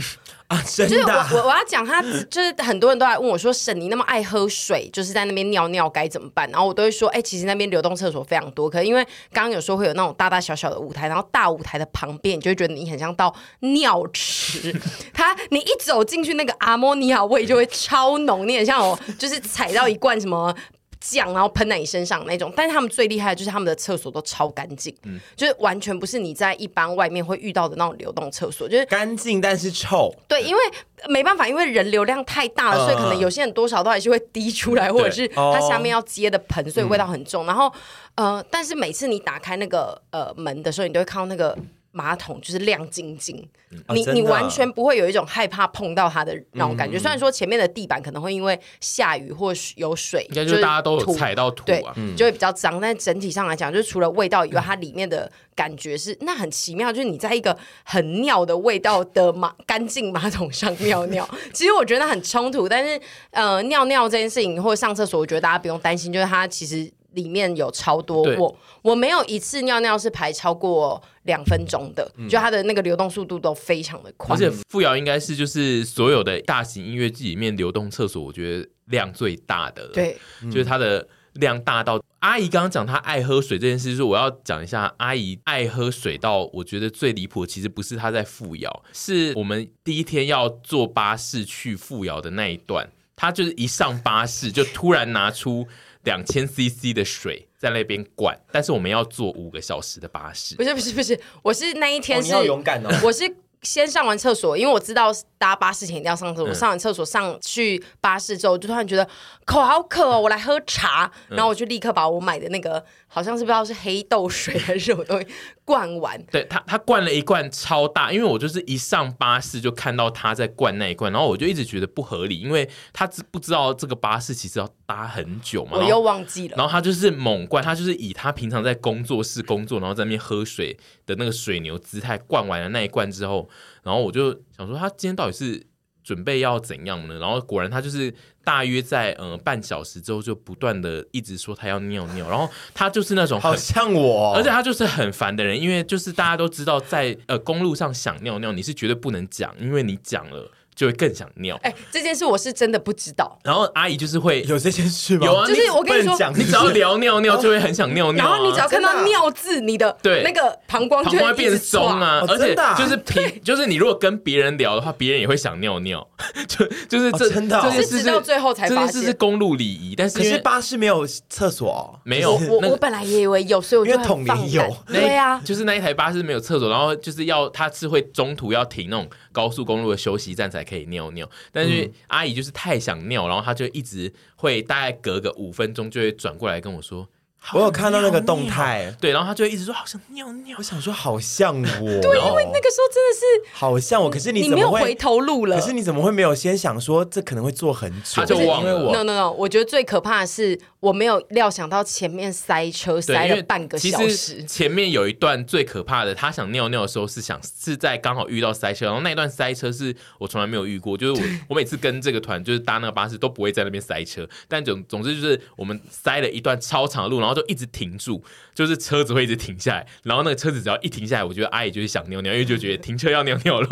[SPEAKER 1] 啊，真
[SPEAKER 3] 就是
[SPEAKER 1] 的
[SPEAKER 3] 我
[SPEAKER 1] 啊
[SPEAKER 3] 我我要讲它，就是很多人都来问我说，沈你那么爱喝水，就是在那边尿尿该怎么办？然后我都会说，哎、其实那边流动厕所非常多，可能因为刚刚有说会有那种大大小小的舞台，然后大舞台的旁边，你就会觉得你很像到尿池，它你一走进去，那个阿莫尼亚味就会超浓，你很像我就是踩到一罐什么。酱，然后喷在你身上那种。但是他们最厉害的就是他们的厕所都超干净，
[SPEAKER 1] 嗯
[SPEAKER 3] 就是完全不是你在一般外面会遇到的那种流动厕所，就是
[SPEAKER 1] 干净但是臭，
[SPEAKER 3] 对，因为没办法，因为人流量太大了，所以可能
[SPEAKER 2] 嗯
[SPEAKER 3] 有些人多少都还是会滴出来，或者是
[SPEAKER 2] 哦
[SPEAKER 3] 它下面要接的盆，所以
[SPEAKER 2] 嗯
[SPEAKER 3] 味道很重。然后呃，但是每次你打开那个呃门的时候，你都会看到那个。马桶就是亮晶晶，
[SPEAKER 2] 嗯
[SPEAKER 1] 哦
[SPEAKER 3] 你
[SPEAKER 1] 真的
[SPEAKER 3] 你
[SPEAKER 2] 啊
[SPEAKER 3] 完全不会有一种害怕碰到它的那种感
[SPEAKER 2] 嗯
[SPEAKER 3] 觉。虽然说前面的地板可能会因为下雨或是有水，
[SPEAKER 2] 应该就是大家都有
[SPEAKER 3] 土
[SPEAKER 2] 踩到土
[SPEAKER 3] 对
[SPEAKER 2] 啊，，
[SPEAKER 1] 嗯
[SPEAKER 3] 就会比较脏。但整体上来讲，就是除了味道以外，它里面的感觉是那很奇妙，就是你在一个很尿的味道的马干净马桶上尿尿。 (laughs) 其实我觉得很冲突，但是呃，尿尿这件事情或者上厕所，我觉得大家不用担心，就是它其实。里面有超多
[SPEAKER 2] 对
[SPEAKER 3] 我，我没有一次尿尿是排超过两分钟的，
[SPEAKER 1] 嗯
[SPEAKER 3] 就它的那个流动速度都非常的快
[SPEAKER 2] 而。且富瑶应该是就是所有的大型音乐剧里面流动厕所，我觉得量最大的了，
[SPEAKER 3] 对，
[SPEAKER 2] 就是它的量大到阿姨刚刚讲她爱喝水这件事，就是我要讲一下阿姨爱喝水到我觉得最离谱，的，其实不是她在富瑶，是我们第一天要坐巴士去富瑶的那一段，她就是一上巴士就突然拿出两千 CC 的水在那边灌，但是我们要坐五个小时的巴士
[SPEAKER 3] 不。是不是不是，我是那一
[SPEAKER 1] 哦
[SPEAKER 3] 天
[SPEAKER 1] 你
[SPEAKER 3] 是、
[SPEAKER 1] 要勇
[SPEAKER 3] (laughs)
[SPEAKER 1] 敢哦。
[SPEAKER 3] 我是先上完厕所，因为我知道搭巴士前一定要上
[SPEAKER 2] 嗯
[SPEAKER 3] 厕所。上完厕所上去巴士之后，我就突然觉得口好渴哦，我来喝茶。
[SPEAKER 2] 嗯
[SPEAKER 3] 然后我就立刻把我买的那个好像是不知道是黑豆水还是什么东西灌
[SPEAKER 2] (laughs)
[SPEAKER 3] 完。
[SPEAKER 2] 对他，他灌了一罐超大，因为我就是一上巴士就看到他在灌那一罐，然后我就一直觉得不合理，因为他知不知道这个巴士其实要搭很久嘛，
[SPEAKER 3] 我
[SPEAKER 2] 然
[SPEAKER 3] 又
[SPEAKER 2] 后
[SPEAKER 3] 忘记了，
[SPEAKER 2] 然后他就是猛灌，他就是以他平常在工作室工作，然后在那边喝水的那个水牛姿态灌完了那一罐之后，然后我就想说他今天到底是准备要怎样呢？然后果然他就是大约在嗯、呃半小时之后就不断的一直说他要尿尿，然后他就是那种很
[SPEAKER 1] 好像我哦，
[SPEAKER 2] 而且他就是很烦的人，因为就是大家都知道在，呃公路上想尿尿，你是绝对不能讲，因为你讲了就会更想尿。
[SPEAKER 3] 哎、这件事我是真的不知道。
[SPEAKER 2] 然后阿姨就是会，
[SPEAKER 1] 有这件事吗？
[SPEAKER 2] 有啊
[SPEAKER 3] 就是我跟你说
[SPEAKER 2] 你只要聊尿尿就会很想尿尿、
[SPEAKER 3] 然
[SPEAKER 2] 啊，
[SPEAKER 3] 后你只要看
[SPEAKER 1] 真的
[SPEAKER 3] 到
[SPEAKER 1] 啊
[SPEAKER 3] 尿渍，你的
[SPEAKER 2] 对
[SPEAKER 3] 那个膀胱就
[SPEAKER 2] 膀胱会
[SPEAKER 3] 会
[SPEAKER 2] 变松啊
[SPEAKER 1] 哦，
[SPEAKER 2] 而且
[SPEAKER 1] 真的啊
[SPEAKER 2] 就是平，就是你如果跟别人聊的话，别人也会想尿尿，就就是这
[SPEAKER 1] 哦真的哦
[SPEAKER 2] 这件
[SPEAKER 3] 是
[SPEAKER 2] 事
[SPEAKER 3] 直到最后才
[SPEAKER 2] 这
[SPEAKER 3] 发
[SPEAKER 2] 件事
[SPEAKER 3] 现
[SPEAKER 2] 是公路礼仪，但是
[SPEAKER 1] 可
[SPEAKER 2] 因
[SPEAKER 1] 是
[SPEAKER 2] 为
[SPEAKER 1] 巴士没有厕所哦，
[SPEAKER 2] 没
[SPEAKER 3] 一直
[SPEAKER 2] 有
[SPEAKER 3] 抓。我
[SPEAKER 2] 那
[SPEAKER 3] 我
[SPEAKER 2] 个
[SPEAKER 3] 我本来也以为有，所以我就
[SPEAKER 1] 因为
[SPEAKER 3] 很
[SPEAKER 1] 统
[SPEAKER 3] 放
[SPEAKER 1] 联
[SPEAKER 3] 胆
[SPEAKER 1] 有
[SPEAKER 2] (laughs) 那
[SPEAKER 3] 对啊，
[SPEAKER 2] 就是那一台巴士没有厕所，然后就是要它是会中途要停那种高速公路的休息站才可以尿尿，但
[SPEAKER 3] 嗯
[SPEAKER 2] 是阿姨就是太想尿，然后她就一直会大概隔个五分钟就会转过来跟我说，好
[SPEAKER 1] 我有看到那个
[SPEAKER 2] 想尿
[SPEAKER 1] 动，态，
[SPEAKER 2] 对，然后她就会一直说好想尿尿
[SPEAKER 1] 我，想说好像我，对，因为
[SPEAKER 3] 那个时候真的是
[SPEAKER 1] 好像我，可是你怎
[SPEAKER 3] 没
[SPEAKER 1] 么
[SPEAKER 3] 有回
[SPEAKER 1] 会？
[SPEAKER 3] 头路了，
[SPEAKER 1] 可是你怎么会没有先想说这可能会做很久？
[SPEAKER 2] 他就忘了
[SPEAKER 1] 因为我
[SPEAKER 3] No No No，我觉得最可怕的是我没有料想到前面塞车
[SPEAKER 2] 对，
[SPEAKER 3] 塞
[SPEAKER 2] 因
[SPEAKER 3] 了
[SPEAKER 2] 为
[SPEAKER 3] 半个小
[SPEAKER 2] 其实
[SPEAKER 3] 时。
[SPEAKER 2] 前面有一段最可怕的，她想尿尿的时候是想是在刚好遇到塞车，然后那一段塞车是我从来没有遇过，
[SPEAKER 3] (laughs)
[SPEAKER 2] 就是我我每次跟这个团就是搭那个巴士都不会在那边塞车，但总总之就是我们塞了一段超长的路，然后后就一直停住，就是车子会一直停下来，然后那个车子只要一停下来，我觉得阿姨就是想尿尿，因为就觉得停车要尿尿了，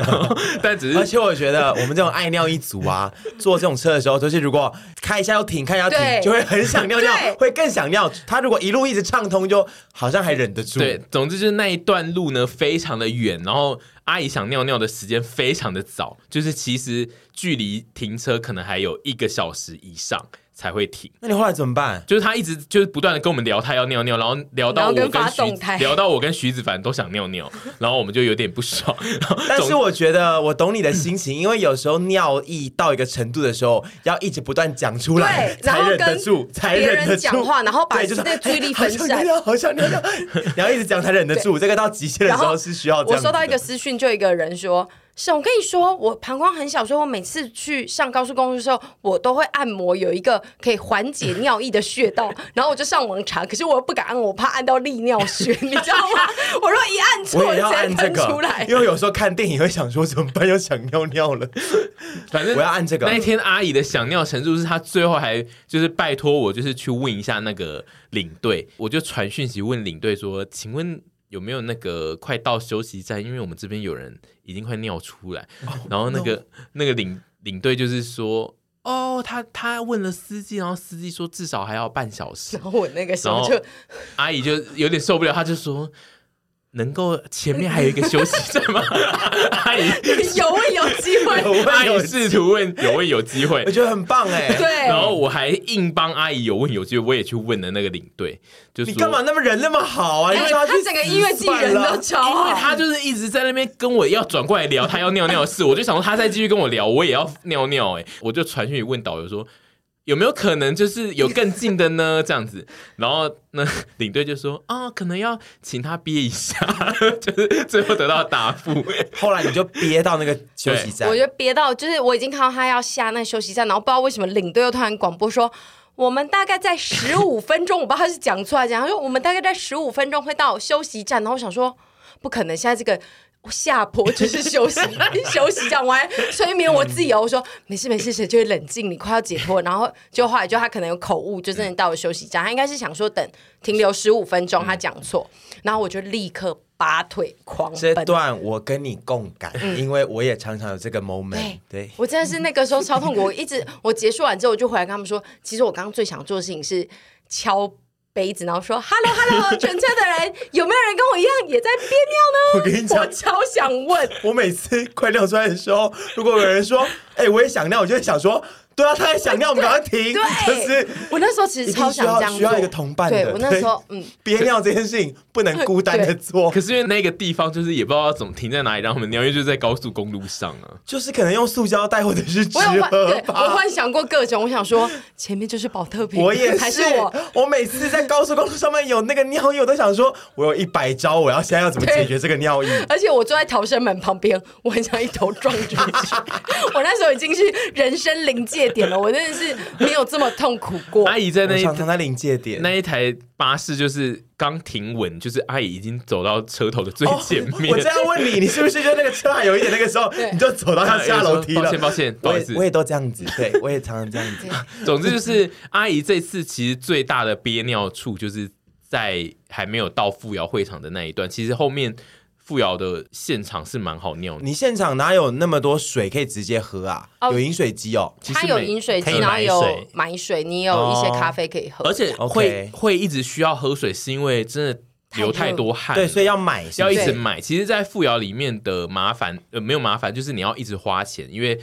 [SPEAKER 2] (laughs) 但只
[SPEAKER 1] 而
[SPEAKER 2] 是。
[SPEAKER 1] 且我觉得我们这种爱尿一族
[SPEAKER 3] (laughs)
[SPEAKER 1] 啊，坐这种车的时候，就是如果开一下又停，开一下又
[SPEAKER 3] 对
[SPEAKER 1] 停，就会很想尿尿
[SPEAKER 3] 对，
[SPEAKER 1] 会更想尿。他如果一路一直畅通，就好像还忍得住。
[SPEAKER 2] 对，总之就是那一段路呢，非常的远，然后阿姨想尿尿的时间非常的早，就是其实距离停车可能还有一个小时以上才会停。
[SPEAKER 1] 那你后来怎么办？
[SPEAKER 2] 就是他一直就是不断的跟我们聊他要尿尿，然后聊到
[SPEAKER 3] 然
[SPEAKER 2] 我
[SPEAKER 3] 后跟
[SPEAKER 2] 跟
[SPEAKER 3] 发
[SPEAKER 2] 徐
[SPEAKER 3] 动态
[SPEAKER 2] 聊到我跟徐子凡都想尿尿，然后我们就有点不爽。然后
[SPEAKER 1] 但是
[SPEAKER 2] 总
[SPEAKER 1] 我觉得我懂你的心
[SPEAKER 3] (clears throat)
[SPEAKER 1] 情，因为有时候尿意到一个程度的时候，要一直不断讲出来
[SPEAKER 3] 对，然
[SPEAKER 1] 才
[SPEAKER 3] 后
[SPEAKER 1] 忍得
[SPEAKER 3] 跟
[SPEAKER 1] 注，才
[SPEAKER 3] 别
[SPEAKER 1] 忍得
[SPEAKER 3] 人
[SPEAKER 1] 住。
[SPEAKER 3] 讲话，然后把
[SPEAKER 1] 对，
[SPEAKER 3] 那
[SPEAKER 1] 就是哎
[SPEAKER 3] 个注意力分
[SPEAKER 1] 好想
[SPEAKER 3] 散
[SPEAKER 1] 尿。尿，好想
[SPEAKER 3] (laughs)
[SPEAKER 1] 尿尿，你要一直讲才忍得住。这个到极限的时
[SPEAKER 3] 然
[SPEAKER 1] 候
[SPEAKER 3] 后
[SPEAKER 1] 是需要这
[SPEAKER 3] 我
[SPEAKER 1] 样子的。
[SPEAKER 3] 收到一个私讯，就有一个人说：“是我跟你说，我膀胱很小，所以我每次去上高速公路的时候，我都会按摩有一个可以缓
[SPEAKER 1] (laughs)
[SPEAKER 3] 解尿意的穴道。然后我就上网查，可是我又不敢按，我怕按到利尿穴，你知道吗？
[SPEAKER 1] (laughs)
[SPEAKER 3] 我若一按错，
[SPEAKER 1] 我也要
[SPEAKER 3] 直接
[SPEAKER 1] 按这
[SPEAKER 3] 喷出
[SPEAKER 1] 个
[SPEAKER 3] 来，。
[SPEAKER 1] 因为有时候看电影会想说怎么办，又想尿尿
[SPEAKER 3] (laughs)
[SPEAKER 1] 了。
[SPEAKER 2] 反正
[SPEAKER 1] 我要按这个
[SPEAKER 2] 那一天阿姨的想尿程度是她最后还就是拜托我，就是去问一下那个领队，我就传讯息问领队说，请问。有没有那个快到休息站？因为我们这边有人已经快尿出
[SPEAKER 1] (laughs)
[SPEAKER 2] 来
[SPEAKER 1] 哦
[SPEAKER 2] 然后那个、那个领领队就是说，哦，他他问了司机，然后司机说至少还要半小时
[SPEAKER 1] (laughs)
[SPEAKER 3] 然。后我那个时
[SPEAKER 2] 然
[SPEAKER 3] 候
[SPEAKER 2] 后
[SPEAKER 3] 就 (laughs)
[SPEAKER 2] 阿姨就有点受不了，她就说：“能够前面还有一个休息站吗？” (laughs) 阿
[SPEAKER 1] (laughs)
[SPEAKER 2] 姨，
[SPEAKER 3] 有问有机
[SPEAKER 1] 有
[SPEAKER 3] 会，
[SPEAKER 2] 阿
[SPEAKER 1] 问有
[SPEAKER 2] 姨试图问有问有
[SPEAKER 1] (laughs)
[SPEAKER 2] 机会
[SPEAKER 1] 我，觉得很棒哎、
[SPEAKER 3] 哎对，
[SPEAKER 2] 然后我还硬帮阿姨有问有机会，我也去问了那个领队，就说
[SPEAKER 1] 你干嘛？那么人那么好啊？你
[SPEAKER 3] 哎
[SPEAKER 1] 叫去
[SPEAKER 3] 他整个音乐
[SPEAKER 1] 死
[SPEAKER 3] 季人
[SPEAKER 1] 算了
[SPEAKER 3] 都超
[SPEAKER 2] 因为
[SPEAKER 3] 好，
[SPEAKER 2] 他就是一直在那边跟我要转过来聊他要尿尿的事，我就想说他再继续跟我聊，我也要尿尿哎、我就传讯息问导游说有没有可能就是有更近的呢？这样子，然后那 (laughs) 领队就说啊、可能要请他憋一下， (laughs) 就是最后得到答复。 (laughs)
[SPEAKER 1] 后来你就憋到那个休息站
[SPEAKER 3] 我，就憋到，就是我已经看到他要下那个休息站，然后不知道为什么领队又突然广播说。我们大概在十五分钟，我不知道他是讲错还是讲，他说我们大概在十五分钟会到休息站，然后我想说不可能，现在这个下坡就是休息休息站，我还催眠我自己哦，我说没事没事，谁就会冷静，你快要解脱，然后就后来就他可能有口误，就真的到了休息站，他应该是想说等停留十五分钟，他讲错，然后我就立刻拔腿狂
[SPEAKER 1] 这
[SPEAKER 3] 奔，
[SPEAKER 1] 段我跟你共感，因为我也常常有这个 moment
[SPEAKER 3] 嗯对。
[SPEAKER 1] 对，
[SPEAKER 3] 我真的是那个时候超痛苦，我
[SPEAKER 1] (laughs)
[SPEAKER 3] 一直我结束完之后我就回来跟他们说，其实我刚刚最想做的事情是敲杯子，然后说 “hello hello”，全车的人有没有人跟我一样也在憋
[SPEAKER 1] 我跟你
[SPEAKER 3] 尿呢？我
[SPEAKER 1] 讲，
[SPEAKER 3] 超想问，
[SPEAKER 1] (laughs) 我每次快尿出来的时候，如果有人说：“ (laughs) 哎，我也想尿”，我就会想说：“对啊，他也想尿，我们赶快停。”
[SPEAKER 3] (laughs) 对
[SPEAKER 1] 就是
[SPEAKER 3] 我那时候其实超想这样做，
[SPEAKER 1] 一定需要需要一个同伴的
[SPEAKER 3] 对我那时
[SPEAKER 1] (laughs)
[SPEAKER 3] 候，嗯，
[SPEAKER 1] 憋尿这件事情不能孤单的做
[SPEAKER 2] 可，是因为那个地方就是也不知道怎么停在哪里，然后我们尿，因为就是在高速公路上啊。
[SPEAKER 1] 就是可能用塑胶袋或者是纸
[SPEAKER 3] 我有幻，
[SPEAKER 1] 盒
[SPEAKER 3] 对
[SPEAKER 1] 吧。
[SPEAKER 3] 我幻想过各种，我想说前面就是保特瓶，
[SPEAKER 1] 我也
[SPEAKER 3] 还
[SPEAKER 1] 是
[SPEAKER 3] 是我。，
[SPEAKER 1] 我每次在高速公路上面有那个尿意，我都想说，我有一百招，我要现在要怎么解决这个尿意？
[SPEAKER 3] 而且我坐在逃生门旁边，我很想一头撞出去。 (laughs) 我那时候已经是人生临界点了，我真的是没有这么痛苦过。
[SPEAKER 2] 阿姨在那
[SPEAKER 1] 我
[SPEAKER 2] 一
[SPEAKER 1] 常常在临界点，
[SPEAKER 2] 那一台巴士就是刚停稳，就是阿姨已经走到车头的最 (laughs)
[SPEAKER 1] 哦
[SPEAKER 2] 前面。
[SPEAKER 1] 我这样问你，你是不是就那个车还有一点那个
[SPEAKER 3] (laughs)
[SPEAKER 1] 时候，你就走到要下楼梯了？
[SPEAKER 2] 抱歉抱歉，不
[SPEAKER 1] 我
[SPEAKER 2] 好意
[SPEAKER 1] 也
[SPEAKER 2] 思
[SPEAKER 1] 我。也都这样子，对我也常常这样子。
[SPEAKER 2] 总之就是阿姨这次其实最大的憋尿处就是在还没有到富瑶会场的那一段，其实后面富瑶的现场是蛮好尿的。
[SPEAKER 1] 你现场哪有那么多水可以直接喝啊？
[SPEAKER 3] 哦
[SPEAKER 1] 有饮水机哦。
[SPEAKER 2] 其
[SPEAKER 3] 它
[SPEAKER 2] 实
[SPEAKER 3] 有
[SPEAKER 2] 每
[SPEAKER 3] 饮水机，
[SPEAKER 4] 可以
[SPEAKER 3] 然后
[SPEAKER 4] 买
[SPEAKER 3] 有
[SPEAKER 4] 水
[SPEAKER 3] 买水，你有一些
[SPEAKER 1] 哦
[SPEAKER 3] 咖啡可以喝，
[SPEAKER 2] 而且
[SPEAKER 1] OK
[SPEAKER 2] 会会一直需要喝水，是因为真的流太多汗了，
[SPEAKER 1] 对，所以要买，是
[SPEAKER 2] 要
[SPEAKER 1] 不
[SPEAKER 2] 一
[SPEAKER 1] 是
[SPEAKER 2] 直买。其实，在富瑶里面的麻烦，呃，没有麻烦，就是你要一直花钱，因为，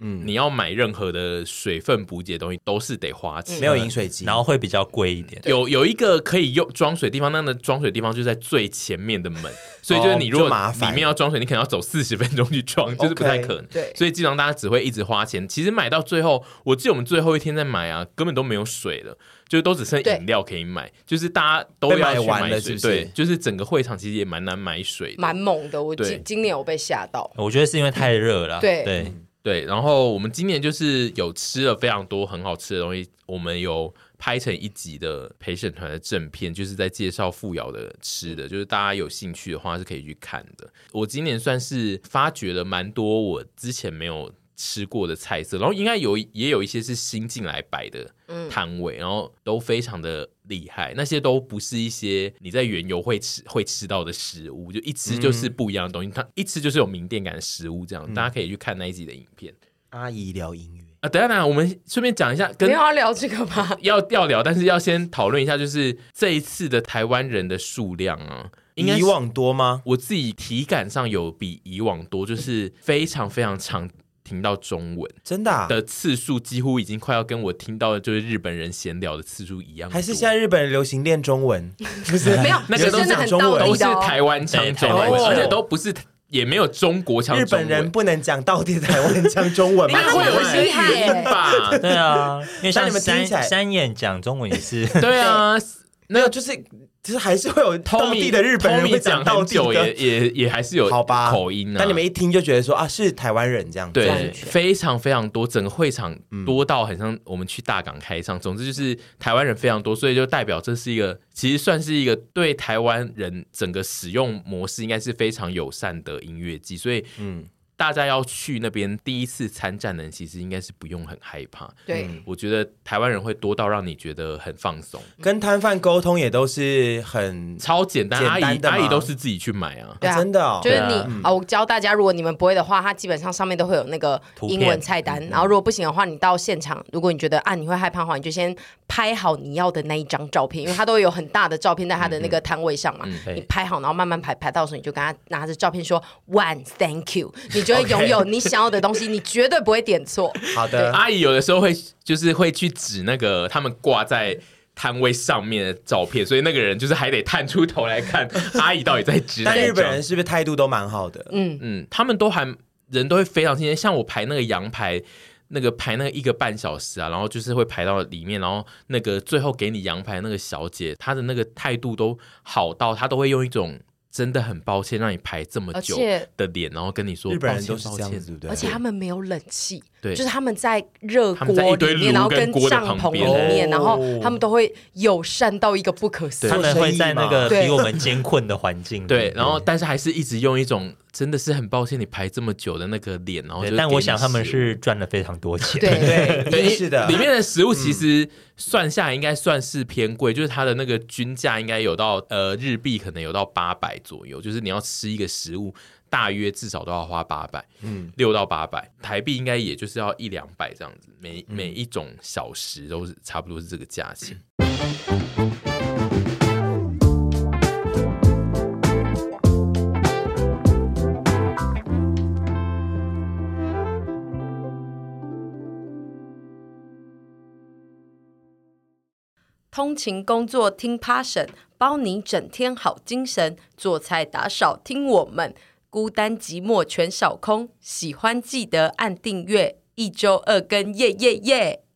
[SPEAKER 2] 嗯，你要买任何的水分补给的东西都是得花钱。
[SPEAKER 1] 没有饮水机，
[SPEAKER 4] 然后会比较贵一点。
[SPEAKER 2] 有有一个可以用装水的地方，那个装水的地方就在最前
[SPEAKER 1] (laughs)
[SPEAKER 2] 面的门，所以就是你如果
[SPEAKER 1] 哦就麻
[SPEAKER 2] 里
[SPEAKER 1] 烦
[SPEAKER 2] 面要装水，你可能要走四十分钟去装，就是不太可能。
[SPEAKER 3] 对
[SPEAKER 2] 所以基本上大家只会一直花钱。其实买到最后，我记得我们最后一天在买啊，根本都没有水了，就是都只剩饮料可以买，就是大家都
[SPEAKER 1] 被
[SPEAKER 2] 要
[SPEAKER 1] 买
[SPEAKER 2] 去
[SPEAKER 1] 完
[SPEAKER 2] 买
[SPEAKER 1] 了
[SPEAKER 2] 水
[SPEAKER 1] 是不是
[SPEAKER 2] 对，就是整个会场其实也蛮难买水的。
[SPEAKER 3] 蛮猛的。我
[SPEAKER 2] 对
[SPEAKER 3] 今今年我被吓到，
[SPEAKER 4] 我觉得是因为太热了啦。
[SPEAKER 3] 对
[SPEAKER 4] 对，
[SPEAKER 2] 对，然后我们今年就是有吃了非常多很好吃的东西，我们有拍成一集的陪审团的正片，就是在介绍富瑶的吃的，就是大家有兴趣的话是可以去看的。我今年算是发掘了蛮多我之前没有吃过的菜色，然后应该有也有一些是新进来摆的
[SPEAKER 3] 嗯
[SPEAKER 2] 摊位，然后都非常的厉害，那些都不是一些你在原游会吃会吃到的食物，就一吃
[SPEAKER 3] 嗯
[SPEAKER 2] 就是不一样的东西，它一吃就是有名店感的食物这样，大家可以去看那一集的影片
[SPEAKER 1] 阿姨聊音乐，
[SPEAKER 2] 啊。等一下，等一下，我们顺便讲一下跟嗯
[SPEAKER 3] 没有要聊这个吧？
[SPEAKER 2] 要要聊，但是要先讨论一下，就是这一次的台湾人的数量啊，应该是
[SPEAKER 1] 以往多吗？
[SPEAKER 2] 我自己体感上有比以往多，就是非常非常常听到中文
[SPEAKER 1] 真的、啊？
[SPEAKER 2] 的次数，几乎已经快要跟我听到的就是日本人闲聊的次数一样多，
[SPEAKER 1] 还是现在日本人流行练中
[SPEAKER 3] (laughs)
[SPEAKER 1] 文？不
[SPEAKER 2] (laughs)
[SPEAKER 1] 是，
[SPEAKER 3] 没有，
[SPEAKER 2] 那个
[SPEAKER 3] 是
[SPEAKER 2] 都
[SPEAKER 3] 真的
[SPEAKER 1] 讲
[SPEAKER 3] 很
[SPEAKER 1] 中
[SPEAKER 3] 道
[SPEAKER 1] 文
[SPEAKER 2] 都
[SPEAKER 3] 理
[SPEAKER 2] 是
[SPEAKER 3] 的、哦。
[SPEAKER 2] 台湾腔
[SPEAKER 4] 对
[SPEAKER 2] 中
[SPEAKER 1] 台
[SPEAKER 2] 文，
[SPEAKER 1] 湾
[SPEAKER 2] 而且
[SPEAKER 1] 腔
[SPEAKER 2] 都不是也没有中国腔
[SPEAKER 1] 哦日
[SPEAKER 2] 中文，
[SPEAKER 1] 本人不能讲道地的台湾腔中文吗？
[SPEAKER 3] 那
[SPEAKER 2] 会有一些
[SPEAKER 3] 厉害耶
[SPEAKER 2] 原因吧？
[SPEAKER 4] 对啊，因为
[SPEAKER 1] 但
[SPEAKER 4] 像
[SPEAKER 1] 你们听
[SPEAKER 4] 山
[SPEAKER 1] 起来
[SPEAKER 4] 山眼讲中文也是
[SPEAKER 2] 对啊。
[SPEAKER 1] (laughs) 没有，就是就是还是会有道
[SPEAKER 2] Tommy
[SPEAKER 1] 地的日本人
[SPEAKER 2] Tommy
[SPEAKER 1] 会
[SPEAKER 2] 讲
[SPEAKER 1] 道
[SPEAKER 2] 很
[SPEAKER 1] 地
[SPEAKER 2] 久也
[SPEAKER 1] 的，
[SPEAKER 2] 也也还是有
[SPEAKER 1] 好吧？
[SPEAKER 2] 口音啊。
[SPEAKER 1] 但你们一听就觉得说啊，是台湾人这样子。
[SPEAKER 2] 对
[SPEAKER 3] 完，全
[SPEAKER 2] 非常非常多，整个会场
[SPEAKER 1] 嗯
[SPEAKER 2] 多到很像我们去大港开唱。总之就是台湾人非常多，所以就代表这是一个其实算是一个对台湾人整个使用模式应该是非常友善的音乐季。所以
[SPEAKER 1] 嗯，
[SPEAKER 2] 大家要去那边第一次参战的人，其实应该是不用很害怕。
[SPEAKER 3] 对，
[SPEAKER 2] 我觉得台湾人会多到让你觉得很放松，
[SPEAKER 1] 跟摊贩沟通也都是很、
[SPEAKER 2] 超简单。
[SPEAKER 1] 简
[SPEAKER 2] 阿
[SPEAKER 1] 单
[SPEAKER 2] 姨
[SPEAKER 1] 的吗
[SPEAKER 2] 阿姨都是自己去买啊。
[SPEAKER 3] 对啊
[SPEAKER 1] 啊真的、哦
[SPEAKER 3] 就。是你
[SPEAKER 4] 对啊
[SPEAKER 3] 啊、我教大家，如果你们不会的话，它基本上上面都会有那个
[SPEAKER 4] 图
[SPEAKER 3] 英
[SPEAKER 4] 片
[SPEAKER 3] 文菜
[SPEAKER 2] 嗯
[SPEAKER 3] 单。然后如果不行的话，你到现场，如果你觉得啊你会害怕的话，你就先拍好你要的那一张照
[SPEAKER 2] (laughs)
[SPEAKER 3] 片，因为它都会有很大的照片在它的那个摊位上嘛。
[SPEAKER 2] 嗯
[SPEAKER 3] 你拍好，然后慢慢排，排到的时候你就跟他拿着照片说 one
[SPEAKER 2] (laughs)
[SPEAKER 3] thank you，你就会拥有你想要的东西，你绝对不会点错。
[SPEAKER 1] 好的，
[SPEAKER 2] 阿姨有的时候会就是会去指那个他们挂在摊位上面的照片，所以那个人就是还得探出头
[SPEAKER 1] (laughs)
[SPEAKER 2] 来看阿姨到底在指哪
[SPEAKER 1] 但
[SPEAKER 2] 一
[SPEAKER 1] 日本
[SPEAKER 2] 张
[SPEAKER 1] 人是不是态度都蛮好的？
[SPEAKER 3] 嗯，
[SPEAKER 2] (laughs) 嗯，他们都还人都会非常亲切，像我排那个羊排。那个排那个一个半小时啊，然后就是会排到里面，然后那个最后给你羊排那个小姐，她的那个态度都好到她都会用一种真的很抱歉让你排这么
[SPEAKER 3] 而
[SPEAKER 2] 久
[SPEAKER 3] 且
[SPEAKER 2] 的脸，然后跟你说
[SPEAKER 1] 日本
[SPEAKER 2] 抱
[SPEAKER 1] 人
[SPEAKER 2] 歉
[SPEAKER 1] 都是
[SPEAKER 2] 抱
[SPEAKER 1] 这样
[SPEAKER 2] 歉
[SPEAKER 1] 子，对不对？
[SPEAKER 3] 而且他们没有冷气，
[SPEAKER 2] 对
[SPEAKER 3] 就是他们在热
[SPEAKER 2] 他们在一
[SPEAKER 3] 锅
[SPEAKER 2] 堆
[SPEAKER 3] 里面，
[SPEAKER 2] 炉
[SPEAKER 3] 然后
[SPEAKER 2] 跟锅的
[SPEAKER 3] 帐
[SPEAKER 2] 旁
[SPEAKER 3] 篷里
[SPEAKER 2] 边
[SPEAKER 3] 面，
[SPEAKER 1] 哦
[SPEAKER 3] 然后他们都会友善到一个不可思
[SPEAKER 2] 对
[SPEAKER 3] 议
[SPEAKER 4] 他。们会在那个
[SPEAKER 3] 对
[SPEAKER 4] 比我们艰困的环境里。
[SPEAKER 2] 对，然后但是还是一直用一种真的是很抱歉你排这么久的那个脸，然后
[SPEAKER 4] 对
[SPEAKER 2] 就
[SPEAKER 4] 但
[SPEAKER 2] 给
[SPEAKER 4] 我
[SPEAKER 2] 你
[SPEAKER 4] 想他们
[SPEAKER 2] 食物
[SPEAKER 4] 是赚了非常多钱。
[SPEAKER 3] 对
[SPEAKER 1] 对，
[SPEAKER 2] 对
[SPEAKER 1] 一定是的
[SPEAKER 2] 里。面的食物其实算下来应该算是偏贵，就是它的那个均价应该有到呃日币可能有到八百左右，就是你要吃一个食物。大约至少都要花八百，嗯
[SPEAKER 1] 嗯，
[SPEAKER 2] 六到八百台币，应该也就是要一两百这样子。每每一种小食都是差不多是这个价钱。
[SPEAKER 3] 通勤工作听 Passion，包你整天好精神；做菜打扫听我们，孤单寂寞全扫空。喜欢记得按订阅，一周二更，耶耶耶！